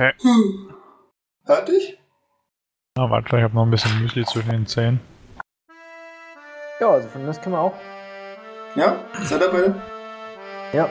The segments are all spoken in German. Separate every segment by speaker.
Speaker 1: Nee.
Speaker 2: Hm. Hört dich?
Speaker 1: Na, warte, ich habe noch ein bisschen Müsli zwischen den Zähnen.
Speaker 3: Ja, also von das können wir auch.
Speaker 2: Ja? Seid ihr beide?
Speaker 3: Ja.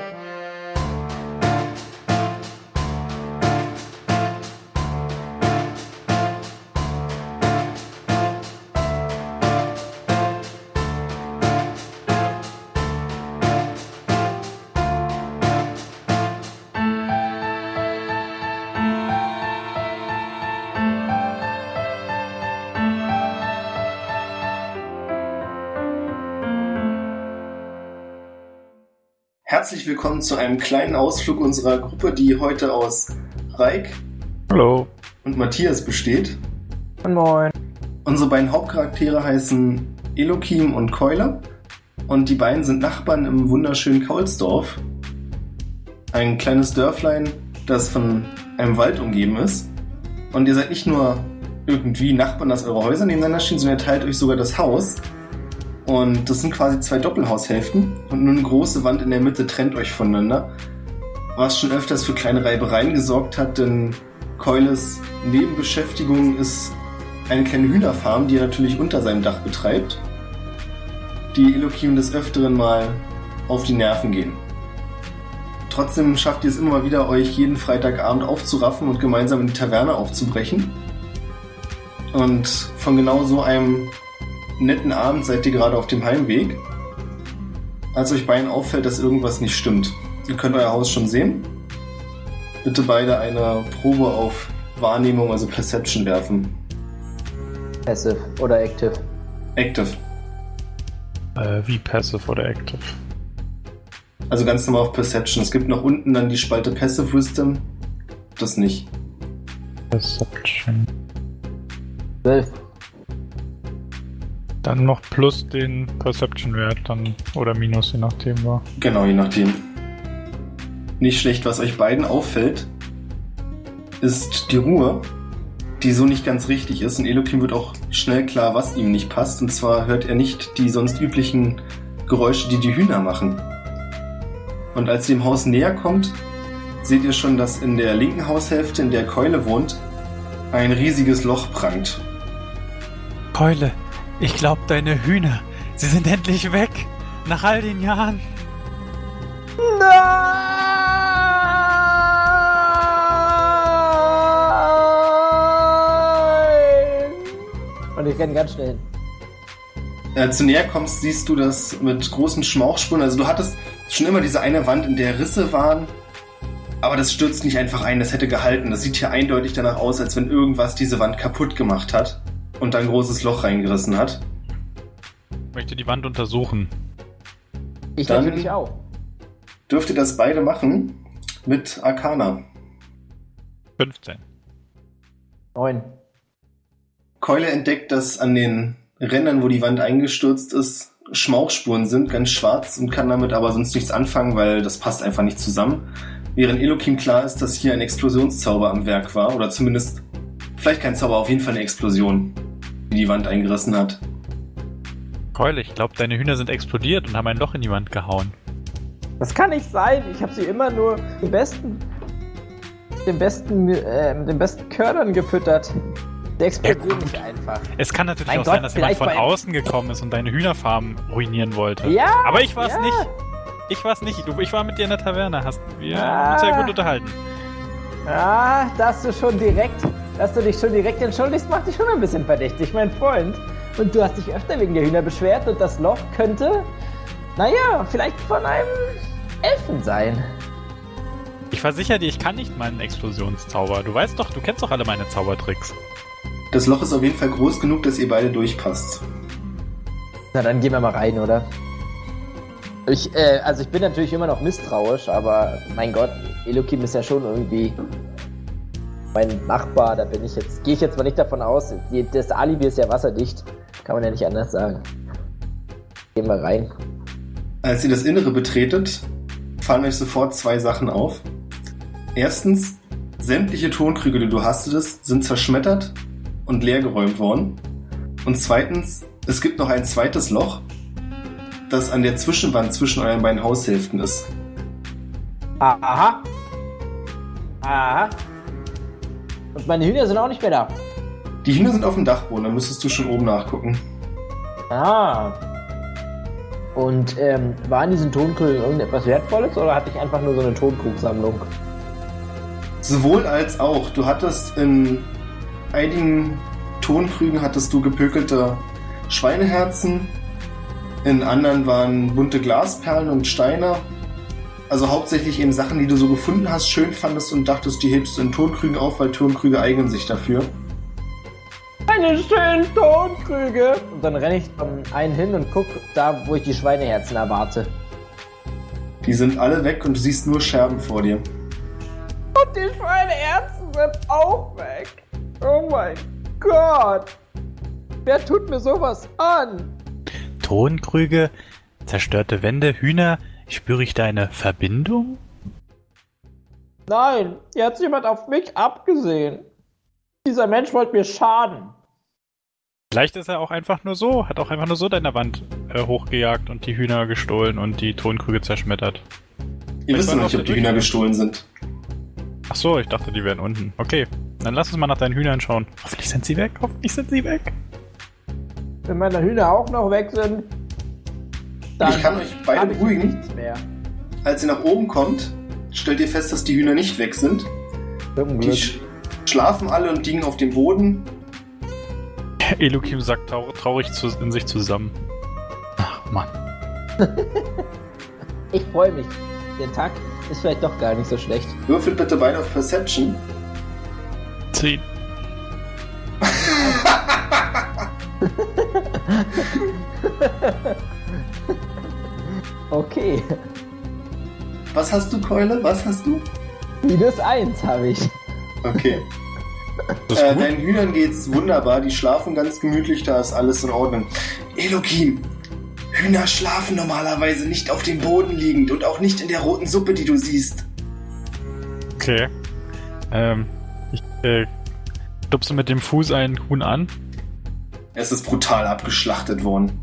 Speaker 2: Herzlich willkommen zu einem kleinen Ausflug unserer Gruppe, die heute aus Reik
Speaker 1: Hallo.
Speaker 2: und Matthias besteht.
Speaker 3: Moin, moin.
Speaker 2: Unsere beiden Hauptcharaktere heißen Elokim und Keuler. Und die beiden sind Nachbarn im wunderschönen Kaulsdorf. Ein kleines Dörflein, das von einem Wald umgeben ist. Und ihr seid nicht nur irgendwie Nachbarn, dass eure Häuser nebeneinander stehen, sondern ihr teilt euch sogar das Haus. Und das sind quasi zwei Doppelhaushälften. Und nur eine große Wand in der Mitte trennt euch voneinander. Was schon öfters für kleine Reibereien gesorgt hat, denn Keules Nebenbeschäftigung ist eine kleine Hühnerfarm, die er natürlich unter seinem Dach betreibt, die Elokim des Öfteren mal auf die Nerven gehen. Trotzdem schafft ihr es immer mal wieder, euch jeden Freitagabend aufzuraffen und gemeinsam in die Taverne aufzubrechen. Und von genau so einem netten Abend seid ihr gerade auf dem Heimweg, als euch beiden auffällt, dass irgendwas nicht stimmt. Ihr könnt euer Haus schon sehen. Bitte beide eine Probe auf Wahrnehmung, also Perception werfen.
Speaker 3: Passive oder active.
Speaker 2: Active.
Speaker 1: Äh, wie passive oder active?
Speaker 2: Also ganz normal auf Perception. Es gibt noch unten dann die Spalte Passive Wisdom. Das nicht.
Speaker 1: Perception.
Speaker 3: 12.
Speaker 1: Dann noch plus den Perception-Wert dann oder minus, je nachdem war.
Speaker 2: Genau, je nachdem. Nicht schlecht, was euch beiden auffällt, ist die Ruhe, die so nicht ganz richtig ist. Und Elokim wird auch schnell klar, was ihm nicht passt. Und zwar hört er nicht die sonst üblichen Geräusche, die die Hühner machen. Und als ihr dem Haus näher kommt, seht ihr schon, dass in der linken Haushälfte, in der Keule wohnt, ein riesiges Loch prangt.
Speaker 4: Keule, ich glaube deine Hühner, sie sind endlich weg. Nach all den Jahren.
Speaker 3: Und ich renne ganz schnell hin.
Speaker 2: äh, zu näher kommst, siehst du das mit großen Schmauchspuren. Also du hattest schon immer diese eine Wand, in der Risse waren, aber das stürzt nicht einfach ein, das hätte gehalten. Das sieht hier eindeutig danach aus, als wenn irgendwas diese Wand kaputt gemacht hat und dann ein großes Loch reingerissen hat.
Speaker 1: Ich möchte die Wand untersuchen.
Speaker 3: Ich
Speaker 2: Dann-
Speaker 3: natürlich auch.
Speaker 2: Dürft ihr das beide machen mit Arcana.
Speaker 1: 15.
Speaker 3: Neun.
Speaker 2: Keule entdeckt, dass an den Rändern, wo die Wand eingestürzt ist, Schmauchspuren sind, ganz schwarz und kann damit aber sonst nichts anfangen, weil das passt einfach nicht zusammen. Während Elokim klar ist, dass hier ein Explosionszauber am Werk war, oder zumindest vielleicht kein Zauber, auf jeden Fall eine Explosion, die die Wand eingerissen hat.
Speaker 1: Keule, ich glaube, deine Hühner sind explodiert und haben ein Loch in die Wand gehauen.
Speaker 3: Das kann nicht sein. Ich habe sie immer nur den besten, den besten, äh, den besten Kördern gefüttert. Die explodieren nicht einfach.
Speaker 1: Es kann natürlich
Speaker 3: Mein
Speaker 1: auch
Speaker 3: Gott,
Speaker 1: sein, dass jemand
Speaker 3: vielleicht
Speaker 1: von
Speaker 3: bei-
Speaker 1: außen gekommen ist und deine Hühnerfarm ruinieren wollte.
Speaker 3: Ja,
Speaker 1: Aber ich war's
Speaker 3: ja.
Speaker 1: nicht. Ich war's nicht. Du, ich war mit dir in der Taverne. Hast wir
Speaker 3: Ah.
Speaker 1: uns sehr gut unterhalten.
Speaker 3: Ah, dass du schon direkt, dass du dich schon direkt entschuldigst, macht dich schon ein bisschen verdächtig, mein Freund. Und du hast dich öfter wegen der Hühner beschwert und das Loch könnte, naja, vielleicht von einem Elfen sein.
Speaker 1: Ich versichere dir, ich kann nicht meinen Explosionszauber. Du weißt doch, du kennst doch alle meine Zaubertricks.
Speaker 2: Das Loch ist auf jeden Fall groß genug, dass ihr beide durchpasst.
Speaker 3: Na, dann gehen wir mal rein, oder? Ich, äh, also ich bin natürlich immer noch misstrauisch, aber mein Gott, Elokim ist ja schon irgendwie mein Nachbar, da bin ich jetzt, gehe ich jetzt mal nicht davon aus, die- das Alibi ist ja wasserdicht, kann man ja nicht anders sagen. Gehen wir rein.
Speaker 2: Als ihr das Innere betretet, fallen euch sofort zwei Sachen auf. Erstens, sämtliche Tonkrüge, die du hastest, sind zerschmettert und leergeräumt worden. Und zweitens, es gibt noch ein zweites Loch, das an der Zwischenwand zwischen euren beiden Haushälften ist.
Speaker 3: Aha. Aha. Und meine Hühner sind auch nicht mehr da.
Speaker 2: Die Hühner sind auf dem Dachboden, dann müsstest du schon oben nachgucken.
Speaker 3: Ah. Und ähm, war in diesen Tonkrügen irgendetwas Wertvolles oder hatte ich einfach nur so eine Tonkrugsammlung?
Speaker 2: Sowohl als auch. Du hattest in einigen Tonkrügen hattest du gepökelte Schweineherzen. In anderen waren bunte Glasperlen und Steine. Also hauptsächlich eben Sachen, die du so gefunden hast, schön fandest und dachtest, die hebst du in Tonkrügen auf, weil Tonkrüge eignen sich dafür.
Speaker 3: Meine schönen Tonkrüge! Und dann renne ich von einen hin und guck da, wo ich die Schweineherzen erwarte.
Speaker 2: Die sind alle weg und du siehst nur Scherben vor dir.
Speaker 3: Und die Schweineherzen sind auch weg. Oh mein Gott! Wer tut mir sowas an?
Speaker 1: Tonkrüge, zerstörte Wände, Hühner. Spüre ich da eine Verbindung?
Speaker 3: Nein, hier hat jemand auf mich abgesehen. Dieser Mensch wollte mir schaden.
Speaker 1: Vielleicht ist er auch einfach nur so, hat auch einfach nur so deine Wand äh, hochgejagt und die Hühner gestohlen und die Tonkrüge zerschmettert.
Speaker 2: Ihr
Speaker 1: Ich
Speaker 2: wisst
Speaker 1: war
Speaker 2: noch
Speaker 1: auf
Speaker 2: nicht, ob
Speaker 1: der
Speaker 2: die Hühner
Speaker 1: Brücke.
Speaker 2: gestohlen sind.
Speaker 1: Ach so, ich dachte, die wären unten. Okay, dann lass uns mal nach deinen Hühnern schauen. Hoffentlich sind sie weg, hoffentlich sind sie weg.
Speaker 3: Wenn meine Hühner auch noch weg sind, dann
Speaker 2: Ich kann euch beide
Speaker 3: hab ich
Speaker 2: beruhigen.
Speaker 3: nichts mehr.
Speaker 2: Als ihr nach oben kommt, stellt ihr fest, dass die Hühner nicht weg sind.
Speaker 3: Zum
Speaker 2: Die
Speaker 3: Glück.
Speaker 2: sch schlafen alle und liegen auf dem Boden.
Speaker 1: Elukim sagt trau- traurig zu, in sich zusammen. Ach Mann.
Speaker 3: Ich freue mich. Der Tag ist vielleicht doch gar nicht so schlecht.
Speaker 2: Würfelt bitte beide auf Perception.
Speaker 1: Zehn.
Speaker 3: Okay.
Speaker 2: Was hast du, Keule? Was hast du?
Speaker 3: Minus eins habe ich.
Speaker 2: Okay.
Speaker 1: Das ist
Speaker 2: Äh,
Speaker 1: gut.
Speaker 2: deinen Hühnern geht's wunderbar. Die schlafen ganz gemütlich, da ist alles in Ordnung. Elohim, Hühner schlafen normalerweise nicht auf dem Boden liegend und auch nicht in der roten Suppe, die du siehst.
Speaker 1: Okay. Ähm, ich äh, stupse mit dem Fuß einen Huhn an.
Speaker 2: Es ist brutal abgeschlachtet worden.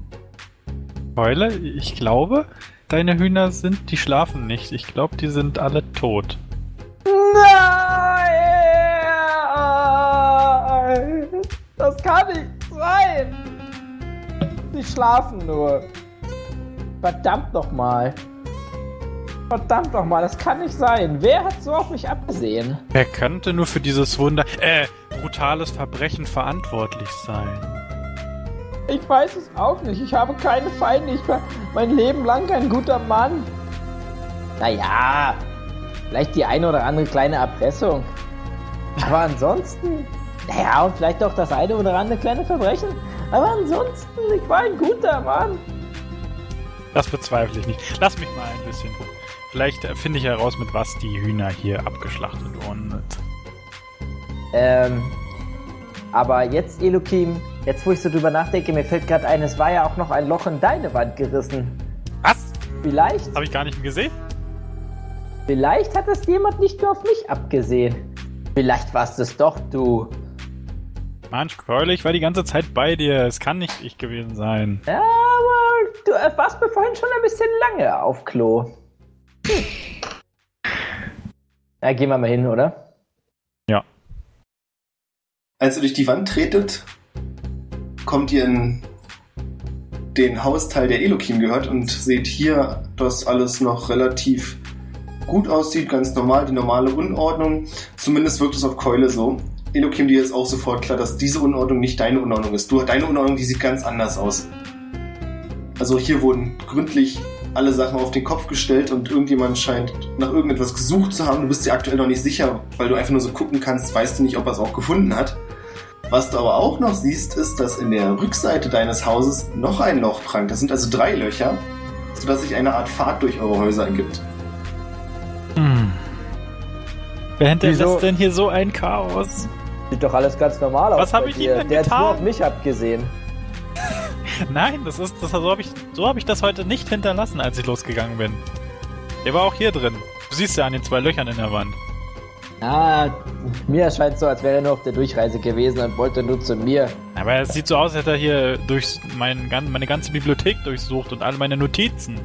Speaker 1: Keule, ich glaube, deine Hühner sind, die schlafen nicht. Ich glaube, die sind alle tot.
Speaker 3: Nein! Das kann nicht sein! Die schlafen nur. Verdammt nochmal. Verdammt nochmal, das kann nicht sein. Wer hat so auf mich abgesehen?
Speaker 1: Wer könnte nur für dieses Wunder, äh, brutales Verbrechen verantwortlich sein?
Speaker 3: Ich weiß es auch nicht. Ich habe keine Feinde. Ich war mein Leben lang kein guter Mann. Naja, vielleicht die eine oder andere kleine Erpressung. Aber ansonsten. Naja, und vielleicht auch das eine oder andere kleine Verbrechen. Aber ansonsten, ich war ein guter Mann.
Speaker 1: Das bezweifle ich nicht. Lass mich mal ein bisschen. gucken. Vielleicht äh, finde ich heraus, mit was die Hühner hier abgeschlachtet worden sind.
Speaker 3: Ähm. Aber jetzt, Elokim, jetzt wo ich so drüber nachdenke, mir fällt gerade ein, es war ja auch noch ein Loch in deine Wand gerissen.
Speaker 1: Was?
Speaker 3: Vielleicht,
Speaker 1: Habe ich gar nicht mehr gesehen?
Speaker 3: vielleicht hat das jemand nicht nur auf mich abgesehen. Vielleicht warst es doch du.
Speaker 1: Mensch, Keule, ich war die ganze Zeit bei dir. Es kann nicht ich gewesen sein.
Speaker 3: Ja, aber du äh, warst mir vorhin schon ein bisschen lange auf Klo. Hm. Na, gehen wir mal hin, oder?
Speaker 2: Als ihr durch die Wand tretet, kommt ihr in den Hausteil, der Elohim gehört, und seht hier, dass alles noch relativ gut aussieht, ganz normal, die normale Unordnung. Zumindest wirkt es auf Keule so. Elohim, dir ist auch sofort klar, dass diese Unordnung nicht deine Unordnung ist. Du, deine Unordnung, die sieht ganz anders aus. Also hier wurden gründlich alle Sachen auf den Kopf gestellt und irgendjemand scheint nach irgendetwas gesucht zu haben. Du bist dir aktuell noch nicht sicher, weil du einfach nur so gucken kannst, weißt du nicht, ob er es auch gefunden hat. Was du aber auch noch siehst, ist, dass in der Rückseite deines Hauses noch ein Loch prangt. Das sind also drei Löcher, sodass sich eine Art Fahrt durch eure Häuser ergibt.
Speaker 1: Hm. Wer hinterlässt
Speaker 3: Wieso?
Speaker 1: denn hier so ein Chaos?
Speaker 3: Sieht doch alles ganz normal aus.
Speaker 1: Was hab
Speaker 3: bei
Speaker 1: ich
Speaker 3: dir.
Speaker 1: Ihnen denn
Speaker 3: Der hat
Speaker 1: getan?
Speaker 3: nur auf mich abgesehen.
Speaker 1: Nein, das ist, das, so habe ich, so hab ich das heute nicht hinterlassen, als ich losgegangen bin. Der war auch hier drin. Du siehst ja an den zwei Löchern in der Wand.
Speaker 3: Ah, mir erscheint so, als wäre er nur auf der Durchreise gewesen und wollte nur zu mir.
Speaker 1: Aber es sieht so aus, als hätte er hier durch mein, gan- meine ganze Bibliothek durchsucht und all meine Notizen.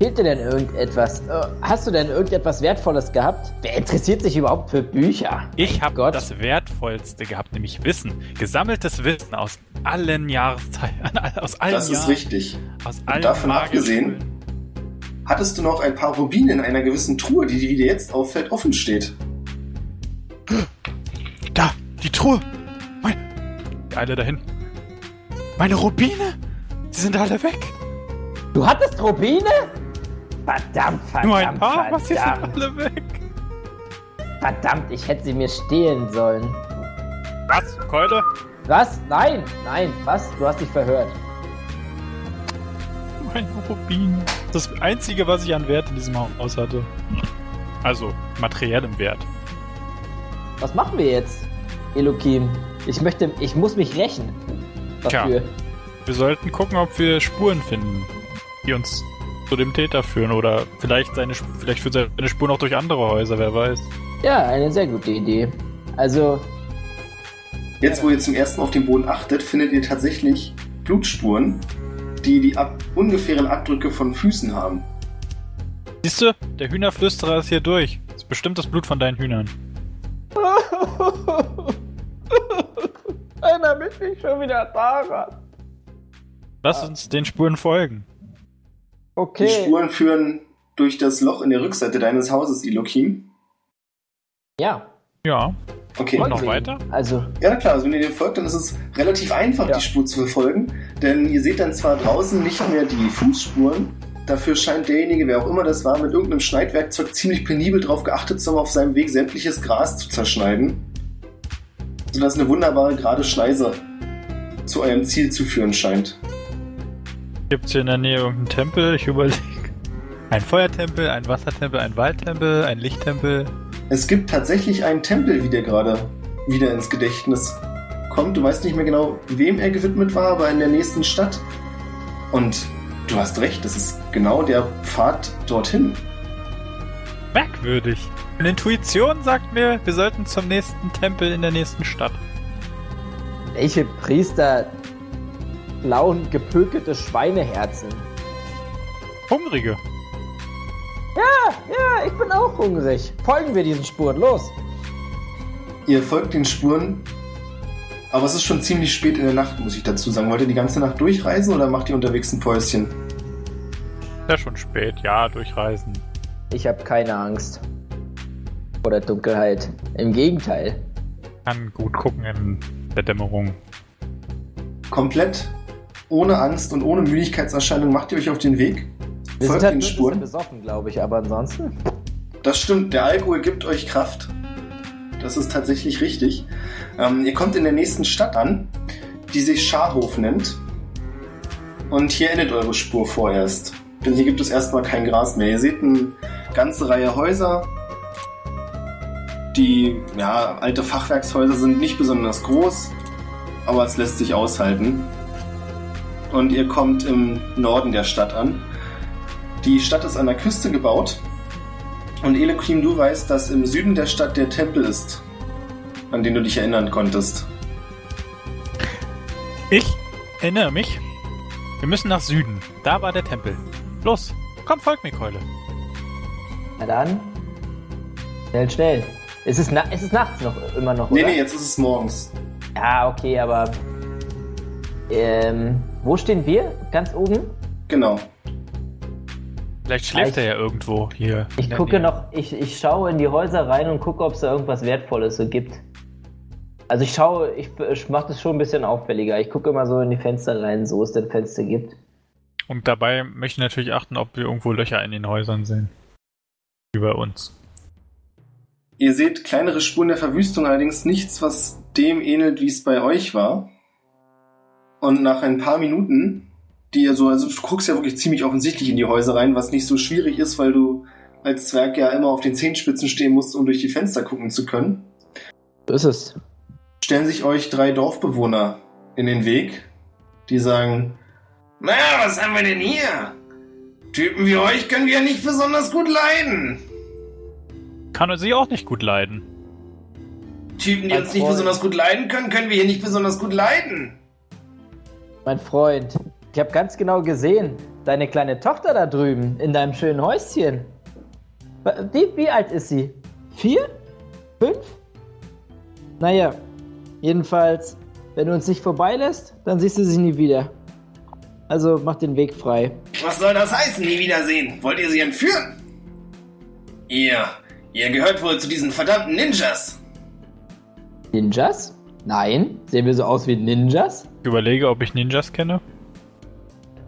Speaker 3: Fehlt dir denn irgendetwas? Äh, Hast du denn irgendetwas Wertvolles gehabt? Wer interessiert sich überhaupt für Bücher?
Speaker 4: Ich
Speaker 3: Mein
Speaker 4: habe
Speaker 3: Gott.
Speaker 4: das Wertvollste gehabt, nämlich Wissen. Gesammeltes Wissen aus allen Jahresteilen. Aus allen
Speaker 2: Das ist
Speaker 4: Jahren,
Speaker 2: richtig.
Speaker 4: Aus allen
Speaker 2: davon
Speaker 4: Tages-
Speaker 2: abgesehen- Hattest du noch ein paar Rubine in einer gewissen Truhe, die wie dir jetzt auffällt, offen steht?
Speaker 5: Da, die Truhe. Mein,
Speaker 4: Alle dahin.
Speaker 5: meine Rubine. Sie sind alle weg.
Speaker 3: Du hattest Rubine? Verdammt, verdammt.
Speaker 4: Nur ein paar? Was? Die sind
Speaker 3: verdammt,
Speaker 4: alle weg.
Speaker 3: verdammt, ich hätte sie mir stehlen sollen.
Speaker 4: Was? Keule?
Speaker 3: Was? Nein, nein, was? Du hast dich verhört.
Speaker 4: Meine Rubine. Das einzige, was ich an Wert in diesem Haus hatte. Also, materiellem Wert.
Speaker 3: Was machen wir jetzt, Elokim? Ich möchte, ich muss mich rächen.
Speaker 4: Tja.
Speaker 3: Dafür.
Speaker 4: Wir sollten gucken, ob wir Spuren finden, die uns zu dem Täter führen oder vielleicht seine Sp- vielleicht führt seine Spuren auch durch andere Häuser, wer weiß.
Speaker 3: Ja, eine sehr gute Idee. Also,
Speaker 2: Jetzt, wo ihr zum ersten Mal auf den Boden achtet, findet ihr tatsächlich Blutspuren, die die ab ungefähren Abdrücke von Füßen haben.
Speaker 4: Siehst du, der Hühnerflüsterer ist hier durch. Ist bestimmt das Blut von deinen Hühnern.
Speaker 3: Einer mit mich schon wieder Fahrrad.
Speaker 2: Ah.
Speaker 4: Lass uns den Spuren folgen.
Speaker 3: Okay.
Speaker 2: Die Spuren führen durch das Loch in der Rückseite deines Hauses, Ilokim.
Speaker 3: Ja.
Speaker 4: Ja.
Speaker 2: Okay.
Speaker 4: Und
Speaker 3: Wollen
Speaker 4: noch
Speaker 3: wir-
Speaker 4: weiter?
Speaker 3: Also,
Speaker 2: Ja, klar, also wenn ihr dem folgt, dann ist es relativ einfach,
Speaker 3: Ja.
Speaker 2: die Spur zu verfolgen, denn ihr seht dann zwar draußen nicht mehr die Fußspuren, dafür scheint derjenige, wer auch immer das war, mit irgendeinem Schneidwerkzeug ziemlich penibel drauf geachtet zu haben, auf seinem Weg sämtliches Gras zu zerschneiden, sodass eine wunderbare gerade Schneise zu eurem Ziel zu führen scheint.
Speaker 4: Gibt's hier in der Nähe irgendeinen Tempel? Ich überlege. Ein Feuertempel, ein Wassertempel, ein Waldtempel, ein Lichttempel.
Speaker 2: Es gibt tatsächlich einen Tempel, wie der gerade wieder ins Gedächtnis kommt. Du weißt nicht mehr genau, wem er gewidmet war, aber in der nächsten Stadt. Und du hast recht, das ist genau der Pfad dorthin.
Speaker 4: Merkwürdig. Meine Intuition sagt mir, wir sollten zum nächsten Tempel in der nächsten Stadt.
Speaker 3: welche Priester klauen gepökelte Schweineherzen?
Speaker 4: Hungrige.
Speaker 3: Ja, ich bin auch hungrig. Folgen wir diesen Spuren. Los.
Speaker 2: Ihr folgt den Spuren, aber es ist schon ziemlich spät in der Nacht, muss ich dazu sagen. Wollt ihr die ganze Nacht durchreisen oder macht ihr unterwegs ein Päuschen?
Speaker 4: Ist ja schon spät. Ja, durchreisen.
Speaker 3: Ich habe keine Angst. Vor der Dunkelheit. Im Gegenteil.
Speaker 4: Kann gut gucken in der Dämmerung.
Speaker 2: Komplett ohne Angst und ohne Müdigkeitserscheinung macht ihr euch auf den Weg.
Speaker 3: Wir
Speaker 2: folgt den
Speaker 3: sind halt nur ein bisschen
Speaker 2: Spuren.
Speaker 3: besoffen, glaube ich, aber ansonsten.
Speaker 2: Das stimmt, der Alkohol gibt euch Kraft. Das ist tatsächlich richtig. Ähm, ihr kommt in der nächsten Stadt an, die sich Scharhof nennt. Und hier endet eure Spur vorerst. Denn hier gibt es erstmal kein Gras mehr. Ihr seht eine ganze Reihe Häuser. Die ja, alte Fachwerkshäuser sind nicht besonders groß, aber es lässt sich aushalten. Und ihr kommt im Norden der Stadt an. Die Stadt ist an der Küste gebaut und Eloquim, du weißt, dass im Süden der Stadt der Tempel ist, an den du dich erinnern konntest.
Speaker 4: Ich erinnere mich. Wir müssen nach Süden. Da war der Tempel. Los, komm, folg mir, Keule.
Speaker 3: Na dann. Schnell, schnell. Es ist, na es ist nachts noch immer noch,
Speaker 2: Nee,
Speaker 3: oder?
Speaker 2: nee, jetzt ist es morgens.
Speaker 3: Ja, okay, aber. Ähm, wo stehen wir? Ganz oben?
Speaker 2: Genau.
Speaker 4: Vielleicht schläft
Speaker 3: Ich-
Speaker 4: er ja irgendwo hier. in
Speaker 3: Ich
Speaker 4: der
Speaker 3: gucke
Speaker 4: Nähe.
Speaker 3: noch, ich, ich schaue in die Häuser rein und gucke, ob es da irgendwas Wertvolles so gibt. Also ich schaue, ich, ich mache das schon ein bisschen auffälliger. Ich gucke immer so in die Fenster rein, so es denn Fenster gibt.
Speaker 4: Und dabei möchte ich natürlich achten, ob wir irgendwo Löcher in den Häusern sehen. Über uns.
Speaker 2: Ihr seht kleinere Spuren der Verwüstung, allerdings nichts, was dem ähnelt, wie es bei euch war. Und nach ein paar Minuten, die ihr so, also du guckst ja wirklich ziemlich offensichtlich in die Häuser rein, was nicht so schwierig ist, weil du als Zwerg ja immer auf den Zehenspitzen stehen musst, um durch die Fenster gucken zu können,
Speaker 3: So ist es.
Speaker 2: stellen sich euch drei Dorfbewohner in den Weg, die sagen: Na, was haben wir denn hier? Typen wie euch können wir ja nicht besonders gut leiden.
Speaker 4: Kann er sie auch nicht gut leiden.
Speaker 2: Typen, die
Speaker 3: Mein
Speaker 2: uns nicht
Speaker 3: Freund.
Speaker 2: besonders gut leiden können, können wir hier nicht besonders gut leiden.
Speaker 3: Mein Freund, ich habe ganz genau gesehen, Deine kleine Tochter da drüben in deinem schönen Häuschen. Wie, wie alt ist sie? Vier? Fünf? Naja, jedenfalls, wenn du uns nicht vorbeilässt, dann siehst du sie nie wieder. Also mach den Weg frei.
Speaker 2: Was soll das heißen, nie wiedersehen? Wollt ihr sie entführen? Ihr, ihr gehört wohl zu diesen verdammten Ninjas.
Speaker 3: Ninjas? Nein. Sehen wir so aus wie Ninjas?
Speaker 4: Ich überlege, ob ich Ninjas kenne.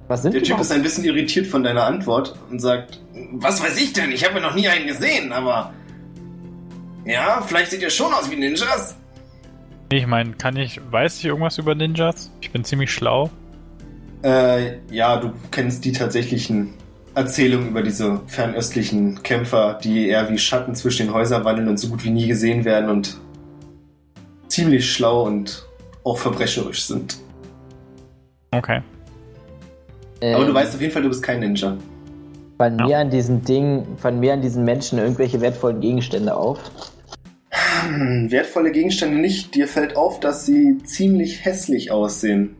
Speaker 3: Was sind
Speaker 2: Der
Speaker 3: die?
Speaker 2: Typ ist ein bisschen irritiert von deiner Antwort und sagt, was weiß ich denn? Ich habe ja noch nie einen gesehen, aber... Ja, vielleicht seht ihr schon aus wie Ninjas.
Speaker 4: Nee, Ich meine, kann ich, weiß ich irgendwas über Ninjas? Ich bin ziemlich schlau.
Speaker 2: Äh, ja, du kennst die tatsächlichen Erzählungen über diese fernöstlichen Kämpfer, die eher wie Schatten zwischen den Häusern wandeln und so gut wie nie gesehen werden und ziemlich schlau und auch verbrecherisch sind.
Speaker 4: Okay.
Speaker 3: Ähm,
Speaker 2: Aber du weißt auf jeden Fall, du bist kein Ninja.
Speaker 3: Fallen
Speaker 4: Ja.
Speaker 3: mir an diesen Dingen, fallen mir an diesen Menschen irgendwelche wertvollen Gegenstände auf?
Speaker 2: Hm, Wertvolle Gegenstände nicht. Dir fällt auf, dass sie ziemlich hässlich aussehen.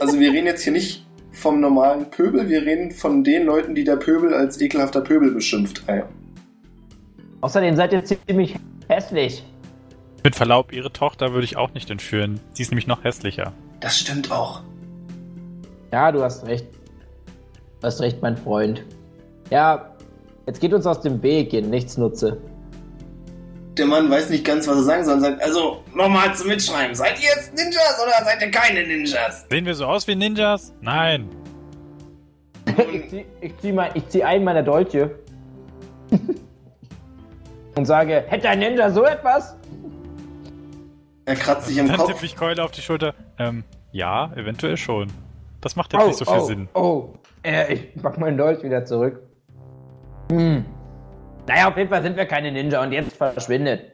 Speaker 2: Also wir reden jetzt hier nicht vom normalen Pöbel, wir reden von den Leuten, die der Pöbel als ekelhafter Pöbel beschimpft. Ah
Speaker 3: Außerdem seid ihr ziemlich hässlich.
Speaker 4: Mit Verlaub, ihre Tochter würde ich auch nicht entführen. Sie ist nämlich noch hässlicher.
Speaker 2: Das stimmt auch.
Speaker 3: Ja, du hast recht. Du hast recht, mein Freund. Ja, jetzt geht uns aus dem Weg, ihr Nichtsnutze.
Speaker 2: Der Mann weiß nicht ganz, was er sagen soll und sagt, also nochmal zum Mitschreiben, seid ihr jetzt Ninjas oder seid ihr keine Ninjas?
Speaker 4: Sehen wir so aus wie Ninjas? Nein.
Speaker 3: Ich zieh, ich zieh, mal, ich zieh einen meiner Dolche. und sage, hätte ein Ninja so etwas?
Speaker 2: Er kratzt sich am
Speaker 4: Dann
Speaker 2: Kopf.
Speaker 4: tippe ich Keule auf die Schulter. Ähm, ja, eventuell schon. Das macht jetzt nicht so viel
Speaker 3: oh,
Speaker 4: Sinn.
Speaker 3: Oh, äh, ich pack meinen Dolch wieder zurück. Hm. Naja, auf jeden Fall sind wir keine Ninja und jetzt verschwindet.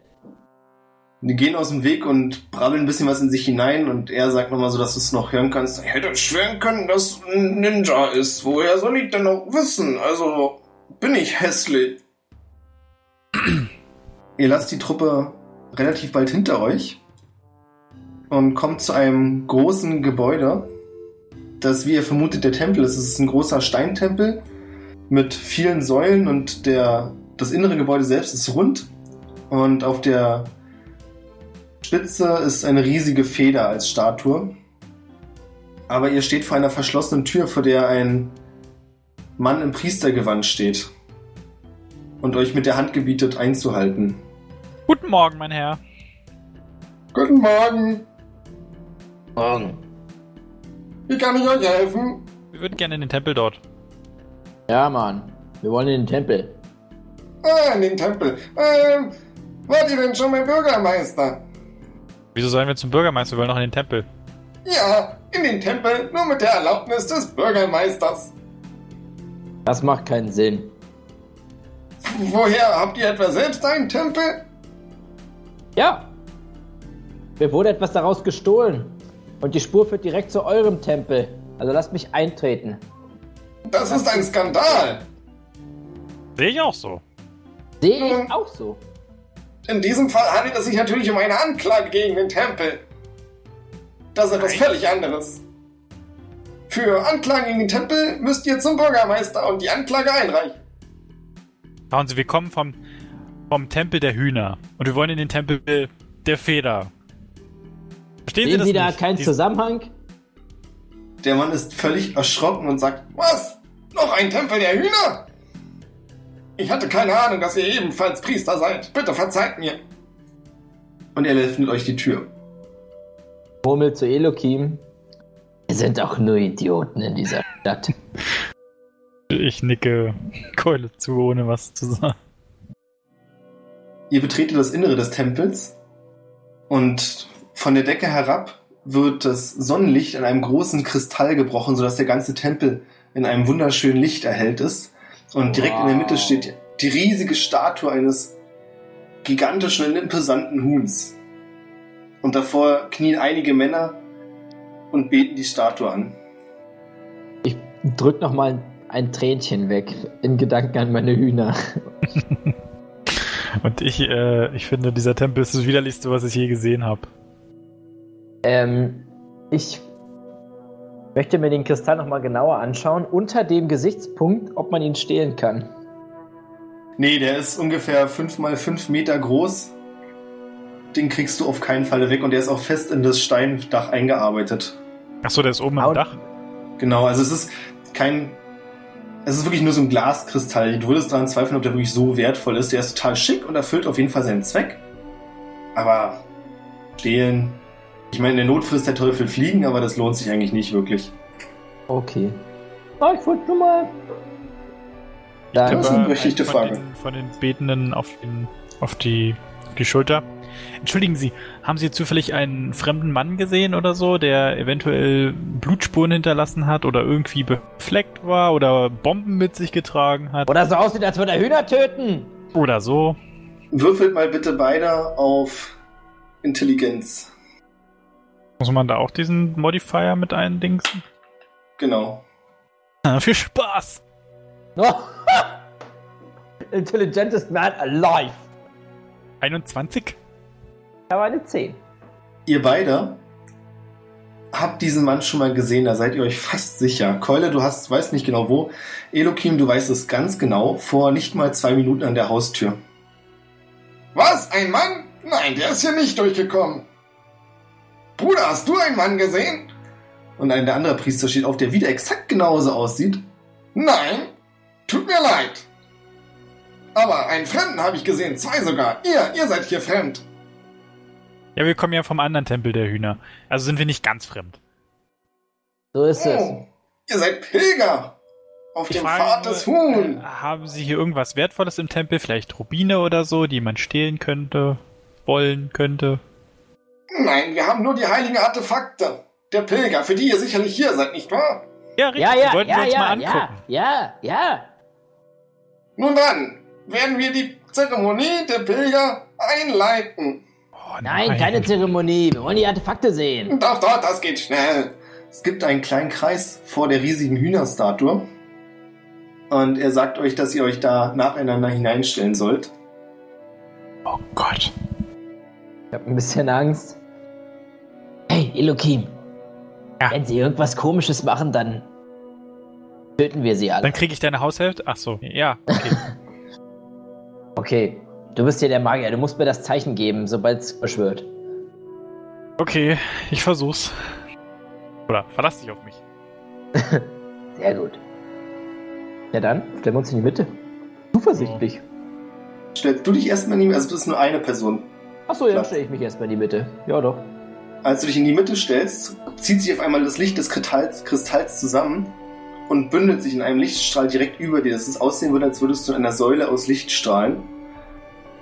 Speaker 2: Die gehen aus dem Weg und brabbeln ein bisschen was in sich hinein und er sagt nochmal so, dass du es noch hören kannst. Ich hätte schwören können, dass ein Ninja ist. Woher soll ich denn noch wissen? Also bin ich hässlich. Ihr lasst die Truppe relativ bald hinter euch und kommt zu einem großen Gebäude, das wie ihr vermutet der Tempel ist. Es ist ein großer Steintempel mit vielen Säulen und der, das innere Gebäude selbst ist rund und auf der Spitze ist eine riesige Feder als Statue. Aber ihr steht vor einer verschlossenen Tür, vor der ein Mann im Priestergewand steht und euch mit der Hand gebietet, einzuhalten.
Speaker 4: Guten Morgen, mein Herr.
Speaker 2: Guten Morgen,
Speaker 3: Morgen.
Speaker 2: wie kann ich euch helfen?
Speaker 4: Wir würden gerne in den Tempel dort.
Speaker 3: Ja, Mann. Wir wollen in den Tempel.
Speaker 2: Ah, in den Tempel. Ähm, wart ihr denn schon mein Bürgermeister?
Speaker 4: Wieso sollen wir zum Bürgermeister? Wir wollen noch in den Tempel.
Speaker 2: Ja, in den Tempel, nur mit der Erlaubnis des Bürgermeisters.
Speaker 3: Das macht keinen Sinn.
Speaker 2: Woher habt ihr etwa selbst einen Tempel?
Speaker 3: Ja. Mir wurde etwas daraus gestohlen. Und die Spur führt direkt zu eurem Tempel. Also lasst mich eintreten.
Speaker 2: Das ist ein Skandal.
Speaker 4: Sehe ich auch so.
Speaker 3: Sehe ich
Speaker 4: Mhm.
Speaker 3: auch so.
Speaker 2: In diesem Fall handelt es sich natürlich um eine Anklage gegen den Tempel. Das ist etwas völlig anderes. Für Anklagen gegen den Tempel müsst ihr zum Bürgermeister und die Anklage einreichen.
Speaker 4: Schauen Sie, wir kommen vom, vom Tempel der Hühner. Und wir wollen in den Tempel der Feder. Verstehen Sie
Speaker 3: Sehen
Speaker 4: das
Speaker 3: Sie da
Speaker 4: nicht?
Speaker 3: keinen
Speaker 4: Dies-
Speaker 3: Zusammenhang?
Speaker 2: Der Mann ist völlig erschrocken und sagt, was? Noch ein Tempel der Hühner? Ich hatte keine Ahnung, dass ihr ebenfalls Priester seid. Bitte verzeiht mir. Und er öffnet euch die Tür.
Speaker 3: Murmel zu Elokim. Wir sind auch nur Idioten in dieser Stadt.
Speaker 4: Ich nicke Keule zu, ohne was zu sagen.
Speaker 2: Ihr betretet das Innere des Tempels und von der Decke herab wird das Sonnenlicht in einem großen Kristall gebrochen, sodass der ganze Tempel in einem wunderschönen Licht erhellt ist. Und direkt in der Mitte
Speaker 3: Wow.
Speaker 2: steht die riesige statue eines gigantischen und imposanten Huhns. Und davor knien einige Männer und beten die Statue an.
Speaker 3: Ich drück nochmal ein Tränchen weg in Gedanken an meine Hühner.
Speaker 4: Und ich, äh, ich finde, dieser Tempel ist das widerlichste, was ich je gesehen habe.
Speaker 3: Ähm, ich Ähm, möchte mir den Kristall nochmal genauer anschauen, unter dem Gesichtspunkt, ob man ihn stehlen kann.
Speaker 2: Nee, der ist ungefähr 5 mal 5 Meter groß. Den kriegst du auf keinen Fall weg und der ist auch fest in das Steindach eingearbeitet.
Speaker 1: Achso, der ist oben
Speaker 3: Au.
Speaker 1: am Dach.
Speaker 2: Genau, also es ist kein. Es ist wirklich nur so ein Glaskristall. Du würdest daran zweifeln, ob der wirklich so wertvoll ist. Der ist total schick und erfüllt auf jeden Fall seinen Zweck. Aber stehlen. Ich meine, in der Not frisst der Teufel fliegen, aber das lohnt sich eigentlich nicht wirklich.
Speaker 3: Okay. Ah, ich wollte nur mal.
Speaker 1: Ich äh,
Speaker 2: Das
Speaker 3: Dann,
Speaker 2: ist eine
Speaker 1: tippe
Speaker 2: berechtigte
Speaker 1: von
Speaker 2: Frage.
Speaker 1: Den, von den Betenden auf, den, auf, die, auf die Schulter. Entschuldigen Sie, haben Sie zufällig einen fremden Mann gesehen oder so, der eventuell Blutspuren hinterlassen hat oder irgendwie befleckt war oder Bomben mit sich getragen hat
Speaker 3: oder so aussieht, als würde er Hühner töten.
Speaker 1: oder so?
Speaker 2: Würfelt mal bitte beide auf Intelligenz.
Speaker 1: Muss man da auch diesen Modifier mit eindingsen?
Speaker 2: Genau.
Speaker 1: Ah, viel Spaß!
Speaker 3: Intelligentest man alive.
Speaker 1: 21?
Speaker 3: Ich habe eine 10.
Speaker 2: Ihr beide habt diesen Mann schon mal gesehen, da seid ihr euch fast sicher. Keule, du hast, weißt nicht genau wo. Elokim, du weißt es ganz genau, vor nicht mal zwei Minuten an der Haustür.
Speaker 4: Was? Ein Mann? Nein, der ist hier nicht durchgekommen. Bruder, hast du einen Mann gesehen?
Speaker 2: Und ein der andere Priester steht auf, der wieder exakt genauso aussieht.
Speaker 4: Nein. Tut mir leid. Aber einen Fremden habe ich gesehen, zwei sogar. Ihr, ihr seid hier fremd.
Speaker 1: Ja, wir kommen ja vom anderen Tempel der Hühner. Also sind wir nicht ganz fremd.
Speaker 3: So ist es.
Speaker 4: Oh, ihr seid Pilger. Auf
Speaker 1: Ich
Speaker 4: dem
Speaker 1: frage
Speaker 4: Pfad
Speaker 1: nur,
Speaker 4: des
Speaker 1: äh,
Speaker 4: Huhn.
Speaker 1: Haben Sie hier irgendwas Wertvolles im Tempel? Vielleicht Rubine oder so, die man stehlen könnte, wollen könnte?
Speaker 4: Nein, wir haben nur die heiligen Artefakte. Der Pilger, für die ihr sicherlich hier seid, nicht wahr?
Speaker 1: Ja, richtig.
Speaker 3: Ja, ja,
Speaker 1: die wollten
Speaker 3: ja,
Speaker 1: wir uns
Speaker 3: ja,
Speaker 1: mal
Speaker 3: ja,
Speaker 1: angucken.
Speaker 3: ja, ja.
Speaker 4: Nun dann, werden wir die Zeremonie der Pilger einleiten.
Speaker 1: Oh,
Speaker 3: Nein, keine Zeremonie. Wir wollen die Artefakte sehen.
Speaker 4: Doch, doch, das geht schnell.
Speaker 2: Es gibt einen kleinen Kreis vor der riesigen Hühnerstatue. Und er sagt euch, dass ihr euch da nacheinander hineinstellen sollt.
Speaker 1: Oh Gott.
Speaker 3: Ich habe ein bisschen Angst. Hey, Elokim.
Speaker 1: Ja.
Speaker 3: Wenn sie irgendwas Komisches machen, dann töten wir sie alle.
Speaker 1: Dann kriege ich deine Haushälfte? Ach so. Ja, okay.
Speaker 3: Okay, du bist hier der Magier. Du musst mir das Zeichen geben, sobald es beschwört.
Speaker 1: okay, ich versuch's. Oder verlass dich auf mich.
Speaker 3: Sehr gut. Ja dann, stellen wir uns in die Mitte. Zuversichtlich.
Speaker 2: Mhm. Stellst du dich erstmal neben, also du bist nur eine Person.
Speaker 3: Achso, ja, dann
Speaker 2: Klar.
Speaker 3: stelle ich mich erstmal in die Mitte. Ja doch.
Speaker 2: Als du dich in die Mitte stellst, zieht sich auf einmal das Licht des Kristalls, Kristalls zusammen und bündelt sich in einem Lichtstrahl direkt über dir, dass es aussehen würde, als würdest du in einer Säule aus Licht strahlen.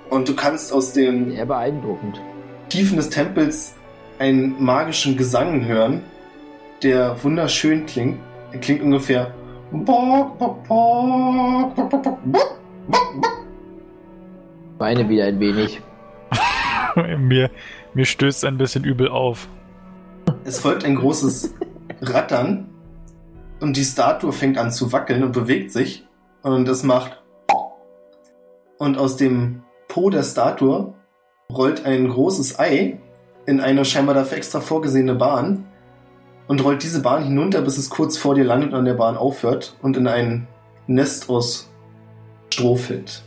Speaker 2: Und du kannst aus den
Speaker 3: Sehr beeindruckend.
Speaker 2: Tiefen des Tempels einen magischen Gesang hören, der wunderschön klingt. Er klingt ungefähr.
Speaker 4: Bock, bock, bock, bock, bock, bock, bock, bock, bock.
Speaker 3: Weine wieder ein wenig.
Speaker 1: mir, mir stößt ein bisschen übel auf.
Speaker 2: Es folgt ein großes Rattern und die Statue fängt an zu wackeln und bewegt sich und es macht und aus dem Po der Statue rollt ein großes Ei in eine scheinbar dafür extra vorgesehene Bahn und rollt diese Bahn hinunter, bis es kurz vor dir landet und an der Bahn aufhört und in ein Nest aus Stroh fällt.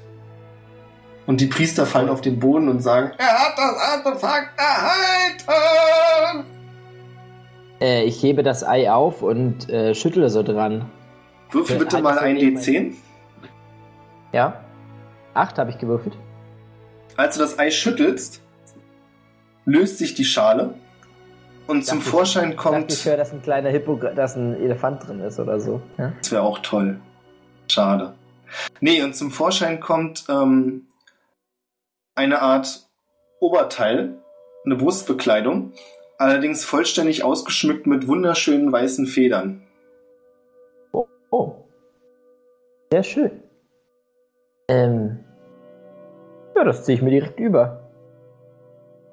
Speaker 2: Und die Priester fallen auf den Boden und sagen,
Speaker 4: Er hat das Artefakt erhalten.
Speaker 3: Äh, ich hebe das Ei auf und äh, schüttle so dran.
Speaker 2: würfel bitte mal ein D10.
Speaker 3: Ja? Acht habe ich gewürfelt.
Speaker 2: Als du das Ei schüttelst, löst sich die Schale und zum
Speaker 3: Dachte ich-
Speaker 2: Vorschein
Speaker 3: Ich dachte, ich
Speaker 2: kommt.
Speaker 3: höre, dass ein kleiner Hippo, dass ein Elefant drin ist oder so. Ja?
Speaker 2: Das wäre auch toll. Schade. Nee, und zum Vorschein kommt ähm, eine Art Oberteil, eine Brustbekleidung, allerdings vollständig ausgeschmückt mit wunderschönen weißen Federn.
Speaker 3: Oh. Sehr schön. Ähm. Ja, das ziehe ich mir direkt über.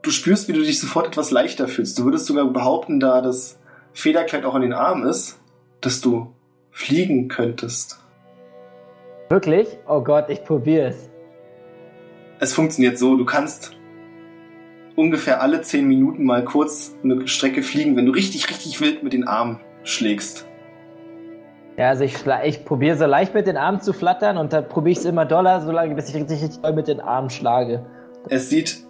Speaker 2: Du spürst, wie du dich sofort etwas leichter fühlst. Du würdest sogar behaupten, da das Federkleid auch an den Armen ist, dass du fliegen könntest.
Speaker 3: Wirklich? Oh Gott, ich probier's.
Speaker 2: Es funktioniert so, du kannst ungefähr alle 10 Minuten mal kurz eine Strecke fliegen, wenn du richtig, richtig wild mit den Armen
Speaker 6: schlägst.
Speaker 3: Ja, also ich, schla- ich probiere so leicht mit den Armen zu flattern und dann probiere ich es immer doller, solange bis ich richtig, richtig doll mit den Armen schlage.
Speaker 6: Es sieht,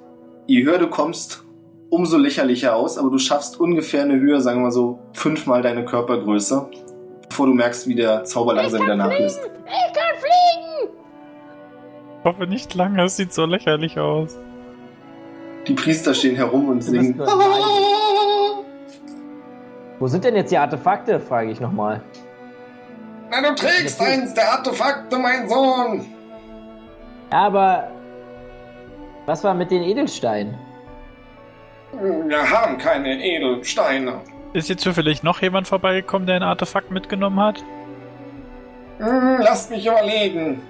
Speaker 6: je höher du kommst, umso lächerlicher aus, aber du schaffst ungefähr eine Höhe, sagen wir mal so, fünfmal deine Körpergröße, bevor du merkst, wie der Zauber langsam wieder nachlässt.
Speaker 7: Ich kann fliegen!
Speaker 1: Ich hoffe nicht lange, es sieht so lächerlich aus.
Speaker 6: Die Priester stehen herum und
Speaker 3: Du bist
Speaker 6: singen.
Speaker 3: nur ein Magier. Wo sind denn jetzt die Artefakte, frage ich nochmal.
Speaker 2: Na, du trägst eins der Artefakte, mein Sohn.
Speaker 3: Aber was war mit den Edelsteinen?
Speaker 2: Wir haben keine Edelsteine.
Speaker 1: Ist jetzt zufällig noch jemand vorbeigekommen, der ein Artefakt mitgenommen hat?
Speaker 2: Hm, lasst mich überlegen.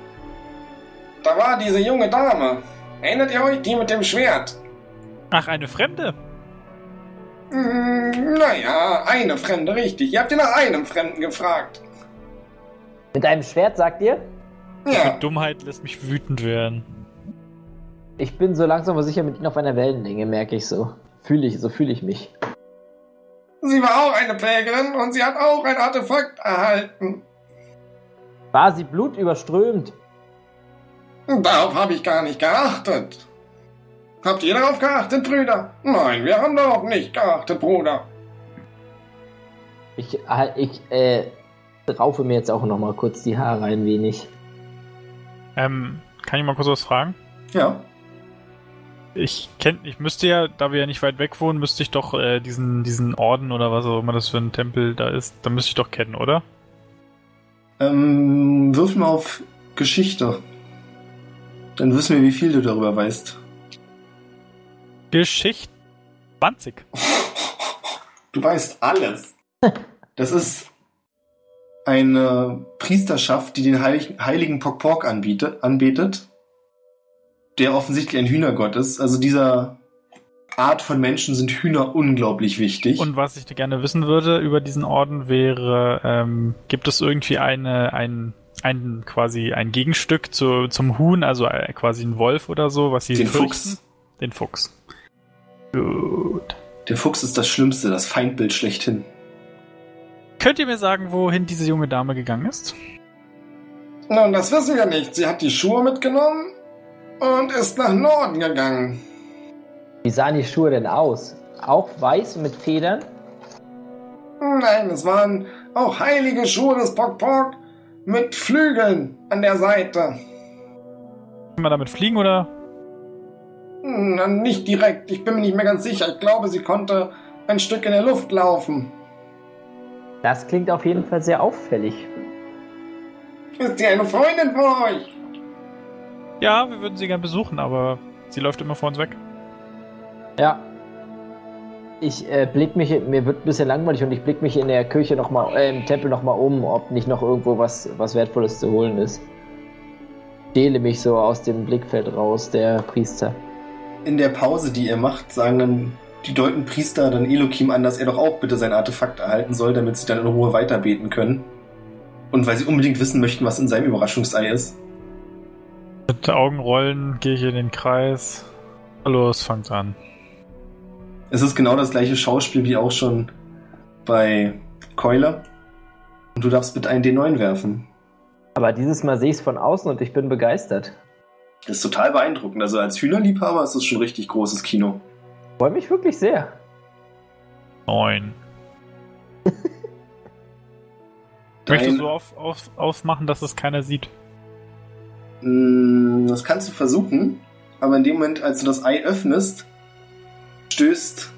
Speaker 2: Da war diese junge Dame. Erinnert ihr euch die mit dem Schwert?
Speaker 1: Ach, eine Fremde?
Speaker 2: Hm, naja, eine Fremde, richtig. Ihr habt ja nach einem Fremden gefragt.
Speaker 3: Mit einem Schwert, sagt ihr?
Speaker 2: Ja,
Speaker 1: Dummheit lässt mich wütend werden.
Speaker 3: Ich bin so langsam aber sicher mit ihnen auf einer Wellenlänge, merke ich so. Fühle ich, so fühle ich mich.
Speaker 2: sie war auch eine Prägerin und sie hat auch ein Artefakt erhalten.
Speaker 3: War sie blutüberströmt?
Speaker 2: Darauf habe ich gar nicht geachtet. Habt ihr darauf geachtet, Brüder? Nein, wir haben darauf nicht geachtet, Bruder.
Speaker 3: Ich, ah, ich äh, raufe mir jetzt auch nochmal kurz die Haare ein wenig.
Speaker 1: Ähm, kann ich mal kurz was fragen?
Speaker 6: Ja.
Speaker 1: Ich kenn, ich müsste ja, da wir ja nicht weit weg wohnen, müsste ich doch äh, diesen, diesen Orden oder was auch immer das für ein Tempel da ist, da müsste ich doch kennen, oder?
Speaker 6: Ähm, wirf mal auf Geschichte. Dann wissen wir, wie viel du darüber weißt.
Speaker 1: Geschichte 20.
Speaker 6: Du weißt alles. Das ist eine Priesterschaft, die den heiligen, heiligen Pokpork anbietet, anbetet, der offensichtlich ein Hühnergott ist. Also dieser Art von Menschen sind Hühner unglaublich wichtig.
Speaker 1: Und was ich gerne wissen würde über diesen Orden wäre, ähm, gibt es irgendwie eine, ein, ein quasi ein Gegenstück zu, zum Huhn, also äh, quasi ein Wolf oder so, was sie
Speaker 6: den
Speaker 1: fürchten?
Speaker 6: Fuchs.
Speaker 1: Den Fuchs. Gut.
Speaker 6: Der Fuchs ist das Schlimmste, das Feindbild schlechthin.
Speaker 1: Könnt ihr mir sagen, wohin diese junge Dame gegangen ist?
Speaker 2: Nun, das wissen wir nicht. Sie hat die Schuhe mitgenommen und ist nach Norden gegangen.
Speaker 3: Wie sahen die Schuhe denn aus? Auch weiß mit Federn?
Speaker 2: Nein, es waren auch heilige Schuhe des Pok-Pok mit Flügeln an der Seite.
Speaker 1: Kann man damit fliegen oder?
Speaker 2: Hm, na, nicht direkt, ich bin mir nicht mehr ganz sicher. Ich glaube, sie konnte ein Stück in der Luft laufen.
Speaker 3: Das klingt auf jeden Fall sehr auffällig.
Speaker 2: Ist sie eine Freundin von euch?
Speaker 1: Ja, wir würden sie gern besuchen, aber sie läuft immer vor uns weg.
Speaker 3: Ja. Ich äh, blick mich, mir wird ein bisschen langweilig und ich blick mich in der Kirche nochmal, äh, im Tempel nochmal um, ob nicht noch irgendwo was, was Wertvolles zu holen ist. Stehle mich so aus dem Blickfeld raus, der Priester.
Speaker 6: In der Pause, die ihr macht, sagen dann die deuten Priester dann Elohim an, dass er doch auch bitte sein Artefakt erhalten soll, damit sie dann in Ruhe weiterbeten können. Und weil sie unbedingt wissen möchten, was in seinem Überraschungsei ist.
Speaker 1: Mit Augenrollen gehe ich in den Kreis. Hallo, es fängt an.
Speaker 6: Es ist genau das gleiche Schauspiel wie auch schon bei Keule. Und du darfst bitte einen D9 werfen.
Speaker 3: Aber dieses Mal sehe ich es von außen und ich bin begeistert.
Speaker 6: Das ist total beeindruckend. Also als Hühnerliebhaber ist das schon richtig großes Kino.
Speaker 3: Freue mich wirklich sehr.
Speaker 1: Neun. Ich möchte
Speaker 6: Dein,
Speaker 1: so auf, auf, aufmachen, dass es keiner sieht.
Speaker 6: Mm, das kannst du versuchen, aber in dem Moment, als du das Ei öffnest, stößt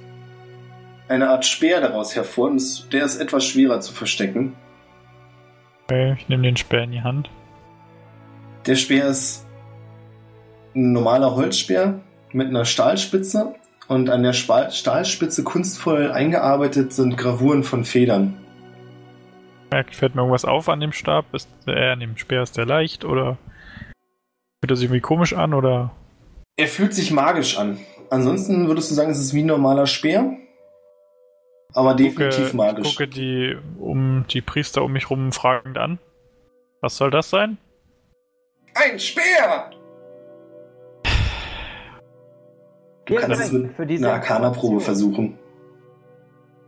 Speaker 6: eine Art Speer daraus hervor und es- der ist etwas schwerer zu verstecken.
Speaker 1: Okay, ich nehme den Speer in die Hand.
Speaker 6: Der Speer ist ein normaler Holzspeer mit einer Stahlspitze und an der Spa- Stahlspitze kunstvoll eingearbeitet sind Gravuren von Federn.
Speaker 1: Merkt, fällt mir irgendwas auf an dem Stab? Ist äh, an dem Speer ist der leicht oder fühlt er sich irgendwie komisch an oder?
Speaker 6: Er fühlt sich magisch an. Ansonsten würdest du sagen, es ist wie ein normaler Speer, aber definitiv
Speaker 1: gucke,
Speaker 6: magisch.
Speaker 1: Ich gucke die um die Priester um mich rum fragend an. Was soll das sein?
Speaker 2: Ein Speer!
Speaker 6: Du
Speaker 3: Vielen
Speaker 6: kannst es
Speaker 3: Dank
Speaker 6: mit
Speaker 3: für diese
Speaker 6: einer Arcana-Probe
Speaker 3: Information.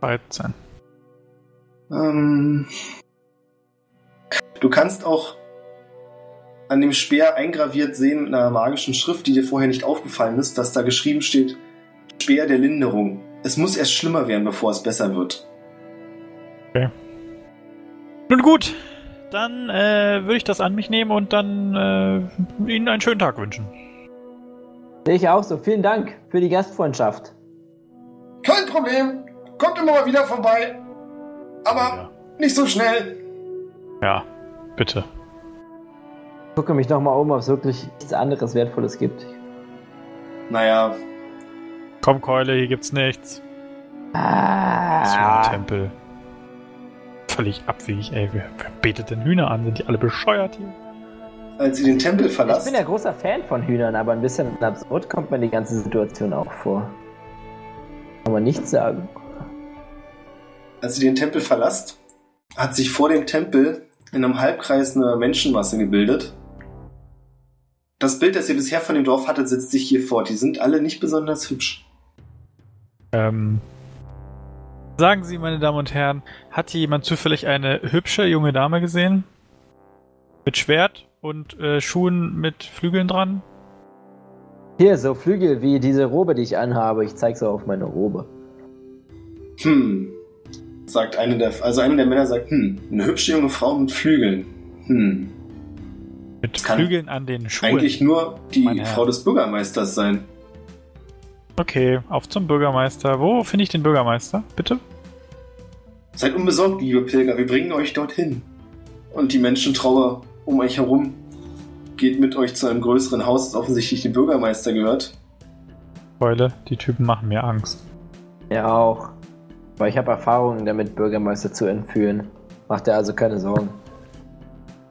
Speaker 6: versuchen.
Speaker 1: 13.
Speaker 6: Ähm, du kannst auch an dem Speer eingraviert sehen mit einer magischen Schrift, die dir vorher nicht aufgefallen ist, dass da geschrieben steht Speer der Linderung. Es muss erst schlimmer werden, bevor es besser wird.
Speaker 1: Nun gut, dann äh, würde ich das an mich nehmen und dann äh, Ihnen einen schönen Tag wünschen.
Speaker 3: Sehe ich auch so. Vielen Dank für die Gastfreundschaft.
Speaker 2: Kein Problem. Kommt immer mal wieder vorbei. Aber nicht so schnell.
Speaker 1: Ja, bitte.
Speaker 3: Gucke mich nochmal um, ob es wirklich nichts anderes Wertvolles gibt.
Speaker 6: Naja,
Speaker 1: Komm, Keule, hier gibt's nichts. So ein
Speaker 3: Ah,
Speaker 1: Tempel. Völlig abwegig, ey. Wer, wer betet denn Hühner an? Sind die alle bescheuert hier?
Speaker 6: als ihr den Tempel
Speaker 3: ich
Speaker 6: verlasst,
Speaker 3: bin ja großer Fan von Hühnern, aber ein bisschen absurd kommt mir die ganze Situation auch vor. Kann man nichts sagen.
Speaker 6: als ihr den Tempel verlasst, hat sich vor dem Tempel in einem Halbkreis eine Menschenmasse gebildet. Das Bild, das ihr bisher von dem Dorf hattet, setzt sich hier fort. Die sind alle nicht besonders hübsch.
Speaker 1: Ähm. Sagen Sie, meine Damen und Herren, hat hier jemand zufällig eine hübsche junge Dame gesehen? Mit Schwert und äh, Schuhen mit Flügeln dran?
Speaker 3: Hier, so Flügel wie diese Robe, die ich anhabe. Ich zeig so auf meine Robe.
Speaker 6: Hm, sagt eine der, also einer der Männer sagt, hm, eine hübsche junge Frau mit Flügeln. Hm,
Speaker 1: Mit
Speaker 6: Kann
Speaker 1: Flügeln an den Schuhen.
Speaker 6: eigentlich nur die
Speaker 1: Mein Herr.
Speaker 6: Frau des Bürgermeisters sein.
Speaker 1: Okay, auf zum Bürgermeister. Wo finde ich den Bürgermeister? Bitte?
Speaker 6: Seid unbesorgt, liebe Pilger, wir bringen euch dorthin. Und die Menschentrauer um euch herum geht mit euch zu einem größeren Haus, das offensichtlich dem Bürgermeister gehört.
Speaker 1: Keule, die Typen machen mir Angst.
Speaker 3: Ja, auch. Aber ich habe Erfahrungen damit, Bürgermeister zu entführen. Macht er also keine Sorgen.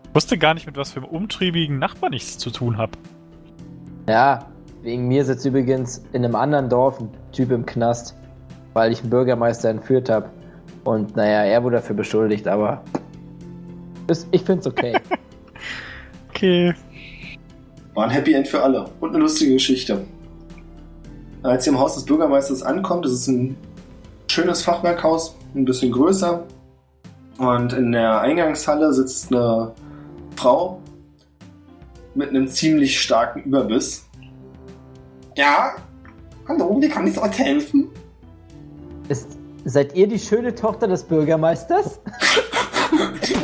Speaker 1: Ich wusste gar nicht, mit was für einem umtriebigen Nachbarn ich es zu tun habe.
Speaker 3: Ja, wegen mir sitzt übrigens in einem anderen Dorf ein Typ im Knast, weil ich einen Bürgermeister entführt habe. Und naja, er wurde dafür beschuldigt, aber ist, ich find's okay.
Speaker 1: Okay.
Speaker 6: War ein Happy End für alle und eine lustige Geschichte. Als ihr im Haus des Bürgermeisters ankommt, ist es ein schönes Fachwerkhaus, ein bisschen größer. Und in der Eingangshalle sitzt eine Frau mit einem ziemlich starken Überbiss.
Speaker 2: Ja? Hallo, wie kann ich euch helfen?
Speaker 3: ist, seid ihr die schöne Tochter des Bürgermeisters?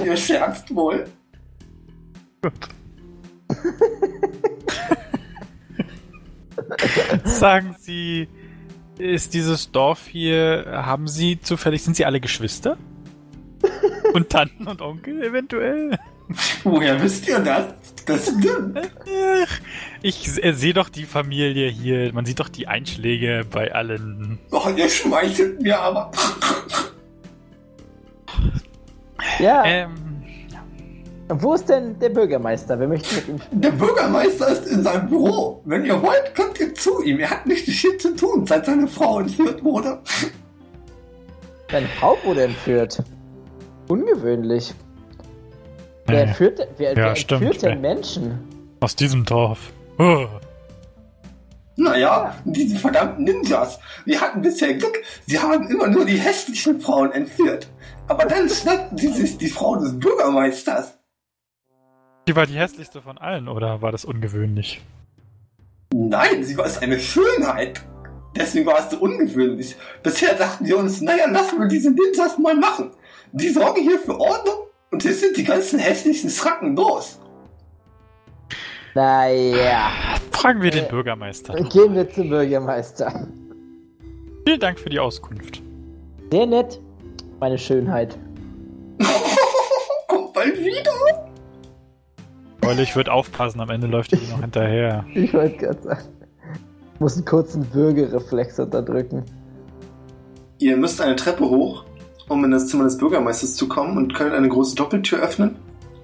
Speaker 6: Ihr scherzt wohl.
Speaker 1: Sagen Sie, ist dieses Dorf hier, haben Sie zufällig, sind Sie alle Geschwister? Und Tanten und Onkel eventuell?
Speaker 2: Woher wisst ihr das? Das stimmt.
Speaker 1: Ach, Ich äh, sehe doch die Familie hier, man sieht doch die Einschläge bei allen.
Speaker 2: Oh, ihr schmeichelt mir aber.
Speaker 3: Ja,
Speaker 1: Ähm,
Speaker 3: wo ist denn der Bürgermeister? Wir möchten mit ihm
Speaker 2: Der Bürgermeister ist in seinem Büro. Wenn ihr wollt, kommt ihr zu ihm. Er hat nichts hier zu tun, seit seine Frau entführt wurde.
Speaker 3: Deine Frau wurde entführt. Ungewöhnlich. Wer
Speaker 1: Nee.
Speaker 3: entführt, wer, wer
Speaker 1: stimmt,
Speaker 3: entführt denn
Speaker 1: ey.
Speaker 3: Menschen?
Speaker 1: aus diesem Dorf. Oh,
Speaker 2: Naja, diese verdammten Ninjas. Wir hatten bisher Glück. Sie haben immer nur die hässlichen Frauen entführt. Aber dann schnappten sie sich die Frau des Bürgermeisters.
Speaker 1: die war die hässlichste von allen, oder war das ungewöhnlich?
Speaker 2: Nein, sie war es eine Schönheit. Deswegen war es so ungewöhnlich. Bisher dachten wir uns, naja, lassen wir diese Ninjas mal machen. Die sorgen hier für Ordnung und hier sind die ganzen hässlichen Schracken los.
Speaker 3: Naja,
Speaker 1: Fragen wir den
Speaker 3: Äh,
Speaker 1: Bürgermeister.
Speaker 3: gehen wir zum Bürgermeister.
Speaker 1: Vielen Dank für die Auskunft.
Speaker 3: Sehr nett, meine Schönheit.
Speaker 2: Kommt bald wieder.
Speaker 1: Keule, ich würde aufpassen, am Ende läuft die noch hinterher.
Speaker 3: Ich wollte gerade sagen. Ich muss einen kurzen Bürgerreflex unterdrücken.
Speaker 6: Ihr müsst eine Treppe hoch, um in das Zimmer des Bürgermeisters zu kommen und könnt eine große Doppeltür öffnen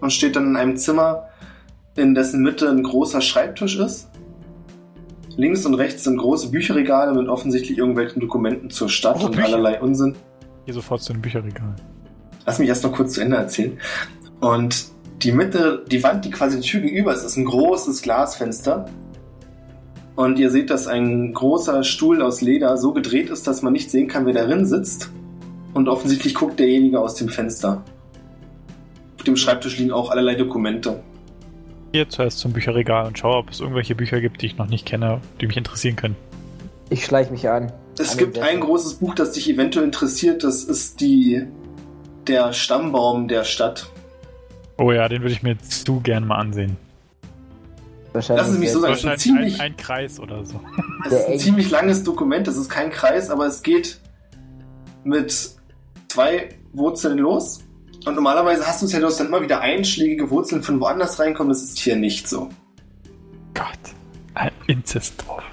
Speaker 6: und steht dann in einem Zimmer, in dessen Mitte ein großer Schreibtisch ist. Links und rechts sind große Bücherregale mit offensichtlich irgendwelchen Dokumenten zur Stadt
Speaker 1: Oh,
Speaker 6: und
Speaker 1: Bücher.
Speaker 6: allerlei Unsinn.
Speaker 1: Geh sofort zu den Bücherregalen.
Speaker 6: Lass mich erst noch kurz zu Ende erzählen. Und die Mitte, die Wand, die quasi der Tür gegenüber ist, ist ein großes Glasfenster. Und ihr seht, dass ein großer Stuhl aus Leder so gedreht ist, dass man nicht sehen kann, wer darin sitzt. Und offensichtlich guckt derjenige aus dem Fenster. Auf dem Schreibtisch liegen auch allerlei Dokumente.
Speaker 1: Hier zuerst zum Bücherregal und schaue, ob es irgendwelche Bücher gibt, die ich noch nicht kenne, die mich interessieren können.
Speaker 3: Ich schleiche mich an.
Speaker 6: Es
Speaker 3: An den
Speaker 6: gibt
Speaker 3: Sessel.
Speaker 6: ein großes Buch, das dich eventuell interessiert. Das ist die der Stammbaum der Stadt.
Speaker 1: Oh ja, den würde ich mir jetzt zu gern mal ansehen.
Speaker 3: Wahrscheinlich
Speaker 6: Lassen Sie mich so
Speaker 3: sehr-
Speaker 6: Das ist ein
Speaker 1: Wahrscheinlich
Speaker 6: ziemlich-
Speaker 1: ein, ein Kreis oder so.
Speaker 6: Es
Speaker 3: Der
Speaker 6: ist ein
Speaker 3: Eng-
Speaker 6: ziemlich langes Dokument. Es ist kein Kreis, aber es geht mit zwei Wurzeln los. Und normalerweise hast du es ja, dass dann immer wieder einschlägige Wurzeln von woanders reinkommen. Das ist hier nicht so.
Speaker 1: Gott. Ein Inzest drauf.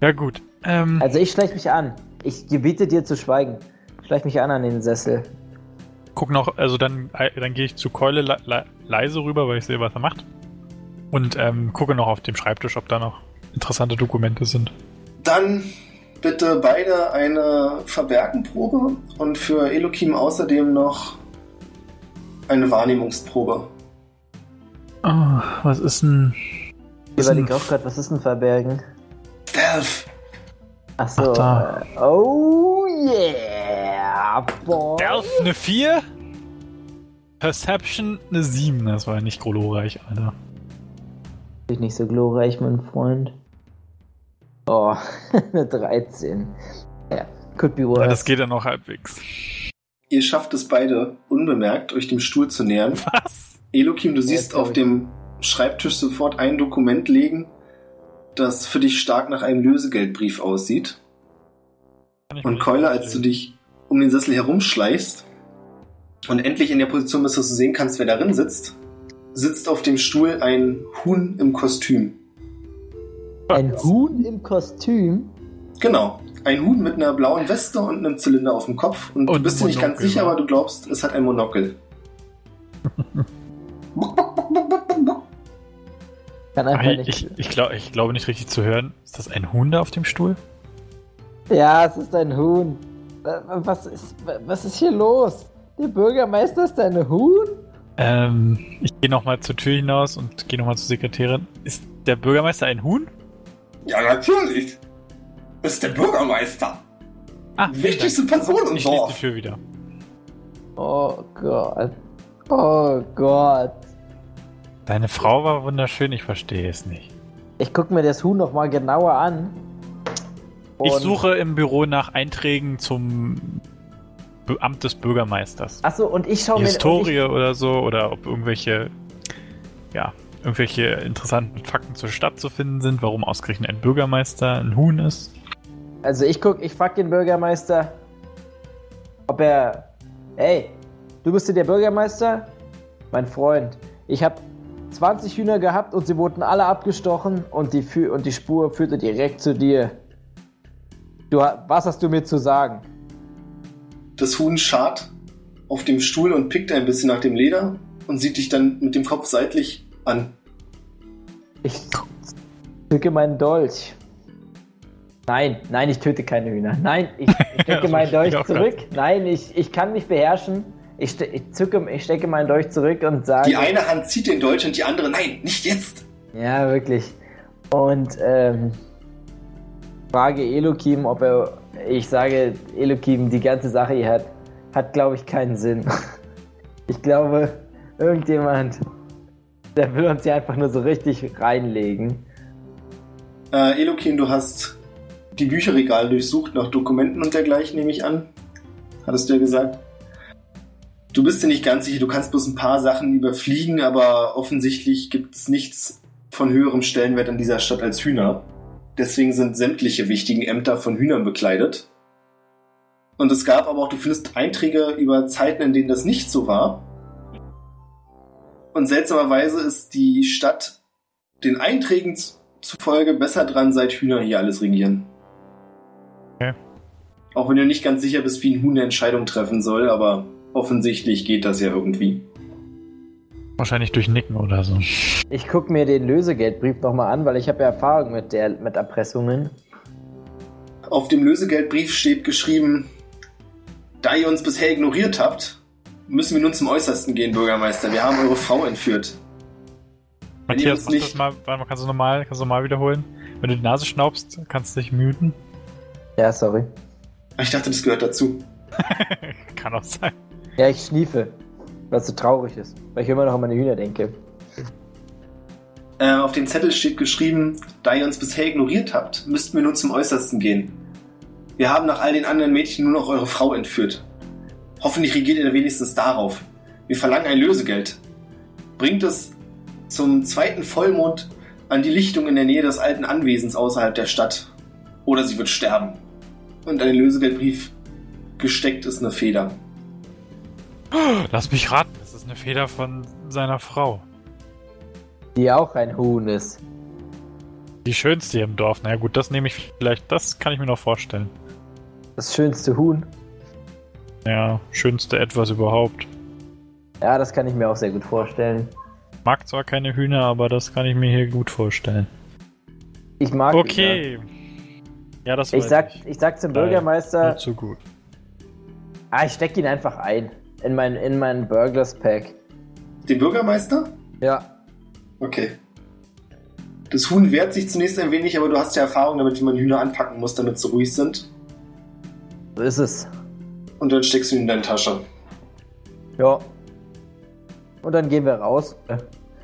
Speaker 1: Ja, gut. Ähm,
Speaker 3: Also ich schleiche mich an. Ich gebiete dir zu schweigen. Schleiche mich an an den Sessel.
Speaker 1: guck noch, also dann, äh, dann gehe ich zu Keule le le leise rüber, weil ich sehe, was er macht. Und ähm, gucke noch auf dem Schreibtisch, ob da noch interessante Dokumente sind.
Speaker 6: Dann bitte beide eine Verbergenprobe und für Elokim außerdem noch eine Wahrnehmungsprobe.
Speaker 1: Oh, was ist denn.
Speaker 3: Ich überlege auch gerade, was ist denn Verbergen?
Speaker 6: Stealth!
Speaker 3: Achso.
Speaker 1: Ach, da.
Speaker 3: äh, oh yeah, boy.
Speaker 1: Stealth eine 4? Perception eine 7. Das war ja nicht glorreich, Alter.
Speaker 3: Bin nicht so glorreich, mein Freund. Oh, eine 13. Ja, could be
Speaker 1: Ja,
Speaker 3: worse.
Speaker 1: das geht ja noch halbwegs.
Speaker 6: Ihr schafft es beide, unbemerkt euch dem Stuhl zu nähern.
Speaker 1: Was?
Speaker 6: Elokim, du
Speaker 3: Ja,
Speaker 6: siehst
Speaker 3: glaub
Speaker 6: auf
Speaker 3: ich.
Speaker 6: dem Schreibtisch sofort ein Dokument liegen, das für dich stark nach einem Lösegeldbrief aussieht.
Speaker 1: Kann ich mir
Speaker 6: Und
Speaker 1: nicht
Speaker 6: Keule, als du
Speaker 1: vorstellen.
Speaker 6: dich um den Sessel herumschleichst und endlich in der Position bist, dass du sehen kannst, wer darin sitzt, sitzt auf dem Stuhl ein Huhn im Kostüm.
Speaker 3: Ein Huhn im Kostüm?
Speaker 6: Genau. Ein Huhn mit einer blauen Weste und einem Zylinder auf dem Kopf. Und, du
Speaker 1: Und
Speaker 6: bist dir nicht ganz
Speaker 1: Monokel, ne?
Speaker 6: sicher,
Speaker 1: ja.
Speaker 6: aber du glaubst, es hat ein Monokel.
Speaker 3: Kann
Speaker 1: Ach,
Speaker 3: einfach
Speaker 1: ich,
Speaker 3: nicht.
Speaker 1: ich, ich, glaub, ich glaube nicht richtig zu hören. Ist das ein Huhn da auf dem Stuhl?
Speaker 3: Ja, es ist ein Huhn. Äh, Was ist, was ist hier los? Der Bürgermeister ist ein Huhn?
Speaker 1: Ähm, ich gehe nochmal zur Tür hinaus und gehe nochmal zur Sekretärin. Ist der Bürgermeister ein Huhn?
Speaker 2: Ja, natürlich. Das ist der Bürgermeister.
Speaker 1: Ah,
Speaker 2: Die wichtigste Person im
Speaker 1: Ich schließe die
Speaker 2: Dorf.
Speaker 1: Tür wieder.
Speaker 3: Oh Gott. Oh Gott.
Speaker 1: Deine Frau war wunderschön, ich verstehe es nicht.
Speaker 3: Ich guck mir das Huhn nochmal genauer an.
Speaker 1: Ich
Speaker 3: Und-
Speaker 1: suche im Büro nach Einträgen zum Be- Amt des Bürgermeisters.
Speaker 3: Achso, und ich schaue
Speaker 1: Die
Speaker 3: mir. und
Speaker 1: Historie oder so, oder ob irgendwelche, ja, irgendwelche interessanten Fakten zur Stadt zu finden sind, warum ausgerechnet ein Bürgermeister ein Huhn ist.
Speaker 3: Ich, also ich guck, ich frag den Bürgermeister, ob er. Ey, du bist hier der Bürgermeister? Mein Freund, ich habe 20 Hühner gehabt und sie wurden alle abgestochen und die, Fü und die Spur führte direkt zu dir. Du, ha- was hast du mir zu sagen?
Speaker 6: Das Huhn schart auf dem Stuhl und pickt ein bisschen nach dem Leder und sieht dich dann mit dem Kopf seitlich an.
Speaker 3: Ich zücke meinen Dolch. Nein, nein, ich töte keine Hühner. Nein, ich stecke
Speaker 1: Das
Speaker 3: meinen
Speaker 1: hab ich
Speaker 3: Dolch
Speaker 1: mir auch
Speaker 3: zurück. Nein, ich, ich kann mich beherrschen. Ich, ste ich, zücke, ich stecke meinen Dolch zurück und sage.
Speaker 6: Die eine Hand zieht den Dolch und die andere, nein, nicht jetzt.
Speaker 3: Ja, wirklich. Und ähm, frage Elokim, ob er. Ich sage Elokim, die ganze Sache hier hat, hat glaube ich, keinen Sinn. Ich glaube, irgendjemand, der will uns hier einfach nur so richtig reinlegen.
Speaker 6: Äh, Elokin, du hast die Bücherregale durchsucht nach Dokumenten und dergleichen, nehme ich an. Hattest du ja gesagt. Du bist dir nicht ganz sicher, du kannst bloß ein paar Sachen überfliegen, aber offensichtlich gibt es nichts von höherem Stellenwert in dieser Stadt als Hühner. Deswegen sind sämtliche wichtigen Ämter von Hühnern bekleidet. Und es gab aber auch, du findest Einträge über Zeiten, in denen das nicht so war. Und seltsamerweise ist die Stadt den Einträgen z- zufolge besser dran, seit Hühner hier alles regieren.
Speaker 1: Okay.
Speaker 6: Auch wenn du nicht ganz sicher bist, wie ein Huhn eine Entscheidung treffen soll, aber offensichtlich geht das ja irgendwie.
Speaker 1: Wahrscheinlich durch Nicken oder so.
Speaker 3: Ich gucke mir den Lösegeldbrief nochmal an, weil ich habe ja Erfahrung mit, der, mit Erpressungen.
Speaker 6: Auf dem Lösegeldbrief steht geschrieben, da ihr uns bisher ignoriert habt, müssen wir nun zum Äußersten gehen, Bürgermeister. Wir haben eure Frau entführt. Wenn ihr
Speaker 1: Matthias,
Speaker 6: uns
Speaker 1: mach das
Speaker 6: nicht-
Speaker 1: mal, warte mal, kannst du normal, kannst du normal wiederholen? Wenn du die Nase schnaubst, kannst du dich muten.
Speaker 3: Ja, sorry.
Speaker 6: Ich dachte, das gehört dazu.
Speaker 1: Kann auch sein.
Speaker 3: Ja, ich schniefe, weil es so traurig ist, weil ich immer noch an meine Hühner denke.
Speaker 6: Äh, auf dem Zettel steht geschrieben, da ihr uns bisher ignoriert habt, müssten wir nun zum Äußersten gehen. Wir haben nach all den anderen Mädchen nur noch eure Frau entführt. Hoffentlich regiert ihr wenigstens darauf. Wir verlangen ein Lösegeld. Bringt es zum zweiten Vollmond an die Lichtung in der Nähe des alten Anwesens außerhalb der Stadt. Oder sie wird sterben. Und an den Lösegeldbrief gesteckt ist eine Feder.
Speaker 1: Lass mich raten, das ist eine Feder von seiner Frau.
Speaker 3: Die auch ein Huhn ist.
Speaker 1: Die schönste hier im Dorf. Na ja, gut, das nehme ich vielleicht, das kann ich mir noch vorstellen.
Speaker 3: Das schönste Huhn.
Speaker 1: Ja, schönste etwas überhaupt.
Speaker 3: Ja, das kann ich mir auch sehr gut vorstellen.
Speaker 1: Mag zwar keine Hühner, aber das kann ich mir hier gut vorstellen.
Speaker 3: Ich mag Hühner.
Speaker 1: Okay. Ja, das
Speaker 3: Ich
Speaker 1: weiß
Speaker 3: sag, ich sag zum Bürgermeister,
Speaker 1: Nicht so gut.
Speaker 3: ah, ich steck ihn einfach ein. In mein, in mein Burglars Pack.
Speaker 6: Den Bürgermeister?
Speaker 3: Ja.
Speaker 6: Okay. Das Huhn wehrt sich zunächst ein wenig, aber du hast ja Erfahrung damit, wie man Hühner anpacken muss, damit sie ruhig sind.
Speaker 3: So ist es.
Speaker 6: Und dann steckst du ihn in deine Tasche.
Speaker 3: Ja. Und dann gehen wir raus.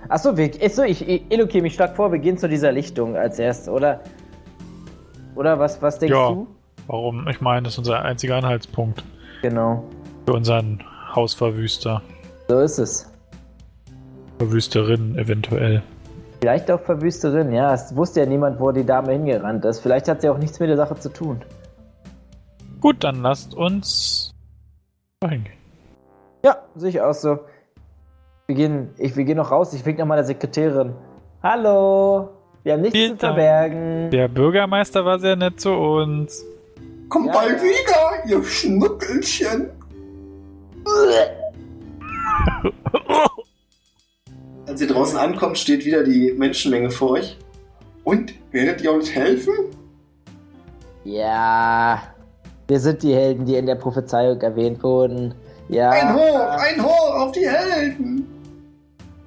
Speaker 3: Achso, wir, achso ich, ich elokiere mich stark vor, wir gehen zu dieser Lichtung als erstes, oder? Oder was, was denkst
Speaker 1: Ja.
Speaker 3: du?
Speaker 1: Warum? Ich meine, das ist unser einziger Anhaltspunkt
Speaker 3: Genau.
Speaker 1: für unseren Hausverwüster.
Speaker 3: So ist es.
Speaker 1: Verwüsterin eventuell.
Speaker 3: Vielleicht auch Verwüsterin, ja. Es wusste ja niemand, wo die Dame hingerannt ist. Vielleicht hat sie auch nichts mit der Sache zu tun.
Speaker 1: Gut, dann lasst uns dahin gehen.
Speaker 3: Ja, sehe ich auch so. Wir gehen, ich, wir gehen noch raus. Ich wink noch mal der Sekretärin. Hallo. Wir haben nichts
Speaker 1: Vielen
Speaker 3: zu
Speaker 1: Dank.
Speaker 3: verbergen.
Speaker 1: Der Bürgermeister war sehr nett zu uns.
Speaker 2: Komm
Speaker 3: Ja,
Speaker 2: bald
Speaker 3: ja.
Speaker 2: wieder, ihr Schnuckelchen.
Speaker 6: Als ihr draußen ankommt, steht wieder die Menschenmenge vor euch.
Speaker 2: Und werdet ihr uns helfen?
Speaker 3: Ja. Wir sind die Helden, die in der Prophezeiung erwähnt wurden. Ja.
Speaker 2: Ein Hoch, ein Hoch auf die Helden.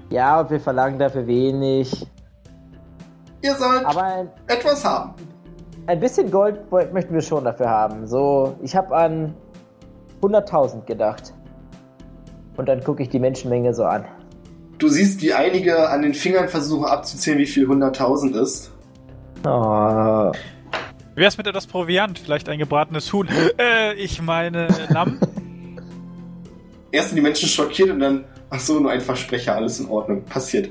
Speaker 3: Ja, und wir verlangen dafür wenig.
Speaker 2: Ihr sollt
Speaker 3: Aber ein,
Speaker 2: etwas haben.
Speaker 3: ein bisschen Gold woll- möchten wir schon dafür haben. So, ich habe an 100.000 gedacht. Und dann gucke ich die Menschenmenge so an.
Speaker 6: Du siehst, wie einige an den Fingern versuchen abzuzählen, wie viel 100.000 ist.
Speaker 3: Oh.
Speaker 1: Wie wär's mit etwas Proviant? Vielleicht ein gebratenes Huhn? Äh, ich meine Lamm?
Speaker 6: Erst sind die Menschen schockiert und dann, ach so, nur ein Versprecher, alles in Ordnung, passiert.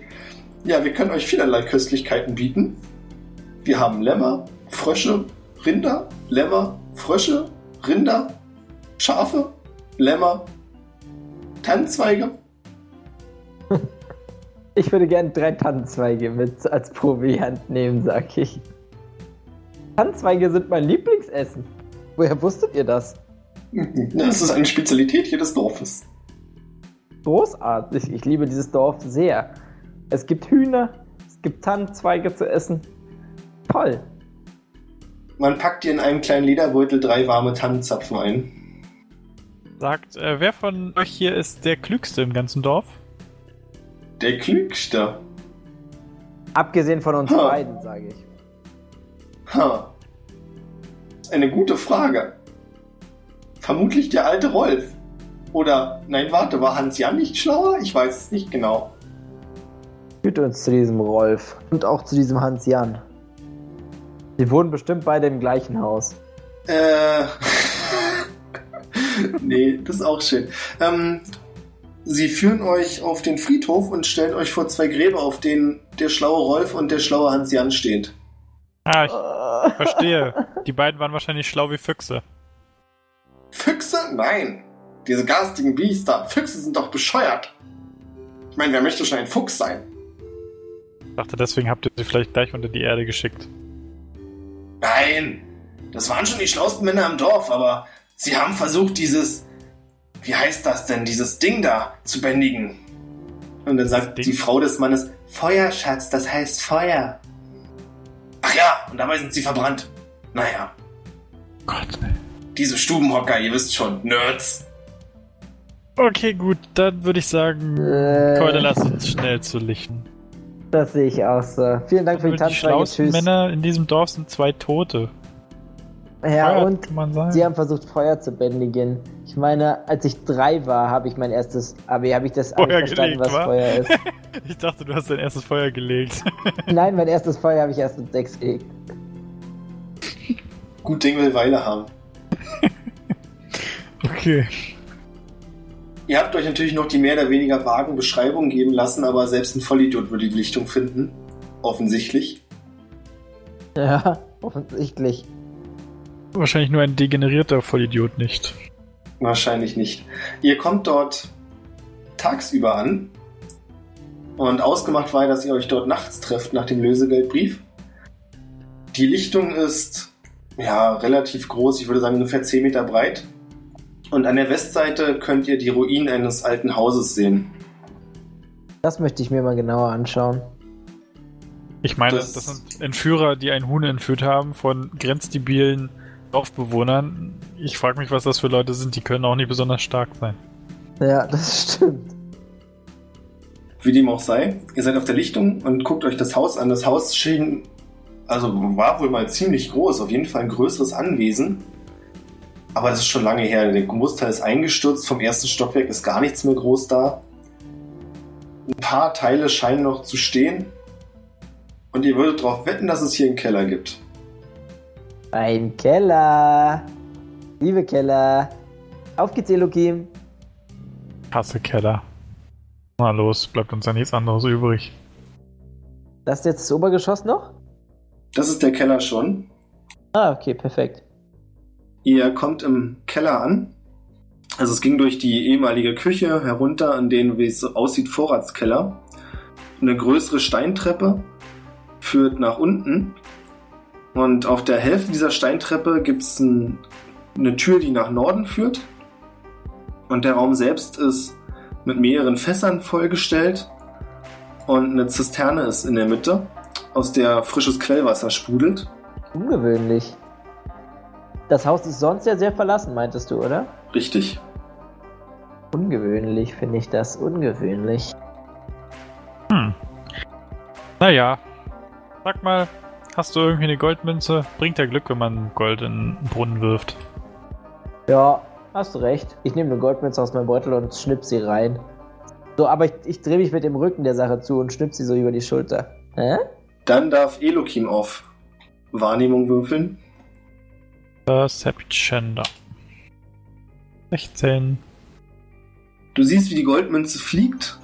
Speaker 6: Ja, wir können euch vielerlei Köstlichkeiten bieten. Wir haben Lämmer, Frösche, Rinder, Lämmer, Frösche, Rinder, Schafe, Lämmer, Tannenzweige.
Speaker 3: Ich würde gerne drei Tannenzweige mit als Proviant nehmen, sag ich. Tannenzweige sind mein Lieblingsessen. Woher wusstet ihr das?
Speaker 6: Das ist eine Spezialität jedes Dorfes.
Speaker 3: Großartig. Ich liebe dieses Dorf sehr. Es gibt Hühner, es gibt Tannenzweige zu essen. Toll.
Speaker 6: Man packt dir in einem kleinen Lederbeutel drei warme Tannenzapfen ein.
Speaker 1: Sagt, äh, wer von euch hier ist der Klügste im ganzen Dorf?
Speaker 6: Der Klügste.
Speaker 3: Abgesehen von uns
Speaker 6: Ha.
Speaker 3: beiden, sage ich.
Speaker 6: Ha. Eine gute Frage. Vermutlich der alte Rolf. Oder, nein, warte, war Hans Jan nicht schlauer? Ich weiß es nicht genau.
Speaker 3: Führt uns zu diesem Rolf und auch zu diesem Hans Jan. Die wohnen bestimmt beide im gleichen Haus.
Speaker 6: Äh. nee, das ist auch schön. Ähm, sie führen euch auf den Friedhof und stellen euch vor zwei Gräber, auf denen der schlaue Rolf und der schlaue Hans Jan steht.
Speaker 1: Ah, ich
Speaker 3: Äh.
Speaker 1: verstehe. Die beiden waren wahrscheinlich schlau wie Füchse.
Speaker 2: Füchse? Nein. Diese garstigen Biester. Füchse sind doch bescheuert. Ich meine, wer möchte schon ein Fuchs sein?
Speaker 1: Ich dachte, deswegen habt ihr sie vielleicht gleich unter die Erde geschickt.
Speaker 2: Nein. Das waren schon die schlausten Männer im Dorf, aber sie haben versucht, dieses. Wie heißt das denn? Dieses Ding da zu bändigen.
Speaker 6: Und dann sagt
Speaker 1: Ding.
Speaker 6: die Frau des Mannes, Feuer, Schatz, das heißt Feuer.
Speaker 2: Ach ja, und dabei sind sie verbrannt. Naja,
Speaker 1: Gott. ne.
Speaker 2: diese Stubenhocker, ihr wisst schon, Nerds.
Speaker 1: Okay, gut, dann würde ich sagen,
Speaker 3: Äh,
Speaker 1: Keule, lass uns schnell zu lichten.
Speaker 3: Das sehe ich auch so. Vielen Dank für die
Speaker 1: Die
Speaker 3: Tannenzweige.
Speaker 1: schlauesten
Speaker 3: Tschüss.
Speaker 1: Männer in diesem Dorf sind zwei Tote.
Speaker 3: Ja,
Speaker 1: Feuer,
Speaker 3: und
Speaker 1: kann man sagen.
Speaker 3: Sie haben versucht, Feuer zu bändigen. Ich meine, als ich drei war, habe ich mein erstes AB, habe ich das hab ich
Speaker 1: Feuer
Speaker 3: verstanden,
Speaker 1: gelegt,
Speaker 3: was
Speaker 1: wa?
Speaker 3: Feuer ist.
Speaker 1: Ich dachte, du hast dein erstes Feuer gelegt.
Speaker 3: Nein, mein erstes Feuer habe ich erst mit sechs gelegt.
Speaker 6: Gut Ding will Weile haben.
Speaker 1: Okay.
Speaker 6: Ihr habt euch natürlich noch die mehr oder weniger vagen Beschreibungen geben lassen, aber selbst ein Vollidiot würde die Lichtung finden. Offensichtlich.
Speaker 3: Ja, offensichtlich.
Speaker 1: Wahrscheinlich nur ein degenerierter Vollidiot nicht.
Speaker 6: Wahrscheinlich nicht. Ihr kommt dort tagsüber an. Und ausgemacht war, dass ihr euch dort nachts trefft nach dem Lösegeldbrief. Die Lichtung ist ja relativ groß, ich würde sagen ungefähr 10 Meter breit. Und an der Westseite könnt ihr die Ruinen eines alten Hauses sehen.
Speaker 3: Das möchte ich mir mal genauer anschauen.
Speaker 1: Ich meine,
Speaker 6: Das-
Speaker 1: das, sind Entführer, die einen Huhn entführt haben von grenzdebilen Dorfbewohnern. Ich frage mich, was das für Leute sind. Die können auch nicht besonders stark sein.
Speaker 3: Ja, das stimmt.
Speaker 6: Wie dem auch sei, ihr seid auf der Lichtung und guckt euch das Haus an. Das Haus schien, also war wohl mal ziemlich groß, auf jeden Fall ein größeres Anwesen. Aber das ist schon lange her. Der Großteil ist eingestürzt, vom ersten Stockwerk ist gar nichts mehr groß da. Ein paar Teile scheinen noch zu stehen. Und ihr würdet darauf wetten, dass es hier einen Keller gibt.
Speaker 3: Ein Keller. Liebe Keller. Auf geht's, Elohim.
Speaker 1: Kasse Keller. Na los, bleibt uns ja nichts anderes übrig.
Speaker 3: Das ist jetzt das Obergeschoss noch?
Speaker 6: Das ist der Keller schon.
Speaker 3: Ah, okay, perfekt.
Speaker 6: Ihr kommt im Keller an. Also es ging durch die ehemalige Küche herunter, in den, wie es so aussieht, Vorratskeller. Eine größere Steintreppe führt nach unten. Und auf der Hälfte dieser Steintreppe gibt es ein, eine Tür, die nach Norden führt. Und der Raum selbst ist mit mehreren Fässern vollgestellt. Und eine Zisterne ist in der Mitte, aus der frisches Quellwasser sprudelt.
Speaker 3: Ungewöhnlich. Das Haus ist sonst ja sehr verlassen, meintest du, oder?
Speaker 6: Richtig.
Speaker 3: Ungewöhnlich finde ich das. Ungewöhnlich.
Speaker 1: Naja, sag mal, hast du irgendwie eine Goldmünze? Bringt ja Glück, wenn man Gold in den Brunnen wirft.
Speaker 3: Ja, hast du recht. Ich nehme eine Goldmünze aus meinem Beutel und schnipp sie rein. So, aber ich, ich drehe mich mit dem Rücken der Sache zu und schnipp sie so über die Schulter. Hä?
Speaker 6: Dann darf Elokim auf Wahrnehmung würfeln.
Speaker 1: Perception da. 16.
Speaker 6: Du siehst, wie die Goldmünze fliegt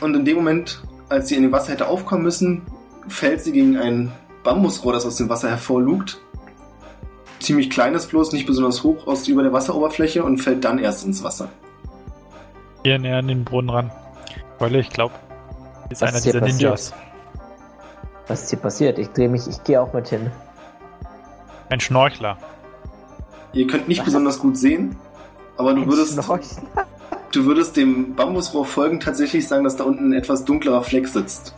Speaker 6: und in dem Moment, als sie in dem Wasser hätte aufkommen müssen, fällt sie gegen ein Bambusrohr, das aus dem Wasser hervorlugt. Ziemlich kleines bloß, nicht besonders hoch aus über der Wasseroberfläche und fällt dann erst ins Wasser.
Speaker 1: Hier näher an den Brunnen ran. Weil ich glaube, ist
Speaker 3: Was
Speaker 1: einer
Speaker 3: ist hier
Speaker 1: dieser
Speaker 3: passiert?
Speaker 1: Ninjas.
Speaker 3: Was ist hier passiert? Ich drehe mich, ich gehe auch mit hin.
Speaker 1: Ein Schnorchler.
Speaker 6: Ihr könnt nicht besonders gut sehen, aber du würdest,
Speaker 3: Schnorcheln?
Speaker 6: du würdest dem Bambusrohr folgend tatsächlich sagen, dass da unten ein etwas dunklerer Fleck sitzt.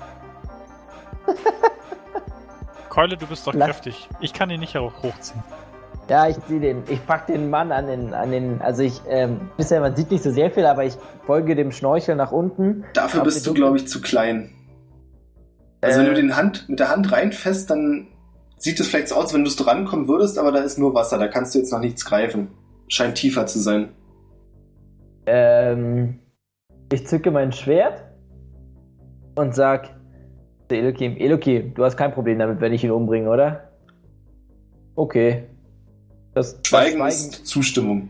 Speaker 1: Keule, du bist doch
Speaker 3: La-
Speaker 1: kräftig. Ich kann ihn nicht hoch- hochziehen.
Speaker 3: Ja, ich zieh den, ich pack den Mann an den, an den, also ich, ähm, bisher, man sieht nicht so sehr viel, aber ich folge dem Schnorchel nach unten.
Speaker 6: Dafür
Speaker 3: Aber
Speaker 6: bist
Speaker 3: die
Speaker 6: du,
Speaker 3: dunkle-
Speaker 6: glaube ich, zu klein. Also
Speaker 3: Äh.
Speaker 6: wenn du den Hand, mit der Hand reinfest, dann sieht es vielleicht so aus, als wenn du es rankommen würdest, aber da ist nur Wasser, da kannst du jetzt noch nichts greifen. Scheint tiefer zu sein.
Speaker 3: Ähm, ich zücke mein Schwert und sag zu Elokim, Elokim, du hast kein Problem damit, wenn ich ihn umbringe, oder? Okay. Das, das
Speaker 6: Schweigen,
Speaker 3: Schweigen-
Speaker 6: ist Zustimmung.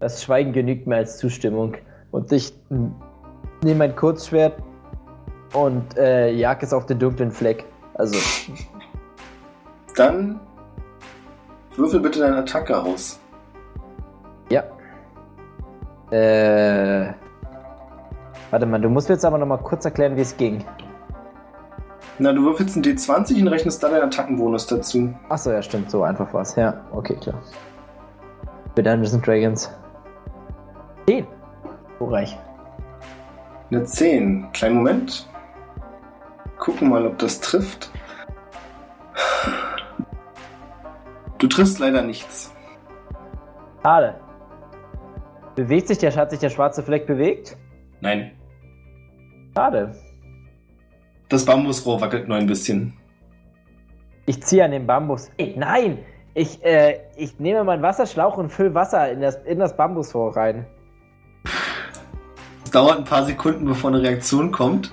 Speaker 3: Das Schweigen genügt mir als Zustimmung. Und ich hm, nehme mein Kurzschwert und äh, jag es auf den dunklen Fleck. Also,
Speaker 6: Dann würfel bitte deine Attacke aus.
Speaker 3: ja. Äh. Warte mal, du musst mir jetzt aber nochmal kurz erklären, wie es ging.
Speaker 6: Na, du würfelst einen D20 und rechnest dann deinen Attackenbonus dazu.
Speaker 3: Achso, ja, stimmt, so einfach war's. Ja, okay, klar. Für Dungeons and Dragons. 10. Ruhreich.
Speaker 6: Eine 10. Kleinen Moment. Gucken mal, ob das trifft. Du triffst leider nichts.
Speaker 3: Schade. Bewegt sich der, hat sich der schwarze Fleck bewegt?
Speaker 6: Nein,
Speaker 3: Schade.
Speaker 6: Das Bambusrohr wackelt nur ein bisschen.
Speaker 3: Ich ziehe an dem Bambus. Ey, nein! Ich, äh, ich nehme meinen Wasserschlauch und fülle Wasser in das, in das Bambusrohr rein.
Speaker 6: Es dauert ein paar Sekunden, bevor eine Reaktion kommt.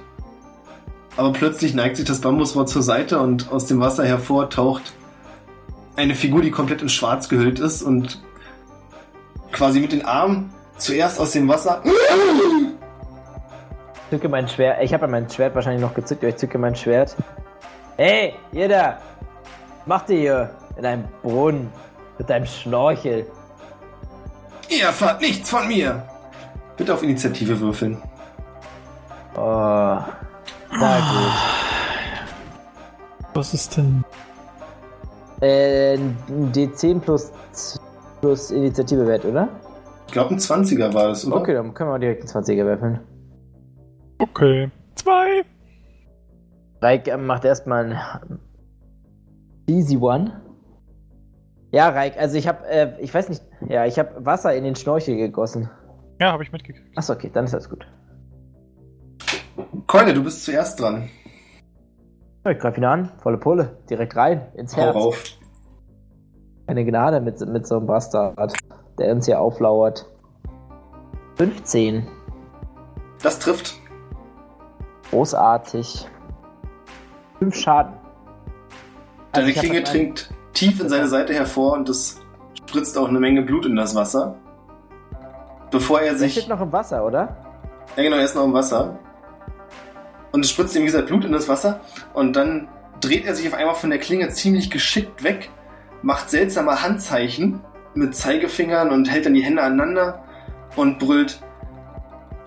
Speaker 6: Aber plötzlich neigt sich das Bambusrohr zur Seite und aus dem Wasser hervor taucht eine Figur, die komplett in Schwarz gehüllt ist und quasi mit den Armen zuerst aus dem Wasser
Speaker 3: Zücke mein Schwert. Ich habe ja mein Schwert wahrscheinlich noch gezückt, aber ich zücke mein Schwert. Hey, ihr da! Was Macht ihr hier in einem Brunnen mit einem Schnorchel?
Speaker 6: Ihr erfahrt nichts von mir! Bitte auf Initiative würfeln.
Speaker 3: Oh. Na
Speaker 4: Was ist denn?
Speaker 3: gut. Äh, ein D10 plus, plus Initiativewert, oder?
Speaker 6: Ich glaube, ein 20er war das, oder?
Speaker 3: Okay, dann können wir direkt einen 20er werfen.
Speaker 1: Okay. Zwei.
Speaker 3: Raik äh, macht erstmal ein Easy One. Ja, Raik, also ich habe, äh, ich weiß nicht, ja, ich habe Wasser in den Schnorchel gegossen.
Speaker 1: Ja, habe ich mitgekriegt.
Speaker 3: Achso, okay, dann ist alles gut.
Speaker 6: Keule, du bist zuerst dran.
Speaker 3: Ja, Ich greife ihn an, volle Pulle, direkt rein, ins
Speaker 6: Hau
Speaker 3: Herz.
Speaker 6: rauf.
Speaker 3: Eine Gnade mit, mit so einem Bastard, der uns hier auflauert. 15.
Speaker 6: Das trifft.
Speaker 3: Großartig. 5 Schaden.
Speaker 6: Deine
Speaker 3: Also ich hab
Speaker 6: Klinge
Speaker 3: dann einen-
Speaker 6: dringt tief in seine Seite hervor und es spritzt auch eine Menge Blut in das Wasser. Bevor er
Speaker 3: Der
Speaker 6: sich.
Speaker 3: steht noch im Wasser, oder?
Speaker 6: Ja, genau, er ist noch im Wasser. Und es spritzt ihm, wie gesagt, Blut in das Wasser. Und dann dreht er sich auf einmal von der Klinge ziemlich geschickt weg, macht seltsame Handzeichen mit Zeigefingern und hält dann die Hände aneinander und brüllt: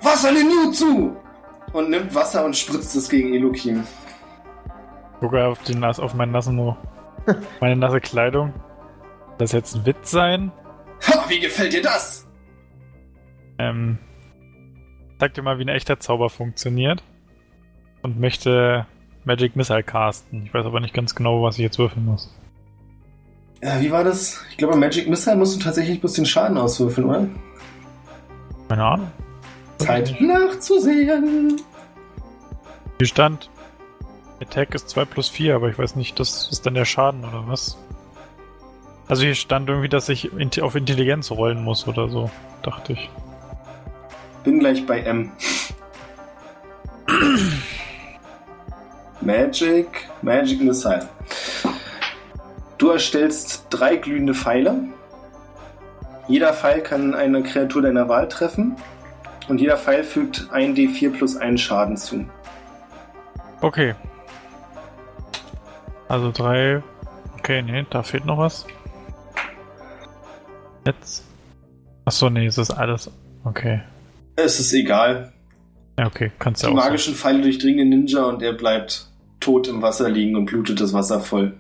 Speaker 6: Wasser Nenu zu! Und nimmt Wasser und spritzt es gegen Elokim.
Speaker 1: Sogar auf, den, Nass- auf meinen nassen Mo. Meine nasse Kleidung. Das jetzt ein Witz sein.
Speaker 6: Ha, wie gefällt dir das?
Speaker 1: Ähm, sag dir mal, wie ein echter Zauber funktioniert. Und möchte Magic Missile casten. Ich weiß aber nicht ganz genau, was ich jetzt würfeln muss.
Speaker 6: Ja, wie war das? Ich glaube, Magic Missile musst du tatsächlich bloß den Schaden auswürfeln, oder?
Speaker 1: Keine Ahnung.
Speaker 6: Zeit nachzusehen.
Speaker 1: Hier stand, Attack ist 2 plus 4, aber ich weiß nicht, das ist dann der Schaden oder was? Also hier stand irgendwie, dass ich in- auf Intelligenz rollen muss oder so, dachte ich.
Speaker 6: Bin gleich bei M. Magic, Magic Missile. Du erstellst drei glühende Pfeile. Jeder Pfeil kann eine Kreatur deiner Wahl treffen. Und jeder Pfeil fügt 1d4 plus 1 Schaden zu.
Speaker 1: Okay. Also drei. Okay, nee, da fehlt noch was. Jetzt. Achso, nee, es ist alles. Okay.
Speaker 6: Es ist egal.
Speaker 1: Ja, okay, kannst
Speaker 6: Die
Speaker 1: ja auch. Sagen.
Speaker 6: magischen Pfeile durchdringen den Ninja und er bleibt tot im Wasser liegen und blutet das Wasser voll.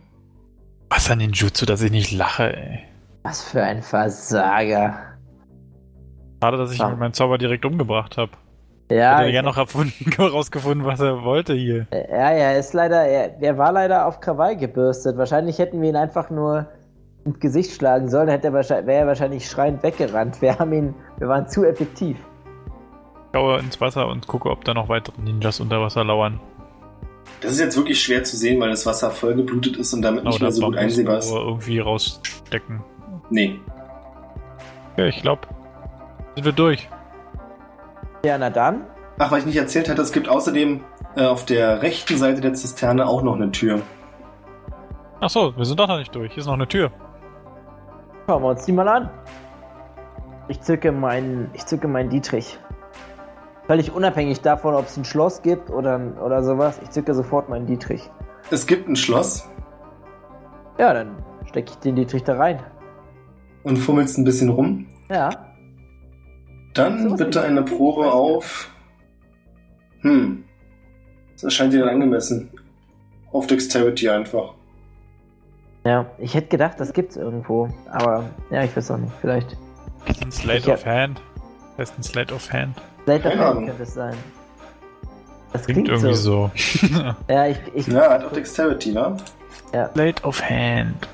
Speaker 1: Was an den Jutsu, dass ich nicht lache, ey.
Speaker 3: Was für ein Versager.
Speaker 1: Schade, dass ich ihn
Speaker 3: Ah.
Speaker 1: mit meinem Zauber direkt umgebracht habe. Ich
Speaker 3: Ja,
Speaker 1: hätte
Speaker 3: Ah, ich,
Speaker 1: ja noch erfunden, rausgefunden, was er wollte hier.
Speaker 3: ja, ja, ist leider, er, er war leider auf Krawall gebürstet. Wahrscheinlich hätten wir ihn einfach nur ins Gesicht schlagen sollen, hätte er wahrscheinlich, wäre er wahrscheinlich schreiend weggerannt. Wir haben ihn, wir waren zu effektiv.
Speaker 1: Ich schaue ins Wasser und gucke, ob da noch weitere Ninjas unter Wasser lauern.
Speaker 6: Das ist jetzt wirklich schwer zu sehen, weil das Wasser voll geblutet ist und damit nicht
Speaker 1: Oder
Speaker 6: mehr so gut einsehbar ist.
Speaker 1: Bambusrohre irgendwie rausstecken.
Speaker 6: Nee.
Speaker 1: Ja, ich glaube, sind wir durch.
Speaker 3: Ja, na dann.
Speaker 6: Ach, weil ich nicht erzählt hatte, es gibt außerdem äh, auf der rechten Seite der Zisterne auch noch eine Tür.
Speaker 1: Achso, wir sind doch noch nicht durch. Hier ist noch eine Tür.
Speaker 3: Schauen wir uns die mal an. Ich zücke meinen, ich zücke meinen Dietrich. Völlig unabhängig davon, ob es ein Schloss gibt oder, oder sowas. Ich zücke sofort meinen Dietrich.
Speaker 6: Es gibt ein Schloss
Speaker 3: Ja, dann stecke ich den Dietrich da rein.
Speaker 6: und fummelst ein bisschen rum.
Speaker 3: Ja.
Speaker 6: Dann
Speaker 3: Sowas
Speaker 6: bitte
Speaker 3: wie-
Speaker 6: eine Probe auf. Hm. Das erscheint dir dann angemessen. Auf Dexterity einfach.
Speaker 3: Ja, ich hätte gedacht, das gibt's irgendwo. Aber ja, ich weiß auch nicht. Vielleicht.
Speaker 1: Ein Slate
Speaker 3: Ich hab-
Speaker 1: of Hand. Das ist ein Slate of Hand.
Speaker 3: Slate of
Speaker 6: Keine
Speaker 3: Hand
Speaker 6: Ahnung.
Speaker 3: könnte es sein. Das
Speaker 1: Klingt,
Speaker 3: klingt,
Speaker 1: irgendwie
Speaker 3: so.
Speaker 1: so.
Speaker 3: Ja, ich, ich,
Speaker 6: Ja, hat auch Dexterity, wa?
Speaker 1: Slate of Hand.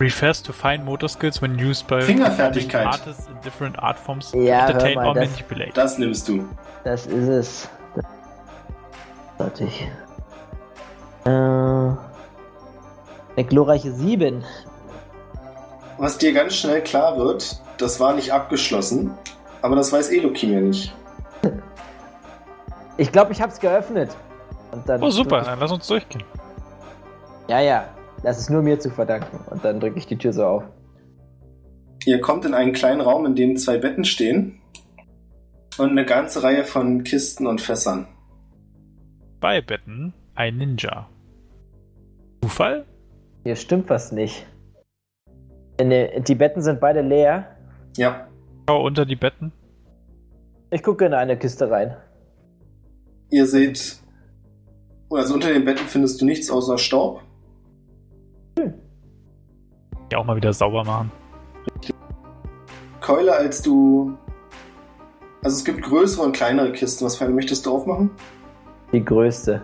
Speaker 1: Refers to fine motor skills when used by
Speaker 6: Fingerfertigkeit.
Speaker 1: artists in different art forms
Speaker 3: Ja, Ah, hör
Speaker 1: entertain
Speaker 3: mal,
Speaker 1: or
Speaker 3: das-
Speaker 1: manipulate.
Speaker 6: Das nimmst du.
Speaker 3: Das ist es. Sollte ich. Äh, eine glorreiche 7.
Speaker 6: was dir ganz schnell klar wird, das war nicht abgeschlossen, aber das weiß Elokim ja nicht.
Speaker 3: Ich glaube, ich hab's geöffnet. Und dann
Speaker 1: Oh, super,
Speaker 3: drück
Speaker 1: dann lass uns durchgehen.
Speaker 3: Ich, ja, ja. Das ist nur mir zu verdanken. Und dann drücke ich die Tür so auf.
Speaker 6: Ihr kommt in einen kleinen Raum, in dem zwei Betten stehen und eine ganze Reihe von Kisten und Fässern.
Speaker 1: Bei Betten ein Ninja. Zufall?
Speaker 3: Hier stimmt was nicht. Ne, Die Betten sind beide leer.
Speaker 6: Ja,
Speaker 1: Schau unter die Betten.
Speaker 3: Ich gucke in eine Kiste rein.
Speaker 6: ihr seht, also unter den Betten findest du nichts außer Staub.
Speaker 1: Ja, auch mal wieder sauber machen.
Speaker 6: Keule, als du. Also es gibt größere und kleinere Kisten. Was für eine möchtest du aufmachen?
Speaker 3: Die größte.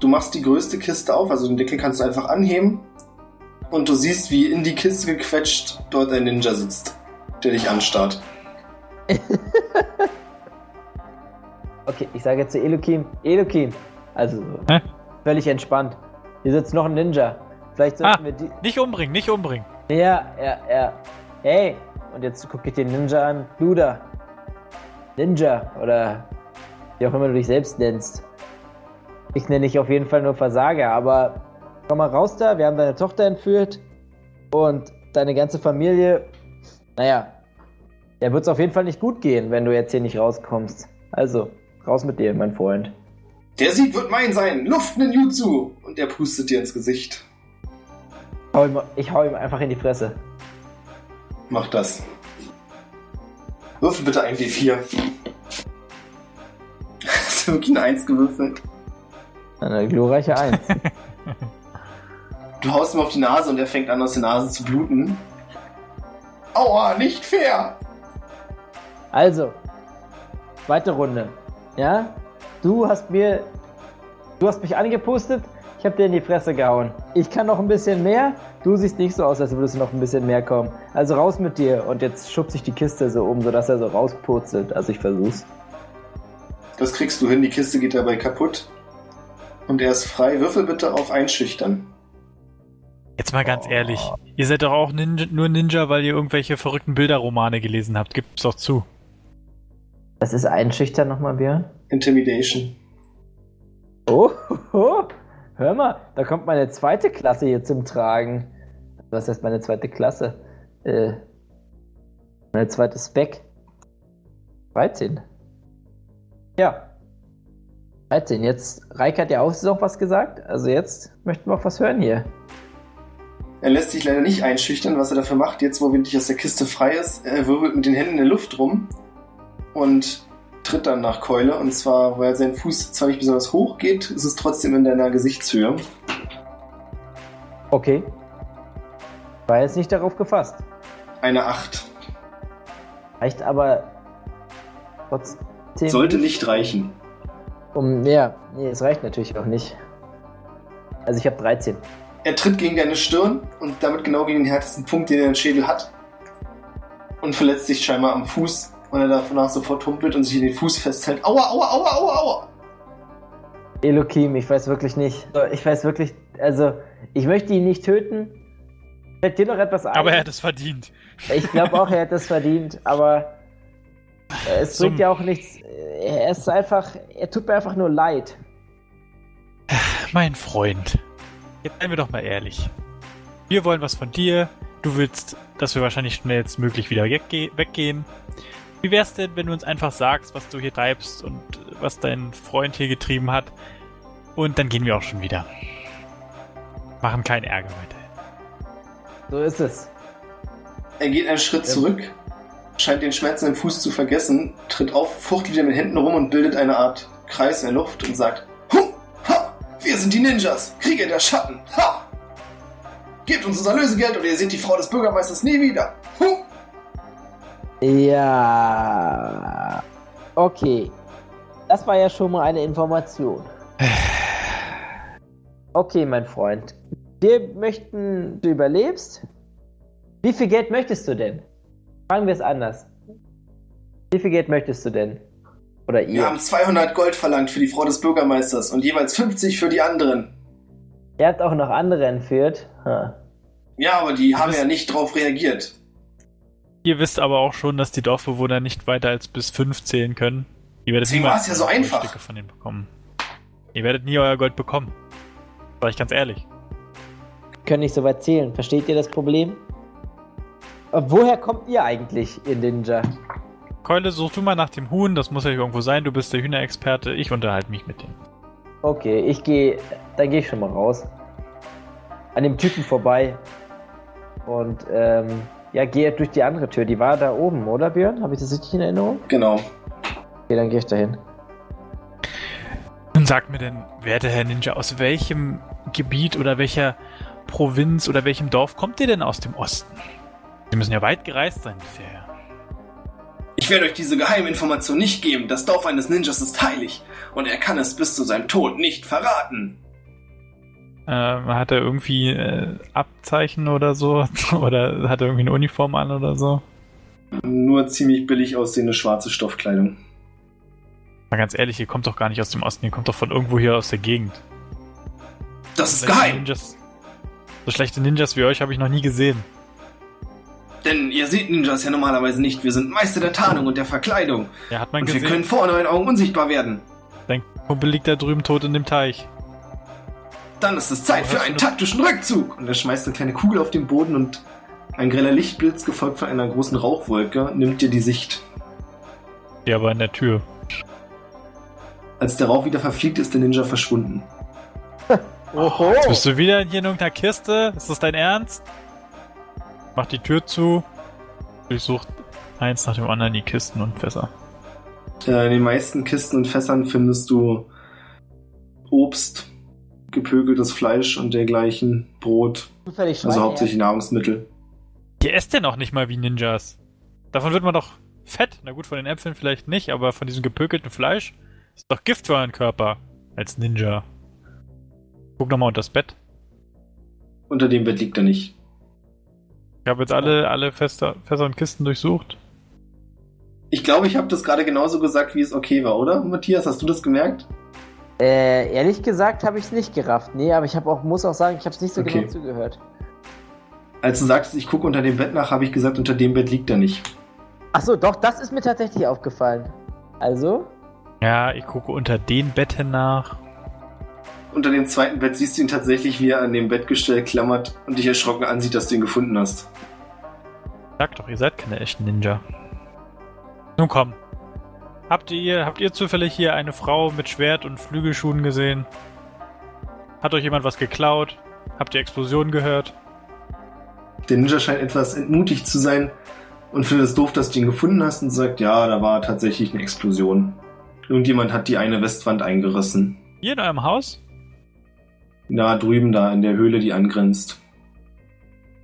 Speaker 6: Du machst die größte Kiste auf, also den Deckel kannst du einfach anheben. Und du siehst, wie in die Kiste gequetscht dort ein Ninja sitzt, der dich anstarrt.
Speaker 3: Okay, ich sage jetzt zu Elokim. Elokim. Also,
Speaker 1: Hä?
Speaker 3: völlig entspannt. Hier sitzt noch ein Ninja. Vielleicht sollten
Speaker 1: Ah.
Speaker 3: wir die.
Speaker 1: Nicht umbringen, nicht umbringen.
Speaker 3: Ja, ja, ja. Hey, und jetzt gucke ich den Ninja an. Luda. Ninja oder wie auch immer du dich selbst nennst. Ich nenne dich auf jeden Fall nur Versager, aber komm mal raus da, wir haben deine Tochter entführt und deine ganze Familie. Naja, der wird es auf jeden Fall nicht gut gehen, wenn du jetzt hier nicht rauskommst. Also, raus mit dir, mein Freund.
Speaker 6: Der Sieg wird mein sein! Luft Ninjutsu! Und er pustet dir ins Gesicht.
Speaker 3: Hau ihm, ich hau ihm einfach in die Fresse.
Speaker 6: Mach das. Würfel bitte ein W4. Hast du wirklich eine Eins gewürfelt?
Speaker 3: Eine glorreiche Eins.
Speaker 6: Du haust ihm auf die Nase und er fängt an, aus der Nase zu bluten. Aua, nicht fair!
Speaker 3: Also, zweite Runde. Ja? Du hast mir. Du hast mich angepustet, ich habe dir in die Fresse gehauen. Ich kann noch ein bisschen mehr. Du siehst nicht so aus, als würdest du noch ein bisschen mehr kommen. Also raus mit dir. Und jetzt schubst ich die Kiste so um, sodass er so rauspurzelt. Also ich versuch's.
Speaker 6: Das kriegst du hin, die Kiste geht dabei kaputt. Und er ist frei. Würfel bitte auf Einschüchtern.
Speaker 1: Jetzt mal ganz ehrlich,
Speaker 3: Oh.
Speaker 1: ihr seid doch auch Ninja, nur Ninja, weil ihr irgendwelche verrückten Bilderromane gelesen habt. Gibt's doch zu.
Speaker 3: Das ist einschüchtern nochmal, Björn.
Speaker 6: Intimidation.
Speaker 3: Oh, hoho. hör mal, da kommt meine zweite Klasse hier zum Tragen. Was heißt meine zweite Klasse? Äh, meine zweite Spec. 13. Ja. 13. Jetzt, Reik hat ja auch noch was gesagt. Also jetzt möchten wir auch was hören hier.
Speaker 6: Er lässt sich leider nicht einschüchtern, was er dafür macht, jetzt wo wirklich aus der Kiste frei ist. Er wirbelt mit den Händen in der Luft rum und tritt dann nach Keule. Und zwar, weil sein Fuß zwar nicht besonders hoch geht, ist es trotzdem in deiner Gesichtshöhe.
Speaker 3: Okay. War jetzt nicht darauf gefasst.
Speaker 6: Eine 8.
Speaker 3: Reicht aber trotzdem.
Speaker 6: Sollte nicht reichen.
Speaker 3: Um, ja, nee, es reicht natürlich auch nicht. Also ich habe 13.
Speaker 6: Er tritt gegen deine Stirn und damit genau gegen den härtesten Punkt, den er im Schädel hat. Und verletzt sich scheinbar am Fuß, weil er danach sofort humpelt und sich in den Fuß festhält. Aua, aua, aua, aua, aua!
Speaker 3: Elokim, ich weiß wirklich nicht. So, Ich weiß wirklich, also, ich möchte ihn nicht töten. Fällt dir noch etwas ein?
Speaker 1: Aber er hat es verdient.
Speaker 3: ich glaube auch, er hätte es verdient, aber es
Speaker 1: Zum-
Speaker 3: bringt ja auch nichts. Er ist einfach, er tut mir einfach nur leid.
Speaker 1: Mein Freund, jetzt seien wir doch mal ehrlich. Wir wollen was von dir. Du willst, dass wir wahrscheinlich schnellstmöglich wieder wegge weggehen. Wie wär's denn, wenn du uns einfach sagst, was du hier treibst und äh, was dein Freund hier getrieben hat? Und dann gehen wir auch schon wieder. Machen keinen Ärger weiter.
Speaker 3: So ist es.
Speaker 6: Er geht einen Schritt
Speaker 3: Ja.
Speaker 6: zurück, scheint den Schmerz in dem Fuß zu vergessen, tritt auf, fuchtelt wieder mit den Händen rum und bildet eine Art Kreis in der Luft und sagt: Hu, ha, wir sind die Ninjas, Krieger der Schatten, ha! Gebt uns unser Lösegeld oder ihr seht die Frau des Bürgermeisters nie wieder. Hu!
Speaker 3: Ja. Okay. Das war ja schon mal eine Information. Okay, mein Freund. Wir möchten, du überlebst. Wie viel Geld möchtest du denn? Fragen wir es anders. Wie viel Geld möchtest du denn? Oder ihr?
Speaker 6: Wir haben 200 Gold verlangt für die Frau des Bürgermeisters und jeweils 50 für die anderen.
Speaker 3: Er hat auch noch andere entführt. Ha.
Speaker 8: Ja, aber die haben
Speaker 4: bist-
Speaker 8: ja nicht drauf reagiert.
Speaker 4: Ihr wisst aber auch schon, dass die Dorfbewohner nicht weiter als bis fünf zählen können. Ihr werdet
Speaker 8: Deswegen
Speaker 4: niemals
Speaker 8: war's ja so einfach.
Speaker 4: Goldstücke von denen bekommen. Ihr werdet nie euer Gold bekommen. Sag ich ganz ehrlich.
Speaker 3: können nicht so weit zählen. Versteht ihr das Problem? Äh, Woher kommt ihr eigentlich, ihr Ninja?
Speaker 4: Keule, such du mal nach dem Huhn, das muss ja irgendwo sein, du bist der Hühnerexperte, ich unterhalte mich mit denen.
Speaker 3: Okay, ich gehe, dann gehe ich schon mal raus. An dem Typen vorbei. Und ähm, ja, gehe durch die andere Tür. Die war da oben, oder Björn? Habe ich das richtig in Erinnerung?
Speaker 8: Genau.
Speaker 3: Okay, dann gehe ich dahin.
Speaker 4: Nun sagt mir denn, werter Herr Ninja, aus welchem Gebiet oder welcher Provinz oder welchem Dorf kommt ihr denn aus dem Osten? Sie müssen ja weit gereist sein bisher.
Speaker 6: Ich werde euch diese Geheiminformation nicht geben. Das Dorf eines Ninjas ist heilig und er kann es bis zu seinem Tod nicht verraten.
Speaker 4: Ähm, hat er irgendwie äh, Abzeichen oder so? oder hat er irgendwie eine Uniform an oder so?
Speaker 6: Nur ziemlich billig aussehende schwarze Stoffkleidung.
Speaker 4: Mal ganz ehrlich, ihr kommt doch gar nicht aus dem Osten, ihr kommt doch von irgendwo hier aus der Gegend.
Speaker 6: Das ist
Speaker 4: Schlechte
Speaker 6: geheim,
Speaker 4: Ninjas, so schlechte Ninjas wie euch habe ich noch nie gesehen.
Speaker 6: denn ihr seht Ninjas ja normalerweise nicht. Wir sind Meister der Tarnung und der Verkleidung.
Speaker 4: Ja, hat man
Speaker 6: Und wir
Speaker 4: gesehen.
Speaker 6: können vor euren Augen unsichtbar werden.
Speaker 4: Dein Kumpel liegt da drüben tot in dem Teich.
Speaker 6: Dann ist es Zeit
Speaker 4: Oh,
Speaker 6: für
Speaker 4: hast
Speaker 6: einen
Speaker 4: du-
Speaker 6: taktischen Rückzug. Und er schmeißt eine kleine Kugel auf den Boden und ein greller Lichtblitz, gefolgt von einer großen Rauchwolke, nimmt dir die Sicht.
Speaker 4: Ja, aber an der Tür.
Speaker 6: Als der Rauch wieder verfliegt, ist der Ninja verschwunden.
Speaker 3: Oho!
Speaker 4: Jetzt bist du wieder hier in irgendeiner Kiste? Ist das dein Ernst? Mach die Tür zu. Durchsucht eins nach dem anderen die Kisten und Fässer.
Speaker 6: Äh, In den meisten Kisten und Fässern findest du Obst, gepökeltes Fleisch und dergleichen, Brot,
Speaker 3: Zufällig Schweine,
Speaker 6: also hauptsächlich Nahrungsmittel.
Speaker 4: Ihr esst denn auch nicht mal wie Ninjas. Davon wird man doch fett. Na gut, von den Äpfeln vielleicht nicht, aber von diesem gepökelten Fleisch ist doch Gift für euren Körper. Als Ninja. Guck nochmal unter das Bett.
Speaker 6: Unter dem Bett liegt er nicht.
Speaker 4: Ich habe jetzt alle, alle Fässer, Fässer und Kisten durchsucht.
Speaker 6: Ich glaube, ich habe das gerade genauso gesagt, wie es okay war, oder? Matthias, hast du das gemerkt?
Speaker 3: ja. Äh, ehrlich gesagt habe ich es nicht gerafft. Nee, aber ich habe auch, muss auch sagen, ich habe es nicht so
Speaker 6: Okay.
Speaker 3: genau zugehört.
Speaker 6: Als du sagtest, ich gucke unter dem Bett nach, habe ich gesagt, unter dem Bett liegt er nicht.
Speaker 3: Achso, doch, das ist mir tatsächlich aufgefallen. Also,
Speaker 4: Ja, ich gucke unter den Betten nach.
Speaker 6: Unter dem zweiten Bett siehst du ihn tatsächlich, wie er an dem Bettgestell klammert und dich erschrocken ansieht, dass du ihn gefunden hast.
Speaker 4: Sag doch, ihr seid keine echten Ninja. Nun komm. Habt ihr, habt ihr zufällig hier eine Frau mit Schwert und Flügelschuhen gesehen? Hat euch jemand was geklaut? Habt ihr Explosionen gehört?
Speaker 6: Der Ninja scheint etwas entmutigt zu sein und findet es doof, dass du ihn gefunden hast und sagt, ja, da war tatsächlich eine Explosion. Irgendjemand hat die eine Westwand eingerissen.
Speaker 4: Hier in eurem Haus?
Speaker 6: Da drüben da in der Höhle, die angrenzt.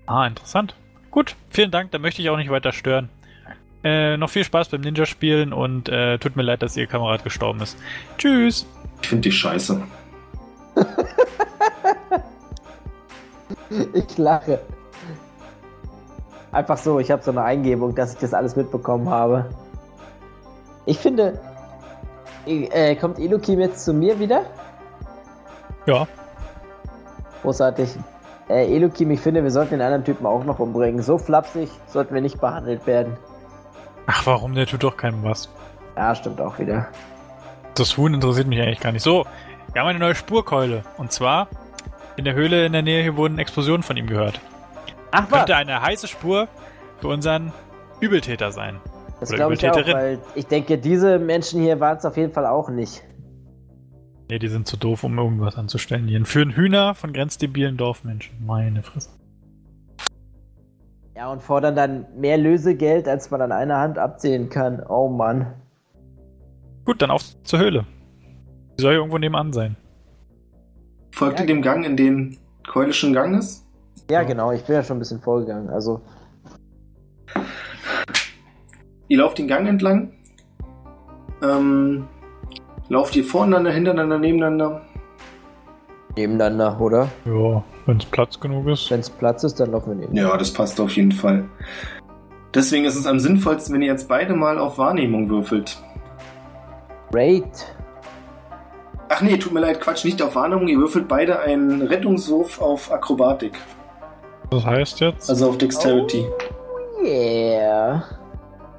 Speaker 4: Ah, interessant. Gut, vielen Dank, da möchte ich auch nicht weiter stören. Äh, noch viel Spaß beim Ninja-Spielen und äh, tut mir leid, dass ihr Kamerad gestorben ist. Tschüss!
Speaker 6: Ich finde dich scheiße.
Speaker 3: ich lache. Einfach so, ich habe so eine Eingebung, dass ich das alles mitbekommen habe. Ich finde, äh, kommt Elokim jetzt zu mir wieder?
Speaker 4: Ja.
Speaker 3: Großartig. Äh, Elokim, ich finde, wir sollten den anderen Typen auch noch umbringen. So flapsig sollten wir nicht behandelt werden.
Speaker 4: Ach, warum? Der tut doch keinem was.
Speaker 3: Ja, stimmt auch wieder.
Speaker 4: Das Huhn interessiert mich eigentlich gar nicht. So, wir haben eine neue Spurkeule. Und zwar, in der Höhle in der Nähe hier wurden Explosionen von ihm gehört.
Speaker 3: Ach was,
Speaker 4: Könnte eine heiße Spur für unseren Übeltäter sein.
Speaker 3: das
Speaker 4: oder
Speaker 3: glaube ich auch,
Speaker 4: Übeltäterin.
Speaker 3: weil ich denke, diese Menschen hier waren es auf jeden Fall auch nicht.
Speaker 4: Nee, die sind zu doof, um irgendwas anzustellen. Die entführen Hühner von grenzdebilen Dorfmenschen. Meine Fresse.
Speaker 3: Ja, und fordern dann mehr Lösegeld, als man an einer Hand abzählen kann. Oh Mann.
Speaker 4: Gut, dann auf zur Höhle. Die soll ja irgendwo nebenan sein.
Speaker 6: Folgt
Speaker 3: Ja.
Speaker 6: ihr dem Gang, in den Keule schon Gang ist?
Speaker 3: Ja, genau, ich bin ja schon ein bisschen vorgegangen. Also,
Speaker 6: Ihr lauft den Gang entlang. Ähm, lauft ihr voreinander, hintereinander, nebeneinander?
Speaker 3: nebeneinander, oder?
Speaker 4: Ja, wenn es Platz genug ist.
Speaker 3: Wenn es Platz ist, dann laufen wir nebeneinander.
Speaker 6: Ja, das passt auf jeden Fall. Deswegen ist es am sinnvollsten, wenn ihr jetzt beide mal auf Wahrnehmung würfelt.
Speaker 3: Great.
Speaker 6: Ach nee, tut mir leid, Quatsch, nicht auf Wahrnehmung. Ihr würfelt beide einen Rettungswurf auf Akrobatik.
Speaker 1: Das heißt jetzt,
Speaker 6: Also auf Dexterity.
Speaker 3: Yeah.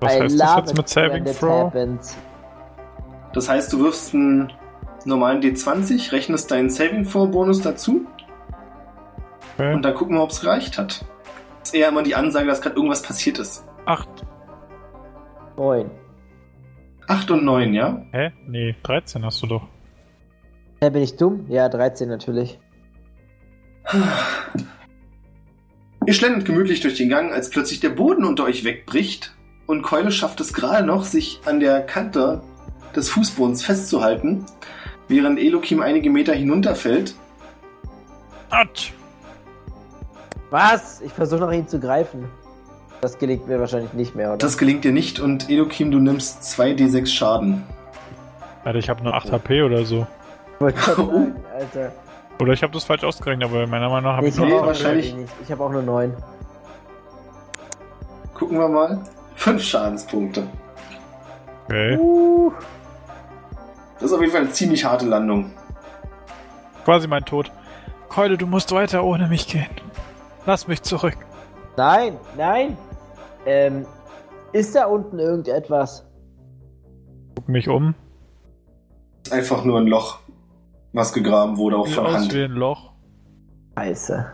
Speaker 1: was
Speaker 3: I
Speaker 1: heißt das
Speaker 3: love
Speaker 1: jetzt
Speaker 3: it
Speaker 1: mit Saving
Speaker 3: when that
Speaker 1: Throw?
Speaker 3: happens.
Speaker 6: Das heißt, du wirfst einen normalen D20, rechnest deinen Saving Throw Bonus dazu
Speaker 1: Okay.
Speaker 6: und dann gucken wir, ob es gereicht hat. Ist eher immer die Ansage, dass gerade irgendwas passiert ist.
Speaker 1: Acht.
Speaker 3: Moin.
Speaker 6: 8 und 9, ja?
Speaker 1: Hä? Nee, 13 hast du doch.
Speaker 3: Hä, bin ich dumm? Ja, 13 natürlich.
Speaker 6: Ihr schlendert gemütlich durch den Gang, als plötzlich der Boden unter euch wegbricht und Keule schafft es gerade noch, sich an der Kante des Fußbodens festzuhalten, während Elokim einige Meter hinunterfällt.
Speaker 1: Atsch!
Speaker 3: Was? Ich versuche noch ihn zu greifen. Das gelingt mir wahrscheinlich nicht mehr, oder?
Speaker 6: Das gelingt dir nicht und Elokim, du nimmst 2d6 Schaden.
Speaker 1: Alter, ich habe nur 8 HP oder so.
Speaker 3: wollte ich gerade sagen, Alter.
Speaker 1: Oder ich habe das falsch ausgerechnet, aber meiner Meinung nach habe ich
Speaker 3: Ich
Speaker 1: nur
Speaker 6: nee,
Speaker 3: habe
Speaker 1: acht.
Speaker 6: wahrscheinlich-
Speaker 3: ich hab auch nur 9.
Speaker 6: Gucken wir mal. 5 Schadenspunkte.
Speaker 1: Okay.
Speaker 3: Uh,
Speaker 6: Das ist auf jeden Fall eine ziemlich harte Landung.
Speaker 1: Quasi mein Tod. Keule, du musst weiter ohne mich gehen. Lass mich zurück.
Speaker 3: nein, nein. Ähm, ist da unten irgendetwas?
Speaker 1: Guck mich um.
Speaker 6: Ist einfach nur ein Loch, was gegraben wurde, auch
Speaker 1: Sieht
Speaker 6: von
Speaker 1: aus
Speaker 6: Hand.
Speaker 1: wie ein Loch.
Speaker 3: Scheiße.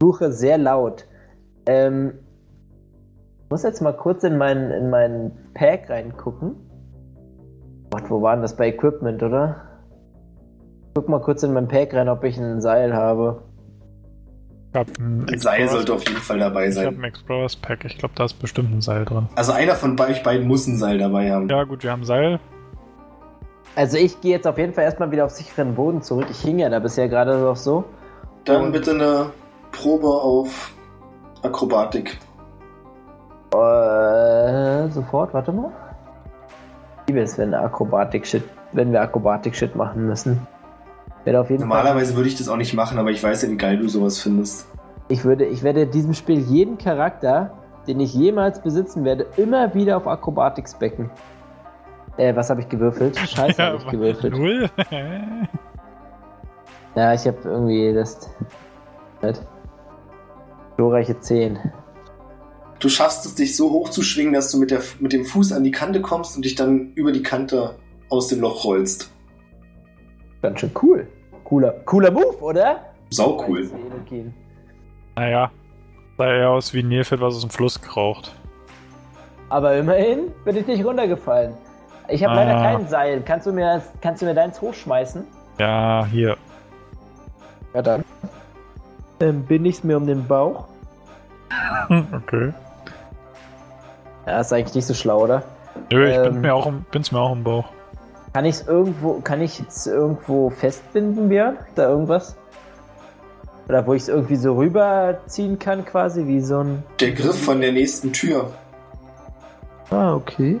Speaker 3: Suche sehr laut. Ähm, ich muss jetzt mal kurz in meinen in meinen Pack reingucken. Gott, wo waren das bei Equipment, oder? Guck mal kurz in mein Pack rein, ob ich ein Seil habe.
Speaker 1: Ich hab ein
Speaker 6: Ein Seil
Speaker 1: Explorers-
Speaker 6: sollte auf jeden Fall dabei
Speaker 1: Ich habe
Speaker 6: sein.
Speaker 1: ein Explorers Pack. Ich glaube, da ist bestimmt ein Seil drin.
Speaker 6: Also einer von bei euch beiden muss ein Seil dabei haben.
Speaker 1: Ja, gut, wir haben Seil.
Speaker 3: Also ich gehe jetzt auf jeden Fall erstmal wieder auf sicheren Boden zurück. Ich hing ja da bisher gerade noch so.
Speaker 6: Dann bitte eine Probe auf Akrobatik.
Speaker 3: Äh, sofort, warte mal. Ich liebe es, wenn Akrobatik-Shit, wenn wir Akrobatik-Shit machen müssen. Werde auf jeden Fall.
Speaker 6: Normalerweise würde ich das auch nicht machen, aber ich weiß ja, wie geil du sowas findest.
Speaker 3: Ich würde, ich werde in diesem Spiel jeden Charakter, den ich jemals besitzen werde, immer wieder auf Akrobatik specken. Äh, was habe ich gewürfelt? Scheiße, habe ich gewürfelt.
Speaker 1: Null?
Speaker 3: Ja, ich habe irgendwie das. Halt. Glorreiche 10.
Speaker 6: Du schaffst es, dich so hoch zu schwingen, dass du mit, der, mit dem Fuß an die Kante kommst und dich dann über die Kante aus dem Loch rollst.
Speaker 3: Ganz schön cool. Cooler, cooler Move, oder?
Speaker 6: Sau cool.
Speaker 1: naja. Sah eher aus wie ein Nilfett, was aus dem Fluss geraucht.
Speaker 3: Aber immerhin bin ich nicht runtergefallen. Ich habe leider
Speaker 1: Ah.
Speaker 3: kein Seil. Kannst du, mir, kannst du mir deins hochschmeißen?
Speaker 1: Ja, hier.
Speaker 3: Ja, dann. Ähm, bin ich's mir um den Bauch?
Speaker 1: Hm, Okay.
Speaker 3: Ja, ist eigentlich nicht so schlau, oder?
Speaker 1: Nö, ich
Speaker 3: Ähm.
Speaker 1: bin mir auch im, bin's mir auch im Bauch.
Speaker 3: Kann ich es irgendwo, kann ich es irgendwo festbinden, Björn? Da irgendwas? Oder wo ich es irgendwie so rüberziehen kann, quasi, wie so ein.
Speaker 6: Der Griff von der nächsten Tür.
Speaker 3: Ah, okay.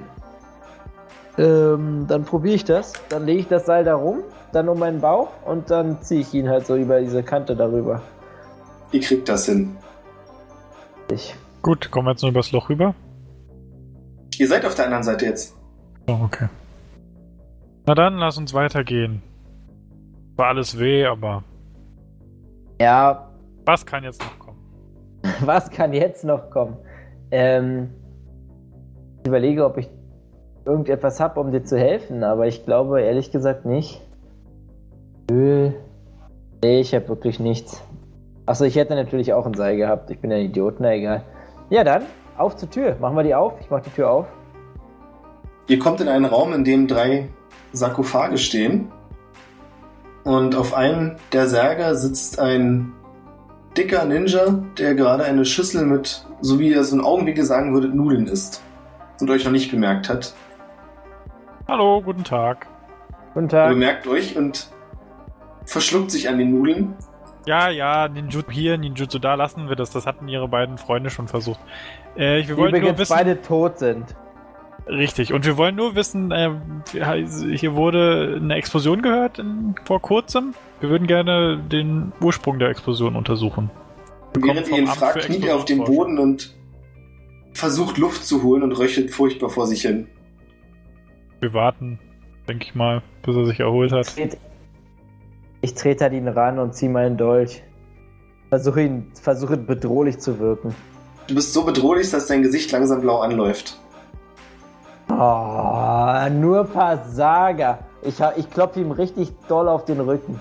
Speaker 3: Ähm, dann probiere ich das. Dann lege ich das Seil da rum, dann um meinen Bauch und dann ziehe ich ihn halt so über diese Kante darüber.
Speaker 6: Ihr kriegt das hin.
Speaker 3: Ich.
Speaker 1: Gut, kommen wir jetzt nur übers Loch rüber.
Speaker 6: Ihr seid auf der anderen Seite jetzt.
Speaker 1: Oh, okay. Na dann, lass uns weitergehen. War alles weh, aber
Speaker 3: Ja,
Speaker 1: was kann jetzt noch kommen?
Speaker 3: was kann jetzt noch kommen? Ähm, ich überlege, ob ich irgendetwas habe, um dir zu helfen, aber ich glaube ehrlich gesagt nicht. Öl. Nee, ich habe wirklich nichts. Achso, ich hätte natürlich auch ein Seil gehabt. Ich bin ein Idiot, na egal. Ja, dann, auf zur Tür. Machen wir die auf. Ich mache die Tür auf.
Speaker 6: Ihr kommt in einen Raum, in dem drei Sarkophage stehen. Und auf einem der Särge sitzt ein dicker Ninja, der gerade eine Schüssel mit, so wie ihr so im Augenblick sagen würdet, Nudeln isst. Und euch noch nicht bemerkt hat.
Speaker 1: Hallo, guten Tag.
Speaker 3: Guten
Speaker 6: Er
Speaker 3: Tag.
Speaker 6: bemerkt euch und verschluckt sich an den Nudeln.
Speaker 1: Ja, ja, Ninjutsu hier, Ninjutsu da, lassen wir das. Das hatten ihre beiden Freunde schon versucht. Äh, wir
Speaker 3: Die
Speaker 1: wollen nur
Speaker 3: übrigens
Speaker 1: wissen.
Speaker 3: beide tot sind.
Speaker 1: Richtig, und wir wollen nur wissen, äh, hier wurde eine Explosion gehört in, vor kurzem. Wir würden gerne den Ursprung der Explosion untersuchen. Wir kommen
Speaker 6: Während ihr
Speaker 1: vom
Speaker 6: ihn
Speaker 1: Amt für
Speaker 6: fragt, kniet ihr auf den
Speaker 1: Explosionsforschung.
Speaker 6: Boden und versucht Luft zu holen und röchelt furchtbar vor sich hin.
Speaker 1: Wir warten, denke ich mal, bis er sich erholt hat.
Speaker 3: Ich trete halt ihn ran und ziehe meinen Dolch. Versuche ihn, versuche bedrohlich zu wirken.
Speaker 6: Du bist so bedrohlich, dass dein Gesicht langsam blau anläuft.
Speaker 3: Oh, nur Versager. Ich, ha- ich klopfe ihm richtig doll auf den Rücken.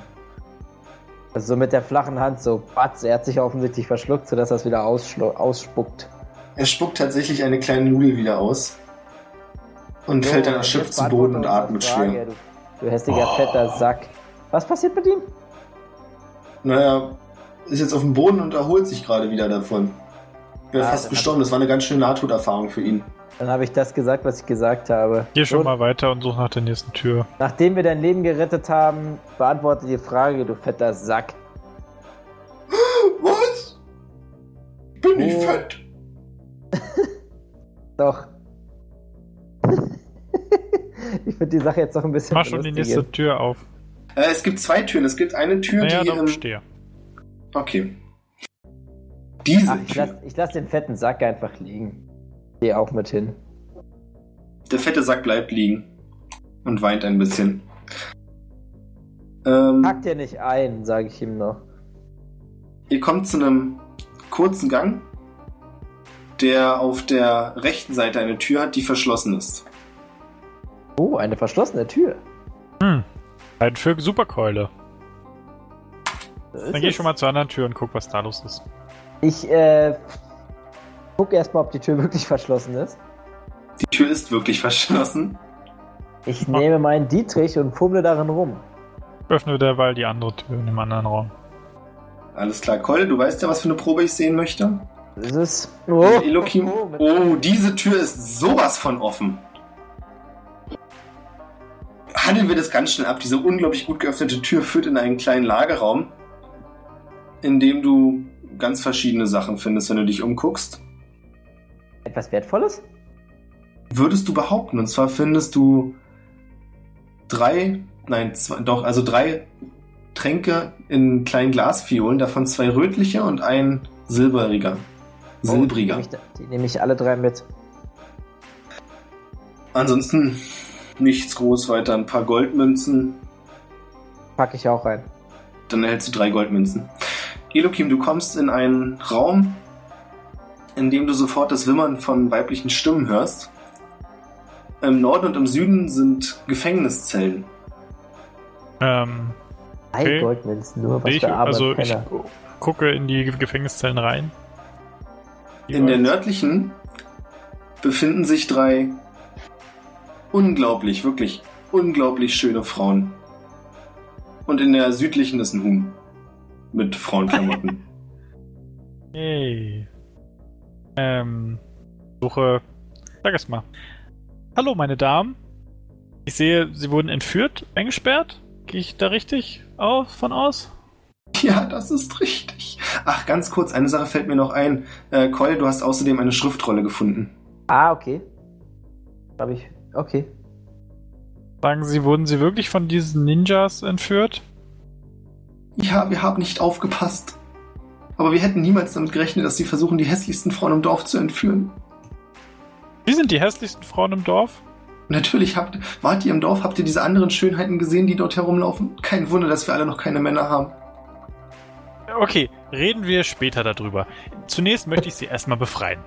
Speaker 3: Also mit der flachen Hand so, batz, er hat sich offensichtlich verschluckt, sodass er es wieder ausschlu- ausspuckt.
Speaker 6: Er spuckt tatsächlich eine kleine Nudel wieder aus und fällt dann erschöpft
Speaker 3: Jetzt
Speaker 6: halt zu Boden
Speaker 3: beantworte
Speaker 6: und
Speaker 3: unsere
Speaker 6: atmet
Speaker 3: Frage,
Speaker 6: schwer. Oh.
Speaker 3: Du, du hässlicher, fetter Sack. Was passiert mit ihm?
Speaker 6: Naja, ist jetzt auf dem Boden und erholt sich gerade wieder davon. Wäre
Speaker 3: Ah,
Speaker 6: fast
Speaker 3: dann
Speaker 6: gestorben, das war eine ganz schöne Nahtoderfahrung für ihn.
Speaker 3: Dann habe ich das gesagt, was ich gesagt habe.
Speaker 1: Geh schon
Speaker 3: Nun,
Speaker 1: mal weiter und such nach der nächsten Tür.
Speaker 3: Nachdem wir dein Leben gerettet haben, beantworte die Frage, du fetter Sack.
Speaker 2: Was? Bin ich
Speaker 3: Oh.
Speaker 2: fett?
Speaker 3: Doch. ich finde die Sache jetzt noch ein bisschen.
Speaker 1: Mach schon die
Speaker 3: belustigend.
Speaker 1: nächste Tür auf.
Speaker 6: Äh, es gibt zwei Türen. Es gibt eine Tür,
Speaker 1: Naja,
Speaker 6: die.
Speaker 1: da
Speaker 6: Ähm,
Speaker 1: stehe.
Speaker 6: okay. Diese
Speaker 3: Ach, ich
Speaker 6: Tür.
Speaker 3: lasse ich lass den fetten Sack einfach liegen. Geh auch mit hin.
Speaker 6: Der fette Sack bleibt liegen und weint ein bisschen. Ähm,
Speaker 3: Pack dir nicht ein, sage ich ihm noch.
Speaker 6: Ihr kommt zu einem kurzen Gang, der auf der rechten Seite eine Tür hat, die verschlossen ist.
Speaker 3: Oh, eine verschlossene Tür.
Speaker 1: Zeit für Superkeule.
Speaker 3: Dann
Speaker 1: Dann geh ich schon mal zur anderen Tür und guck, was da los ist.
Speaker 3: Ich äh, guck erstmal, ob die Tür wirklich verschlossen ist.
Speaker 6: Die Tür ist wirklich verschlossen.
Speaker 3: Ich nehme meinen Dietrich und fummle darin rum.
Speaker 1: Öffne derweil die andere Tür in dem anderen Raum.
Speaker 6: Alles klar, Keule, du weißt ja, was für eine Probe ich sehen möchte.
Speaker 3: Das ist.
Speaker 6: Oh,
Speaker 3: Oh,
Speaker 6: Elohim.
Speaker 3: oh, mit-
Speaker 6: oh, diese Tür ist sowas von offen. Handeln wir das ganz schnell ab. Diese unglaublich gut geöffnete Tür führt in einen kleinen Lagerraum, in dem du ganz verschiedene Sachen findest, wenn du dich umguckst.
Speaker 3: Etwas Wertvolles?
Speaker 6: würdest du behaupten. Und zwar findest du drei, nein, zwei, doch, also drei Tränke in kleinen Glasfiolen, davon zwei rötliche und ein silberiger. Silbriger.
Speaker 3: Oh, die, nehme ich, die nehme ich alle drei mit.
Speaker 6: Ansonsten nichts groß weiter, ein paar Goldmünzen,
Speaker 3: Packe ich auch rein.
Speaker 6: dann erhältst du drei Goldmünzen. Elokim, du kommst in einen Raum, in dem du sofort das Wimmern von weiblichen Stimmen hörst. Im Norden und im Süden sind Gefängniszellen.
Speaker 1: Ähm,
Speaker 3: Ein
Speaker 1: Okay.
Speaker 3: Goldmünz, nur was
Speaker 1: ich,
Speaker 3: für arme
Speaker 1: also ich
Speaker 3: Penner.
Speaker 1: gu- gucke in die Gefängniszellen rein.
Speaker 6: In der nördlichen befinden sich drei unglaublich, wirklich unglaublich schöne Frauen. Und in der südlichen ist ein Huhn. Mit Frauenklamotten.
Speaker 1: Hey. Ähm, suche. Sag es mal. Hallo, meine Damen. Ich sehe, Sie wurden entführt, eingesperrt. Gehe ich da richtig aus, von aus?
Speaker 6: ja, das ist richtig. Ach, ganz kurz, eine Sache fällt mir noch ein. Äh, Keule, du hast außerdem eine Schriftrolle gefunden.
Speaker 3: Ah, okay. Habe ich. Okay.
Speaker 1: Sagen Sie, wurden Sie wirklich von diesen Ninjas entführt?
Speaker 6: Ja, wir haben nicht aufgepasst. Aber wir hätten niemals damit gerechnet, dass sie versuchen, die hässlichsten Frauen im Dorf zu entführen.
Speaker 1: Sie sind die hässlichsten Frauen im Dorf.
Speaker 6: Natürlich habt, wart ihr im Dorf, habt ihr diese anderen Schönheiten gesehen, die dort herumlaufen? Kein Wunder, dass wir alle noch keine Männer haben.
Speaker 1: Okay, reden wir später darüber. Zunächst möchte ich Sie erstmal befreien.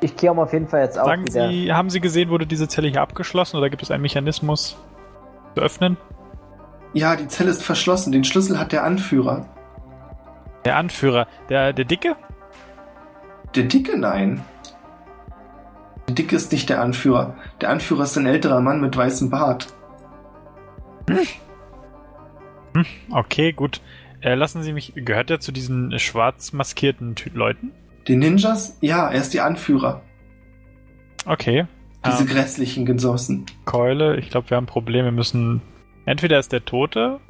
Speaker 3: Ich gehe auf jeden Fall jetzt auch
Speaker 1: Sagen
Speaker 3: wieder.
Speaker 1: Sie, haben Sie gesehen, wurde diese Zelle hier abgeschlossen oder gibt es einen Mechanismus zu öffnen?
Speaker 6: Ja, die Zelle ist verschlossen, den Schlüssel hat der Anführer.
Speaker 1: Der Anführer, der, der Dicke?
Speaker 6: Der Dicke, nein. Der Dicke ist nicht der Anführer. Der Anführer ist ein älterer Mann mit weißem Bart.
Speaker 1: Okay, gut. Äh, lassen Sie mich. Gehört er zu diesen äh, schwarz maskierten Ty Leuten?
Speaker 6: Die Ninjas? Ja, er ist der Anführer.
Speaker 1: Okay.
Speaker 6: Diese
Speaker 4: Ah.
Speaker 1: Ähm,
Speaker 6: grässlichen Genossen.
Speaker 1: Keule, ich glaube, wir haben ein Problem. Wir müssen. Entweder ist der Tote,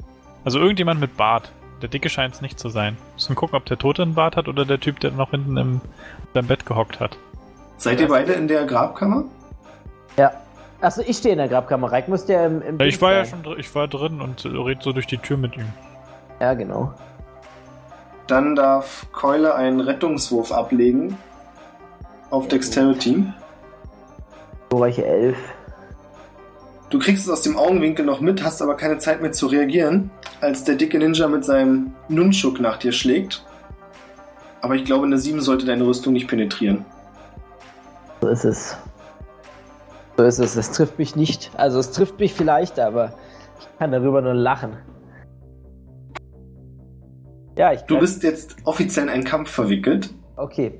Speaker 1: also irgendjemand mit Bart. Der Dicke scheint es nicht zu sein. Wir müssen gucken, ob der Tote einen Bart hat oder der Typ, der noch hinten im seinem Bett gehockt hat.
Speaker 6: Seid ihr beide in der Grabkammer?
Speaker 3: Ja. Achso, ich stehe in der Grabkammer. Reik muss ja im. im
Speaker 1: Ja,
Speaker 3: Dings
Speaker 1: ich war ja
Speaker 3: sein.
Speaker 1: schon dr- ich war drin und äh, red so durch die Tür mit ihm.
Speaker 3: Ja, genau.
Speaker 6: Dann darf Keule einen Rettungswurf ablegen. Auf Dexterity.
Speaker 3: So war ich elf.
Speaker 6: Du kriegst es aus dem Augenwinkel noch mit, hast aber keine Zeit mehr zu reagieren, als der dicke Ninja mit seinem Nunchuk nach dir schlägt. Aber ich glaube, eine 7 sollte deine Rüstung nicht penetrieren.
Speaker 3: So ist es. So ist es. Es trifft mich nicht. Also es trifft mich vielleicht, aber ich kann darüber nur lachen. Ja, ich
Speaker 6: Du
Speaker 3: greif-
Speaker 6: bist jetzt offiziell in einen Kampf verwickelt.
Speaker 3: Okay.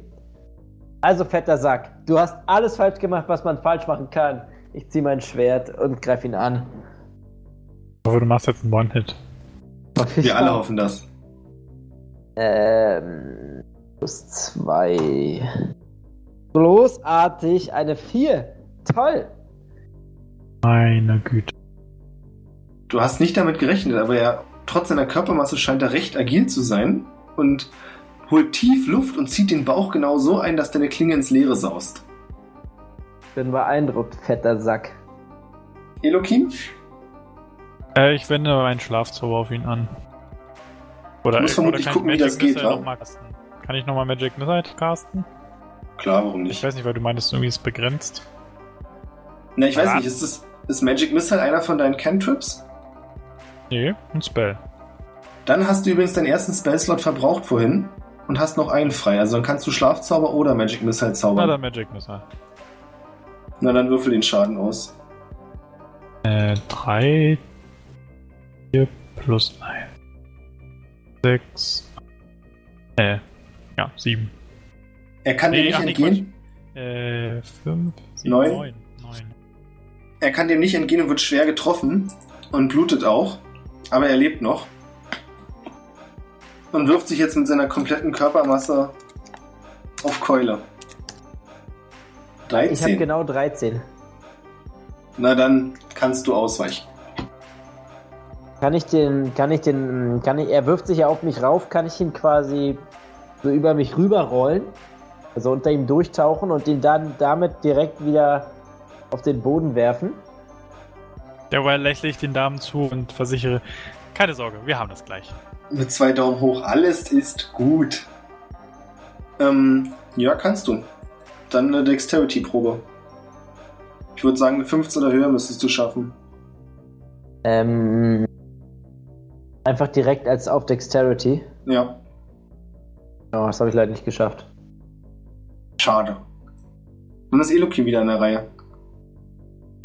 Speaker 3: Also, fetter Sack, du hast alles falsch gemacht, was man falsch machen kann. Ich ziehe mein Schwert und greife ihn an.
Speaker 1: Ich hoffe, du machst jetzt einen One-Hit.
Speaker 6: Wir alle hoffen das.
Speaker 3: Ähm, plus zwei. Großartig, eine vier. Toll.
Speaker 1: Meine Güte.
Speaker 6: Du hast nicht damit gerechnet, aber er, trotz seiner Körpermasse scheint er recht agil zu sein und holt tief Luft und zieht den Bauch genau so ein, dass deine Klinge ins Leere saust.
Speaker 3: Bin beeindruckt, fetter Sack.
Speaker 6: Elokim,
Speaker 1: Äh, ich wende meinen Schlafzauber auf ihn an. Oder,
Speaker 6: Du musst vermutlich
Speaker 1: kann ich
Speaker 6: gucken, wie das geht,
Speaker 1: Missile
Speaker 6: wa?
Speaker 1: noch mal casten? Kann ich nochmal Magic Missile casten?
Speaker 6: Klar, warum
Speaker 1: Ich weiß nicht, weil du meintest, irgendwie ist es begrenzt.
Speaker 6: Na, ich weiß
Speaker 1: Ah.
Speaker 6: nicht, ist, das, ist Magic Missile einer von deinen Cantrips?
Speaker 1: Nee, ein Spell.
Speaker 6: Dann hast du übrigens deinen ersten Spellslot verbraucht vorhin und hast noch einen frei. Also dann kannst du Schlafzauber oder Magic Missile
Speaker 1: Na
Speaker 6: zaubern.
Speaker 1: dann Magic Missile.
Speaker 6: Na dann würfel den Schaden aus.
Speaker 1: Äh, 3, 4 plus 1. 6. Äh, ja, 7.
Speaker 6: Er kann
Speaker 1: Nee,
Speaker 6: dem nicht
Speaker 1: ach, nee,
Speaker 6: entgehen.
Speaker 1: Äh, 5, 7,
Speaker 6: Neun.
Speaker 1: 9. 9.
Speaker 6: er kann dem nicht entgehen und wird schwer getroffen und blutet auch. Aber er lebt noch. Und wirft sich jetzt mit seiner kompletten Körpermasse auf Keule.
Speaker 3: Ich habe
Speaker 6: 13.
Speaker 3: genau 13.
Speaker 6: Na dann kannst du ausweichen.
Speaker 3: Kann ich den, kann ich den, kann ich, er wirft sich ja auf mich rauf, kann ich ihn quasi so über mich rüberrollen, also unter ihm durchtauchen und ihn dann damit direkt wieder auf den Boden werfen.
Speaker 1: Derweil lächle ich den Damen zu und versichere, keine Sorge, wir haben das gleich.
Speaker 6: Mit zwei Daumen hoch. Alles ist gut. Ähm, ja, kannst du. Dann eine Dexterity-Probe. Ich würde sagen, eine 15 oder höher müsstest du schaffen.
Speaker 3: Ähm, einfach direkt als auf Dexterity.
Speaker 6: Ja,
Speaker 3: Oh, das habe ich leider nicht geschafft.
Speaker 6: schade. Dann ist Eloki wieder in der Reihe.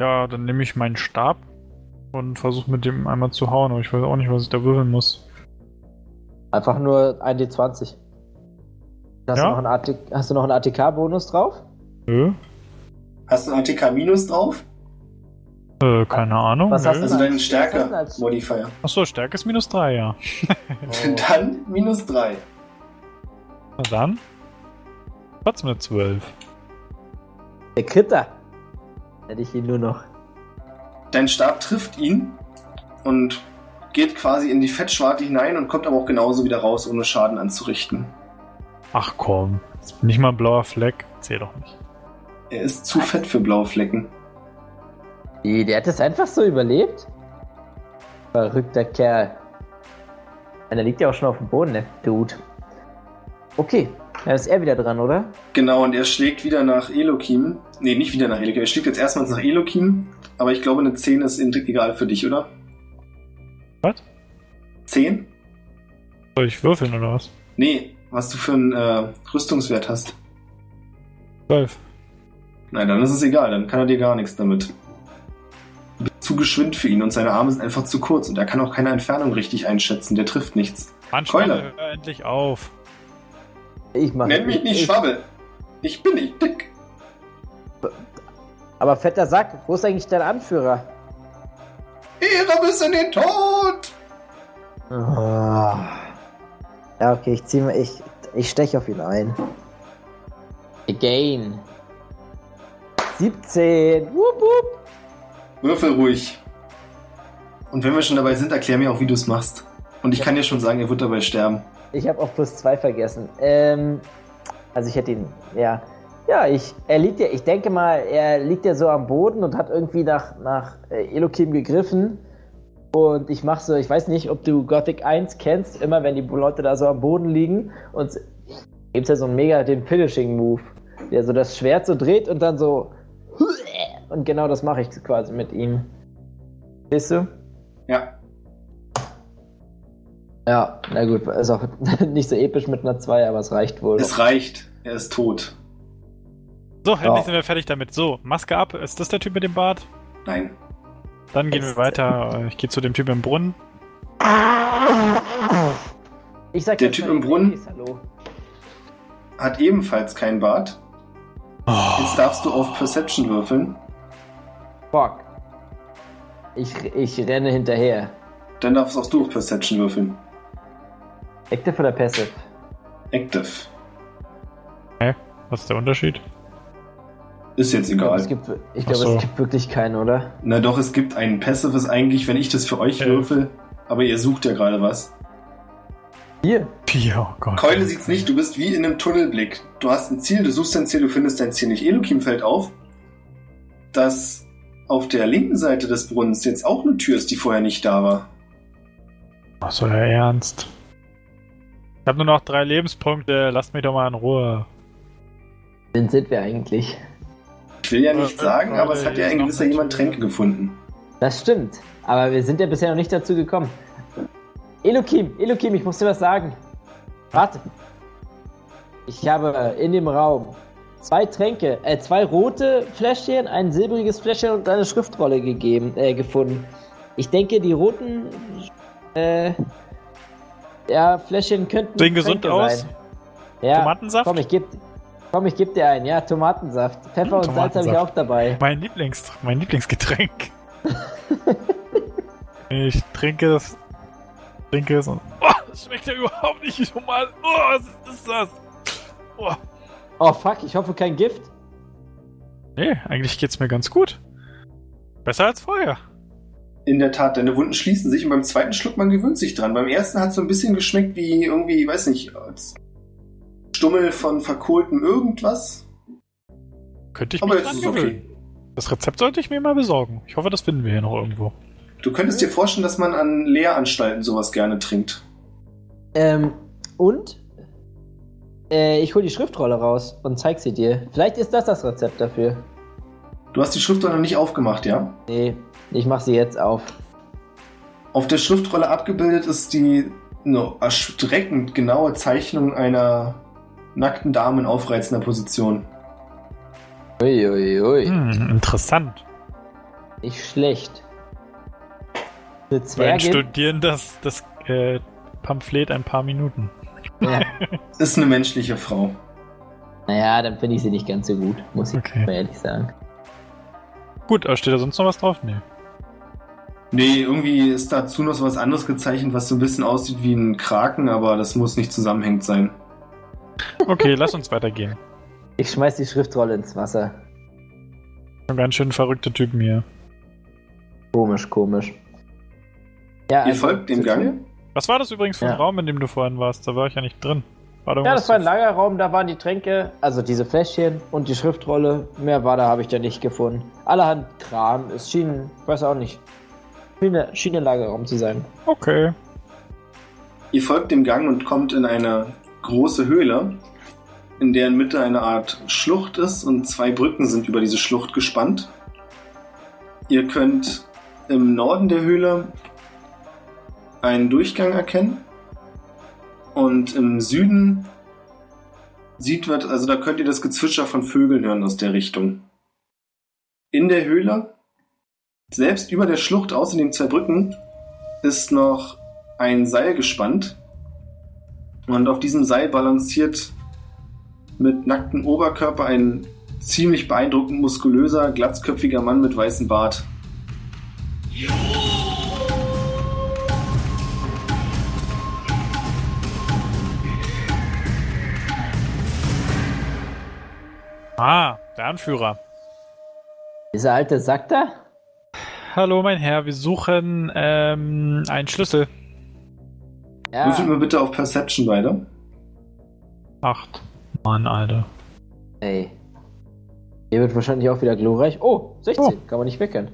Speaker 1: Ja, dann nehme ich meinen Stab und versuche mit dem einmal zu hauen, aber ich weiß auch nicht, was ich da würfeln muss.
Speaker 3: Einfach nur 1d20. Hast,
Speaker 1: Ja.
Speaker 3: du noch einen AT hast du noch einen ATK-Bonus drauf?
Speaker 1: Nö.
Speaker 6: Hast du einen ATK-Minus drauf?
Speaker 1: Äh, keine Ahnung.
Speaker 3: Was
Speaker 1: nö.
Speaker 3: hast du
Speaker 6: Also deinen
Speaker 3: Was hast du denn als-
Speaker 6: Stärke-Modifier.
Speaker 1: Achso, Stärke ist minus 3, ja.
Speaker 3: Oh.
Speaker 6: Dann minus 3.
Speaker 1: Na dann. Trotzdem eine 12.
Speaker 3: Der Kritter. Hätte ich ihn nur noch.
Speaker 6: Dein Stab trifft ihn und geht quasi in die Fettschwarte hinein und kommt aber auch genauso wieder raus, ohne Schaden anzurichten.
Speaker 1: Ach komm, ist nicht mal ein blauer Fleck. Zähl doch nicht.
Speaker 6: Er ist zu fett für blaue Flecken.
Speaker 3: Wie, der hat das einfach so überlebt? Verrückter Kerl. Ja, Der liegt ja auch schon auf dem Boden, ne? Dude. Okay, dann ist er wieder dran, oder?
Speaker 6: Genau, und er schlägt wieder nach Elokim. Nee, nicht wieder nach Elokim. Er schlägt jetzt erstmals nach Elokim. Aber ich glaube, eine 10 ist indirekt egal für dich, oder?
Speaker 1: Was?
Speaker 6: 10?
Speaker 1: Soll ich würfeln oder was?
Speaker 6: Nee, was du für einen äh, Rüstungswert hast.
Speaker 1: 12.
Speaker 6: Nein, dann ist es egal. Dann kann er dir gar nichts damit. Du bist zu geschwind für ihn und seine Arme sind einfach zu kurz und er kann auch keine Entfernung richtig einschätzen. Der trifft nichts.
Speaker 1: Mann,
Speaker 6: Keule.
Speaker 1: Schwalle, hör endlich auf.
Speaker 3: Ich mache.
Speaker 6: Nenn mich nicht
Speaker 3: ich-
Speaker 6: Schwabbel. Ich bin nicht dick.
Speaker 3: Aber fetter Sack, wo ist eigentlich dein Anführer?
Speaker 6: Ehre bis in den Tod.
Speaker 3: Ah. Ja, okay, ich ziehe mal. Ich, ich steche auf ihn ein. Again. 17. Wup, wup.
Speaker 6: Würfel ruhig. Und wenn wir schon dabei sind, erklär mir auch, wie du es machst. Und ich kann dir schon sagen, er wird dabei sterben.
Speaker 3: Ich habe auch plus 2 vergessen. Ähm, also ich hätte ihn, ja. Ja, ich, er liegt ja, ich denke mal, er liegt ja so am Boden und hat irgendwie nach, nach äh, Elokim gegriffen. Und ich mache so, ich weiß nicht, ob du Gothic 1 kennst, immer wenn die Leute da so am Boden liegen und gibt es ja so einen mega den Finishing Move, der so das Schwert so dreht und dann so und genau das mache ich quasi mit ihm. Siehst du?
Speaker 6: Ja.
Speaker 3: Ja, na gut, ist auch nicht so episch mit einer 2, aber es reicht wohl.
Speaker 6: Es reicht. Er ist tot.
Speaker 1: So, endlich
Speaker 3: Ja.
Speaker 1: sind wir fertig damit. So, Maske ab. Ist das der Typ mit dem Bart?
Speaker 6: Nein.
Speaker 1: Dann gehen wir weiter. Ich gehe zu dem Typen im Brunnen.
Speaker 3: Ich sag
Speaker 6: Der
Speaker 3: jetzt
Speaker 6: Typ
Speaker 3: mal,
Speaker 6: im Brunnen?
Speaker 3: ist Hallo.
Speaker 6: Hat ebenfalls keinen Bart. Jetzt darfst du auf Perception würfeln.
Speaker 3: Fuck. Ich, ich renne hinterher.
Speaker 6: Dann darfst auch du auf Perception würfeln.
Speaker 3: Active oder Passive?
Speaker 6: Active.
Speaker 1: Was ist der Unterschied?
Speaker 6: Ist jetzt
Speaker 3: Ich glaube,
Speaker 6: egal.
Speaker 3: es, gibt, ich
Speaker 1: Ach
Speaker 3: glaube,
Speaker 1: so.
Speaker 3: es gibt wirklich keinen, oder?
Speaker 6: Na doch, es gibt ein passives eigentlich, wenn ich das für euch
Speaker 1: Äh.
Speaker 6: würfel. Aber ihr sucht ja gerade was.
Speaker 3: Hier.
Speaker 1: Pio, oh Gott.
Speaker 6: Keule sieht's nicht, du bist wie in einem Tunnelblick. Du hast ein Ziel, du suchst dein Ziel, du findest dein Ziel nicht. Elokim fällt auf, dass auf der linken Seite des Brunnens jetzt auch eine Tür ist, die vorher nicht da war.
Speaker 1: Was soll der Ernst? Ich habe nur noch drei Lebenspunkte. Lasst mich doch mal in Ruhe.
Speaker 3: Wen sind wir eigentlich?
Speaker 6: Ich will ja nichts
Speaker 1: Äh,
Speaker 6: sagen,
Speaker 1: äh,
Speaker 6: aber es hat ja
Speaker 1: ist
Speaker 6: ein
Speaker 1: noch
Speaker 6: gewisser
Speaker 1: eine
Speaker 6: jemand
Speaker 1: Tür.
Speaker 6: Tränke gefunden.
Speaker 3: Das stimmt. Aber wir sind ja bisher noch nicht dazu gekommen. Elokim, Elokim, ich muss dir was sagen. Warte. Ich habe in dem Raum zwei Tränke, äh, zwei rote Fläschchen, ein silbriges Fläschchen und eine Schriftrolle gegeben, äh, gefunden. Ich denke, die roten äh, ja, Fläschchen könnten.
Speaker 1: Sehen gesund
Speaker 3: Tränke
Speaker 1: aus?
Speaker 3: Sein. Ja.
Speaker 1: Tomatensaft?
Speaker 3: Komm, ich geb, komm, ich geb dir einen. Ja, Tomatensaft. Pfeffer und Salz habe ich
Speaker 1: Tomatensaft.
Speaker 3: auch dabei.
Speaker 1: Mein Lieblings, mein Lieblingsgetränk. ich trinke das. Trinke es und. Oh, das schmeckt ja überhaupt nicht normal. Oh, was ist das? Oh.
Speaker 3: Oh fuck, ich hoffe kein Gift.
Speaker 1: Nee, eigentlich geht's mir ganz gut. Besser als vorher.
Speaker 6: In der Tat, deine Wunden schließen sich und beim zweiten Schluck, man gewöhnt sich dran. Beim ersten hat es so ein bisschen geschmeckt wie irgendwie, weiß nicht, als Stummel von verkohltem irgendwas.
Speaker 1: Könnte ich
Speaker 6: Aber
Speaker 1: mir
Speaker 6: jetzt
Speaker 1: dran
Speaker 6: ist es
Speaker 1: gewöhnen.
Speaker 6: okay.
Speaker 1: Das Rezept sollte ich mir mal besorgen. Ich hoffe, das finden wir hier noch irgendwo.
Speaker 6: Du könntest dir vorstellen, dass man an Lehranstalten sowas gerne trinkt.
Speaker 3: Ähm, und? Äh, ich hol die Schriftrolle raus und zeig sie dir. Vielleicht ist das das Rezept dafür.
Speaker 6: Du hast die Schrift doch noch nicht aufgemacht, ja?
Speaker 3: Nee, ich mach sie jetzt auf.
Speaker 6: Auf der Schriftrolle abgebildet ist die eine erschreckend genaue Zeichnung einer nackten Dame in aufreizender Position.
Speaker 3: Uiuiui. Ui, ui.
Speaker 1: Hm, interessant.
Speaker 3: Nicht schlecht. Eine
Speaker 1: Beim
Speaker 3: Zwergin.
Speaker 1: Studieren das, das äh, Pamphlet ein paar Minuten.
Speaker 3: Ja.
Speaker 6: Ist eine menschliche Frau.
Speaker 3: Naja, dann finde ich sie nicht ganz so gut, muss ich
Speaker 1: Okay.
Speaker 3: mal ehrlich sagen.
Speaker 1: Gut, aber steht da sonst noch was drauf? Nee.
Speaker 6: Nee, irgendwie ist dazu noch so was anderes gezeichnet, was so ein bisschen aussieht wie ein Kraken, aber das muss nicht zusammenhängend sein.
Speaker 1: Okay, lass uns weitergehen.
Speaker 3: Ich schmeiß die Schriftrolle ins Wasser.
Speaker 1: Schon ganz schön verrückte Typen hier.
Speaker 3: Komisch, komisch. Ja,
Speaker 6: Ihr
Speaker 3: also-
Speaker 6: folgt dem Gang.
Speaker 1: Was war das übrigens für ein
Speaker 3: Ja.
Speaker 1: Raum, in dem du vorhin warst? Da war ich ja nicht drin. War da
Speaker 3: Ja,
Speaker 1: irgendwas
Speaker 3: das war ein
Speaker 1: zu-
Speaker 3: Lagerraum, da waren die Tränke, also diese Fläschchen und die Schriftrolle. Mehr war da, habe ich da nicht gefunden. Allerhand Kram, es schien, weiß auch nicht, schien, ein- schien ein Lagerraum zu sein.
Speaker 1: Okay.
Speaker 6: Ihr folgt dem Gang und kommt in eine große Höhle, in deren Mitte eine Art Schlucht ist und zwei Brücken sind über diese Schlucht gespannt. Ihr könnt im Norden der Höhle einen Durchgang erkennen und im Süden sieht wird, also da könnt ihr das Gezwitscher von Vögeln hören aus der Richtung. In der Höhle, selbst über der Schlucht außer den zwei Brücken, ist noch ein Seil gespannt. Und auf diesem Seil balanciert mit nacktem Oberkörper ein ziemlich beeindruckend muskulöser, glatzköpfiger Mann mit weißem Bart.
Speaker 1: Ah, der Anführer.
Speaker 3: Dieser alte Sack da?
Speaker 1: Hallo, mein Herr, wir suchen ähm, einen Schlüssel.
Speaker 3: Ja,
Speaker 6: Würfelt mir bitte auf Perception beide.
Speaker 1: Acht. Mann, Alter.
Speaker 3: ey. Der wird wahrscheinlich auch wieder glorreich. Oh, 16, kann man nicht meckern.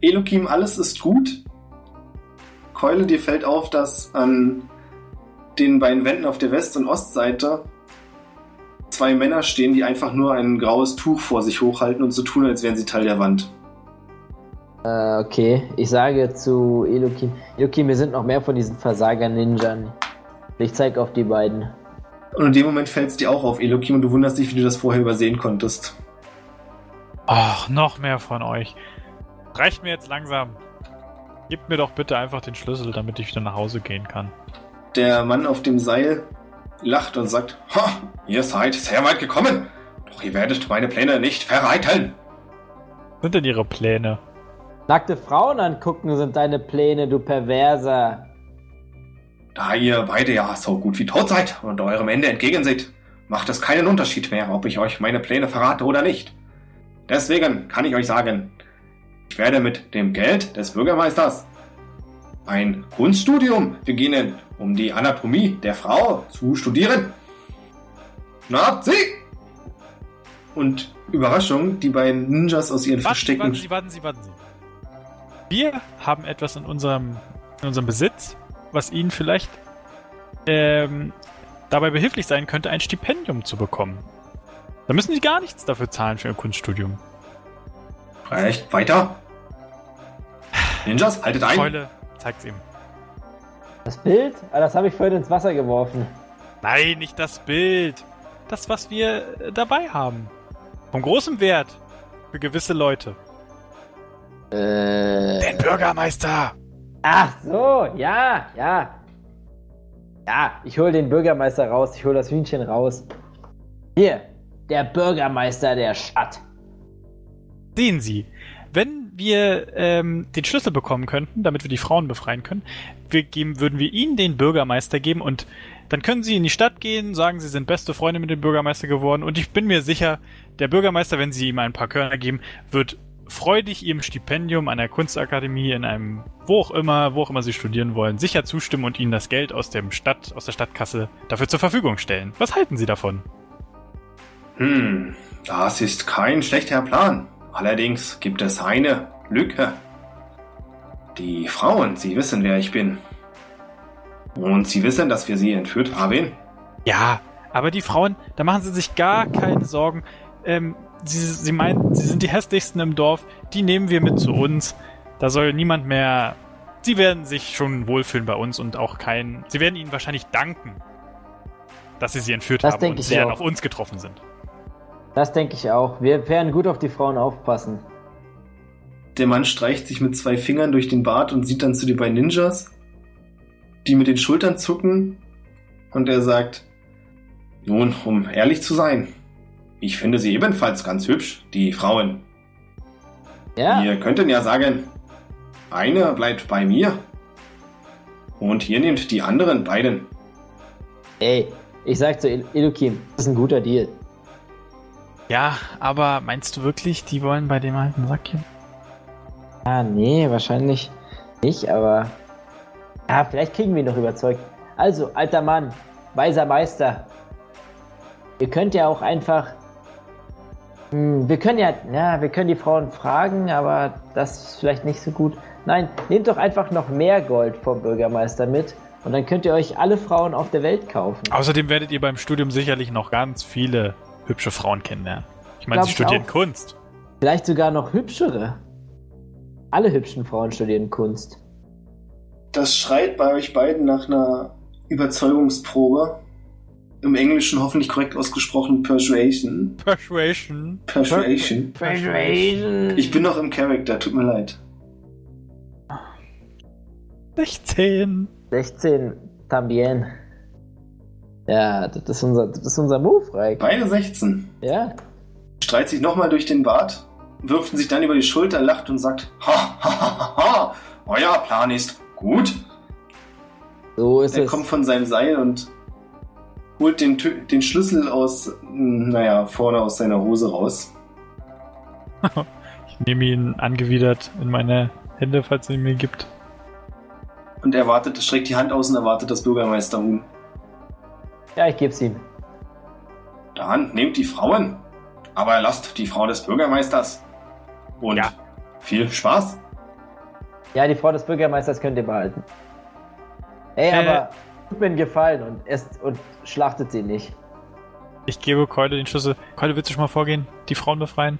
Speaker 6: Elokim, alles ist gut. Keule, dir fällt auf, dass an den beiden Wänden auf der West- und Ostseite zwei Männer stehen, die einfach nur ein graues Tuch vor sich hochhalten und so tun, als wären sie Teil der Wand.
Speaker 3: Äh, okay. Ich sage zu Elokim. Elokim, wir sind noch mehr von diesen Versager-Ninjern. Ich zeig auf die beiden.
Speaker 1: Und in dem Moment fällt es dir auch auf, Elokim, und du wunderst dich, wie du das vorher übersehen konntest.
Speaker 4: Ach, noch mehr von euch. Reicht mir jetzt langsam. Gebt mir doch bitte einfach den Schlüssel, damit ich wieder nach Hause gehen kann.
Speaker 1: Der Mann auf dem Seil lacht und sagt,
Speaker 6: Ha, ihr seid sehr weit gekommen. Doch ihr werdet meine Pläne nicht verreiten.
Speaker 4: Was sind denn ihre Pläne?
Speaker 3: Nackte Frauen angucken sind deine Pläne, du Perverser.
Speaker 6: Da ihr beide ja so gut wie tot seid und eurem Ende entgegenseht, macht es keinen Unterschied mehr, ob ich euch meine Pläne verrate oder nicht. Deswegen kann ich euch sagen, ich werde mit dem Geld des Bürgermeisters ein Kunststudium beginnen, um die Anatomie der Frau zu studieren. Nazi!
Speaker 1: Und Überraschung, die beiden Ninjas aus ihren
Speaker 4: Warten,
Speaker 1: Verstecken.
Speaker 4: warten Sie, warten Sie, warten Sie. Wir haben etwas in unserem, in unserem Besitz, was Ihnen vielleicht ähm, dabei behilflich sein könnte, ein Stipendium zu bekommen. Da müssen Sie gar nichts dafür zahlen für Ihr Kunststudium.
Speaker 6: Recht, weiter! Ninjas, haltet ein!
Speaker 4: Keule, zeig's ihm.
Speaker 3: Das Bild? Ah, das habe ich vorhin ins Wasser geworfen.
Speaker 4: Nein, nicht das Bild. Das, was wir äh, dabei haben. Von großem Wert. Für gewisse Leute.
Speaker 3: Äh.
Speaker 4: Den Bürgermeister!
Speaker 3: Ach so, ja, ja. Ja, ich hol den Bürgermeister raus, ich hol das Hühnchen raus. Hier, der Bürgermeister der Stadt.
Speaker 4: Sehen Sie, wenn wir ähm, den Schlüssel bekommen könnten, damit wir die Frauen befreien können, wir geben, würden wir Ihnen den Bürgermeister geben und dann können Sie in die Stadt gehen, sagen, Sie sind beste Freunde mit dem Bürgermeister geworden und ich bin mir sicher, der Bürgermeister, wenn Sie ihm ein paar Körner geben, wird freudig Ihrem Stipendium an der Kunstakademie in einem, wo auch immer, wo auch immer Sie studieren wollen, sicher zustimmen und Ihnen das Geld aus, dem Stadt, aus der Stadtkasse dafür zur Verfügung stellen. Was halten Sie davon?
Speaker 6: Hm, das ist kein schlechter Plan. Allerdings gibt es eine Lücke. Die Frauen, sie wissen, wer ich bin. Und sie wissen, dass wir sie entführt haben.
Speaker 4: Ja, aber die Frauen, da machen sie sich gar keine Sorgen. Ähm, sie, sie meinen, sie sind die hässlichsten im Dorf. Die nehmen wir mit zu uns. Da soll niemand mehr. Sie werden sich schon wohlfühlen bei uns und auch kein. Sie werden ihnen wahrscheinlich danken, dass sie sie entführt
Speaker 3: Das
Speaker 4: haben
Speaker 3: denke
Speaker 4: und
Speaker 3: ich
Speaker 4: sie dann
Speaker 3: auch.
Speaker 4: auf uns getroffen sind.
Speaker 3: Das denke ich auch. Wir werden gut auf die Frauen aufpassen.
Speaker 1: Der Mann streicht sich mit zwei Fingern durch den Bart und sieht dann zu den beiden Ninjas, die mit den Schultern zucken und er sagt,
Speaker 6: Nun, um ehrlich zu sein, ich finde sie ebenfalls ganz hübsch, die Frauen.
Speaker 3: Ja,
Speaker 6: Ihr könnten ja sagen, eine bleibt bei mir. Und ihr nehmt die anderen beiden.
Speaker 3: ey, ich sag zu El Elokim, das ist ein guter Deal.
Speaker 4: Ja, aber meinst du wirklich, die wollen bei dem alten Sack hier?
Speaker 3: Ah, nee, wahrscheinlich nicht, aber. Ja, vielleicht kriegen wir ihn noch überzeugt. Also, alter Mann, weiser Meister. Ihr könnt ja auch einfach. Hm, wir können ja. Ja, wir können die Frauen fragen, aber das ist vielleicht nicht so gut. Nein, nehmt doch einfach noch mehr Gold vom Bürgermeister mit und dann könnt ihr euch alle Frauen auf der Welt kaufen.
Speaker 4: Außerdem werdet ihr beim Studium sicherlich noch ganz viele hübsche Frauen kennenlernen. Ich meine,
Speaker 3: Glaub
Speaker 4: sie
Speaker 3: ich
Speaker 4: studieren
Speaker 3: auch.
Speaker 4: Kunst.
Speaker 3: Vielleicht sogar noch hübschere. Alle hübschen Frauen studieren Kunst.
Speaker 1: das schreit bei euch beiden nach einer Überzeugungsprobe. Im Englischen hoffentlich korrekt ausgesprochen Persuasion.
Speaker 4: Persuasion.
Speaker 1: Persuasion.
Speaker 3: Persuasion.
Speaker 1: Ich bin noch im Charakter, tut mir leid.
Speaker 4: 16.
Speaker 3: 16 Tambien. Ja, das ist unser, das ist unser Move, Reik.
Speaker 1: Beide 16.
Speaker 3: Ja.
Speaker 1: Streit sich nochmal durch den Bart, wirft ihn sich dann über die Schulter, lacht und sagt,
Speaker 6: Ha, ha, ha, ha, ha. Euer Plan ist gut.
Speaker 3: So ist
Speaker 1: Er
Speaker 3: es.
Speaker 1: kommt von seinem Seil und holt den, Tü- den Schlüssel aus, mh, naja, vorne aus seiner Hose raus.
Speaker 4: Ich nehme ihn angewidert in meine Hände, falls er ihn mir gibt.
Speaker 1: Und er wartet, streckt die Hand aus und erwartet das
Speaker 6: um.
Speaker 1: Bürgermeisterhuhn.
Speaker 3: Ja, ich geb's ihm.
Speaker 6: Dann nehmt die Frauen, aber lasst die Frau des Bürgermeisters. Und
Speaker 4: Ja.
Speaker 6: viel Spaß.
Speaker 3: Ja, die Frau des Bürgermeisters könnt ihr behalten. Ey,
Speaker 4: Äh.
Speaker 3: aber tut mir einen Gefallen und esst und schlachtet sie nicht.
Speaker 4: Ich gebe Keule den Schlüssel. Keule, willst du schon mal vorgehen? Die Frauen befreien?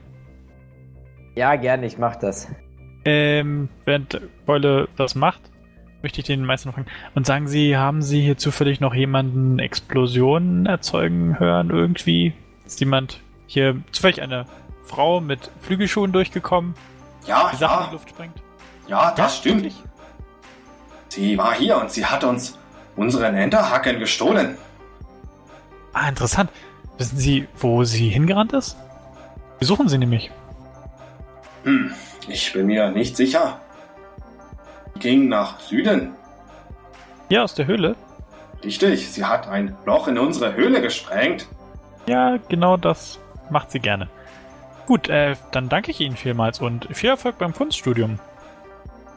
Speaker 3: Ja, gerne, ich mach das.
Speaker 1: Ähm, während Beule das macht, möchte ich den Meister noch fragen. Und sagen Sie, haben Sie hier zufällig noch jemanden Explosionen erzeugen hören irgendwie? Ist jemand hier zufällig eine Frau mit Flügelschuhen durchgekommen,
Speaker 2: Ja,
Speaker 1: die Sachen in die
Speaker 2: ja,
Speaker 1: Luft sprengt?
Speaker 2: ja, Ah, das stimmt.
Speaker 1: wirklich?
Speaker 2: Sie war hier und sie hat uns unseren Enterhaken gestohlen.
Speaker 1: Ah, interessant. Wissen Sie, wo sie hingerannt ist? Wir suchen sie nämlich.
Speaker 2: Hm, ich bin mir nicht sicher. Sie ging nach Süden.
Speaker 1: Hier aus der Höhle?
Speaker 2: Richtig, sie hat ein Loch in unsere Höhle gesprengt.
Speaker 1: Ja, genau das macht sie gerne. Gut, äh, dann danke ich Ihnen vielmals und viel Erfolg beim Kunststudium.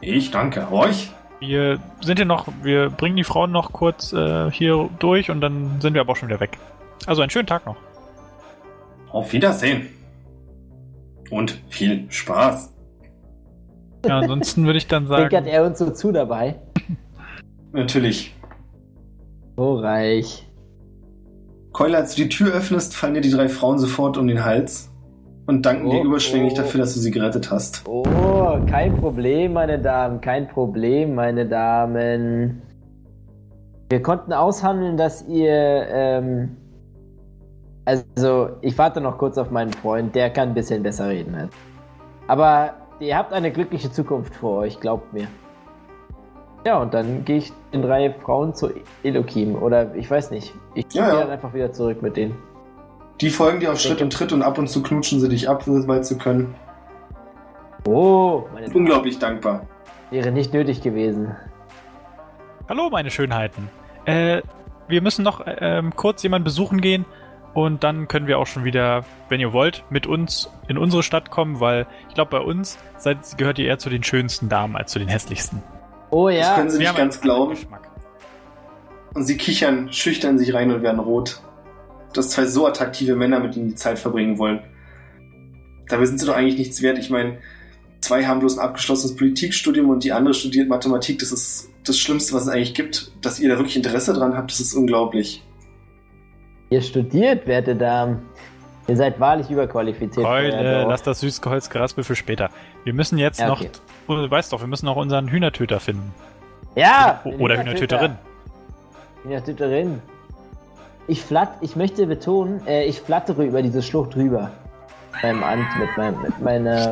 Speaker 2: Ich danke euch.
Speaker 1: Wir sind hier noch, wir bringen die Frauen noch kurz äh, hier durch und dann sind wir aber auch schon wieder weg. Also einen schönen Tag noch.
Speaker 2: Auf Wiedersehen. Und viel Spaß.
Speaker 1: Ja, ansonsten würde ich dann
Speaker 3: Zwinkert
Speaker 1: sagen,
Speaker 3: er uns so zu dabei?
Speaker 2: Natürlich.
Speaker 3: So reich.
Speaker 6: Keule, als du die Tür öffnest, fallen dir die drei Frauen sofort um den Hals und danken dir
Speaker 3: Oh,
Speaker 6: überschwänglich
Speaker 3: oh.
Speaker 6: dafür, dass du sie gerettet hast.
Speaker 3: Oh, kein Problem, meine Damen, kein Problem, meine Damen. Wir konnten aushandeln, dass ihr, ähm, also ich warte noch kurz auf meinen Freund, der kann ein bisschen besser reden. Halt. Aber ihr habt eine glückliche Zukunft vor euch, glaubt mir. Ja, und dann gehe ich den drei Frauen zu Elokim oder ich weiß nicht. Ich
Speaker 6: Ja,
Speaker 3: gehe
Speaker 6: ja.
Speaker 3: dann einfach wieder zurück mit denen.
Speaker 6: Die folgen dir auf Schritt und Tritt und ab und zu knutschen sie dich ab, weil sie können.
Speaker 3: Oh, meine Damen,
Speaker 6: Unglaublich dankbar.
Speaker 3: wäre nicht nötig gewesen.
Speaker 1: hallo meine Schönheiten. Äh, wir müssen noch äh, ähm, kurz jemanden besuchen gehen und dann können wir auch schon wieder, wenn ihr wollt, mit uns in unsere Stadt kommen, weil ich glaube bei uns seid, gehört ihr eher zu den schönsten Damen als zu den hässlichsten.
Speaker 3: Oh
Speaker 6: Das
Speaker 3: ja,
Speaker 6: können sie
Speaker 1: Wir
Speaker 6: nicht
Speaker 1: haben
Speaker 6: ganz
Speaker 1: einen anderen
Speaker 6: glauben.
Speaker 1: Geschmack.
Speaker 6: Und sie kichern, schüchtern sich rein und werden rot. Dass zwei so attraktive Männer mit ihnen die Zeit verbringen wollen. Dabei sind sie doch eigentlich nichts wert. Ich meine, zwei haben bloß ein abgeschlossenes Politikstudium und die andere studiert Mathematik. Das ist das Schlimmste, was es eigentlich gibt. Dass ihr da wirklich Interesse dran habt, das ist unglaublich.
Speaker 3: Ihr studiert, werte Damen. Ihr seid wahrlich überqualifiziert.
Speaker 1: Keule,
Speaker 3: verehrter Ort.
Speaker 1: lass das Süßgeholz geraspel für später. Wir müssen jetzt
Speaker 3: Ja,
Speaker 1: noch,
Speaker 3: okay.
Speaker 1: oh, du weißt doch, wir müssen noch unseren Hühnertöter finden.
Speaker 3: ja,
Speaker 1: O- Oh, Oder Hühnertöterin.
Speaker 3: Hühnertöterin. Ich flatt, ich möchte betonen, äh, ich flattere über diese Schlucht rüber. Mit meinem Amt, mit, meinem, mit meiner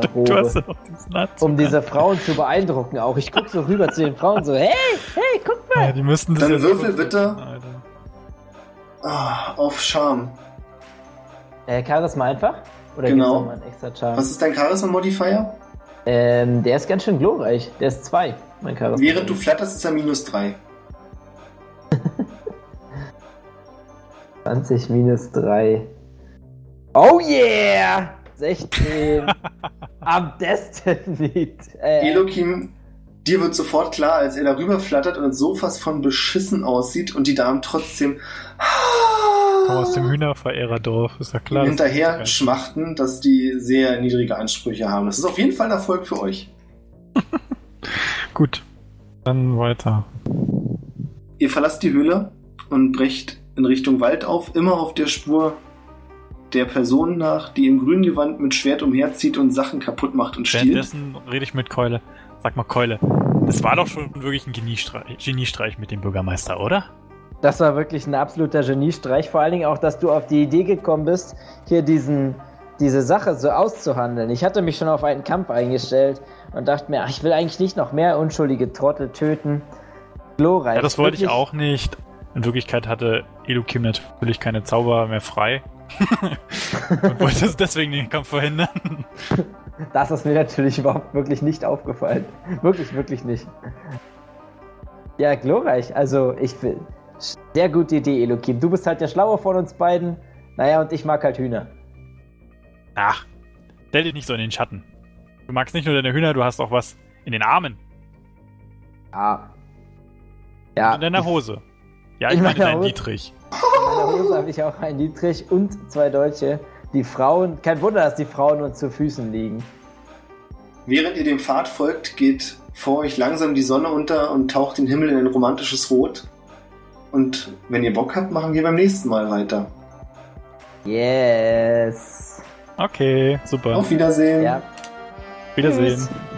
Speaker 1: Du
Speaker 3: Robe.
Speaker 1: hast ja noch diesen Anzug.
Speaker 3: Um diese Frauen zu beeindrucken auch. Ich guck so rüber zu den Frauen so, hey, hey, guck mal.
Speaker 1: Ja, die müssten das
Speaker 6: Dann
Speaker 1: jetzt
Speaker 6: würfel
Speaker 1: kurz-
Speaker 6: bitte.
Speaker 1: Alter.
Speaker 6: Ah, auf Charme.
Speaker 3: Äh, Charisma einfach? Oder
Speaker 6: Genau.
Speaker 3: gibt's noch mal einen extra Charme?
Speaker 6: Was ist dein Charisma-Modifier?
Speaker 3: Ähm, der ist ganz schön glorreich. Der ist zwei, mein Charisma.
Speaker 6: Während du flatterst, ist er minus drei.
Speaker 3: 20 minus 3. Oh yeah! 16. Am Destiny. Äh,
Speaker 6: Elokim, dir wird sofort klar, als er darüber flattert und so fast von beschissen aussieht und die Damen trotzdem
Speaker 1: Komm aus dem Hühnerverehrerdorf, ist ja klar. das
Speaker 6: hinterher
Speaker 1: ist
Speaker 6: schmachten, dass die sehr niedrige Ansprüche haben. Das ist auf jeden Fall ein Erfolg für euch.
Speaker 1: geil. Gut. Dann weiter.
Speaker 6: Ihr verlasst die Höhle und brecht in Richtung Wald auf, immer auf der Spur der Person nach, die im grünen Gewand mit Schwert umherzieht und Sachen kaputt macht und stiehlt.
Speaker 1: Währenddessen rede ich mit Keule. Sag mal, Keule, das war doch schon wirklich ein Geniestreich, Geniestreich mit dem Bürgermeister, oder?
Speaker 3: das war wirklich ein absoluter Geniestreich. Vor allen Dingen auch, dass du auf die Idee gekommen bist, hier diesen, diese Sache so auszuhandeln. Ich hatte mich schon auf einen Kampf eingestellt und dachte mir, ach, ich will eigentlich nicht noch mehr unschuldige Trottel töten. Glorreich.
Speaker 1: Ja, das wollte ich
Speaker 3: Wirklich-
Speaker 1: auch nicht. In Wirklichkeit hatte Elukim natürlich keine Zauber mehr frei. und wollte es deswegen den Kampf verhindern.
Speaker 3: Das ist mir natürlich überhaupt wirklich nicht aufgefallen. Wirklich, wirklich nicht. Ja, glorreich. Also, ich finde, sehr gute Idee, Elokim. Du bist halt der Schlaue von uns beiden. Naja, und ich mag halt Hühner.
Speaker 1: Ach, stell dich nicht so in den Schatten. Du magst nicht nur deine Hühner, du hast auch was in den Armen
Speaker 3: Ja. Ja.
Speaker 1: und in deiner Hose. Ja,
Speaker 3: In
Speaker 1: ich meine
Speaker 3: meiner
Speaker 1: deinen
Speaker 3: Hose.
Speaker 1: Dietrich.
Speaker 3: In meiner Hose habe ich auch einen Dietrich und zwei Deutsche. Die Frauen, kein Wunder, dass die Frauen uns zu Füßen liegen.
Speaker 6: Während ihr dem Pfad folgt, geht vor euch langsam die Sonne unter und taucht den Himmel in ein romantisches Rot. Und wenn ihr Bock habt, machen wir beim nächsten Mal weiter.
Speaker 3: Yes.
Speaker 1: Okay, super.
Speaker 6: Auf Wiedersehen.
Speaker 3: Ja.
Speaker 1: Wiedersehen.
Speaker 3: Tschüss.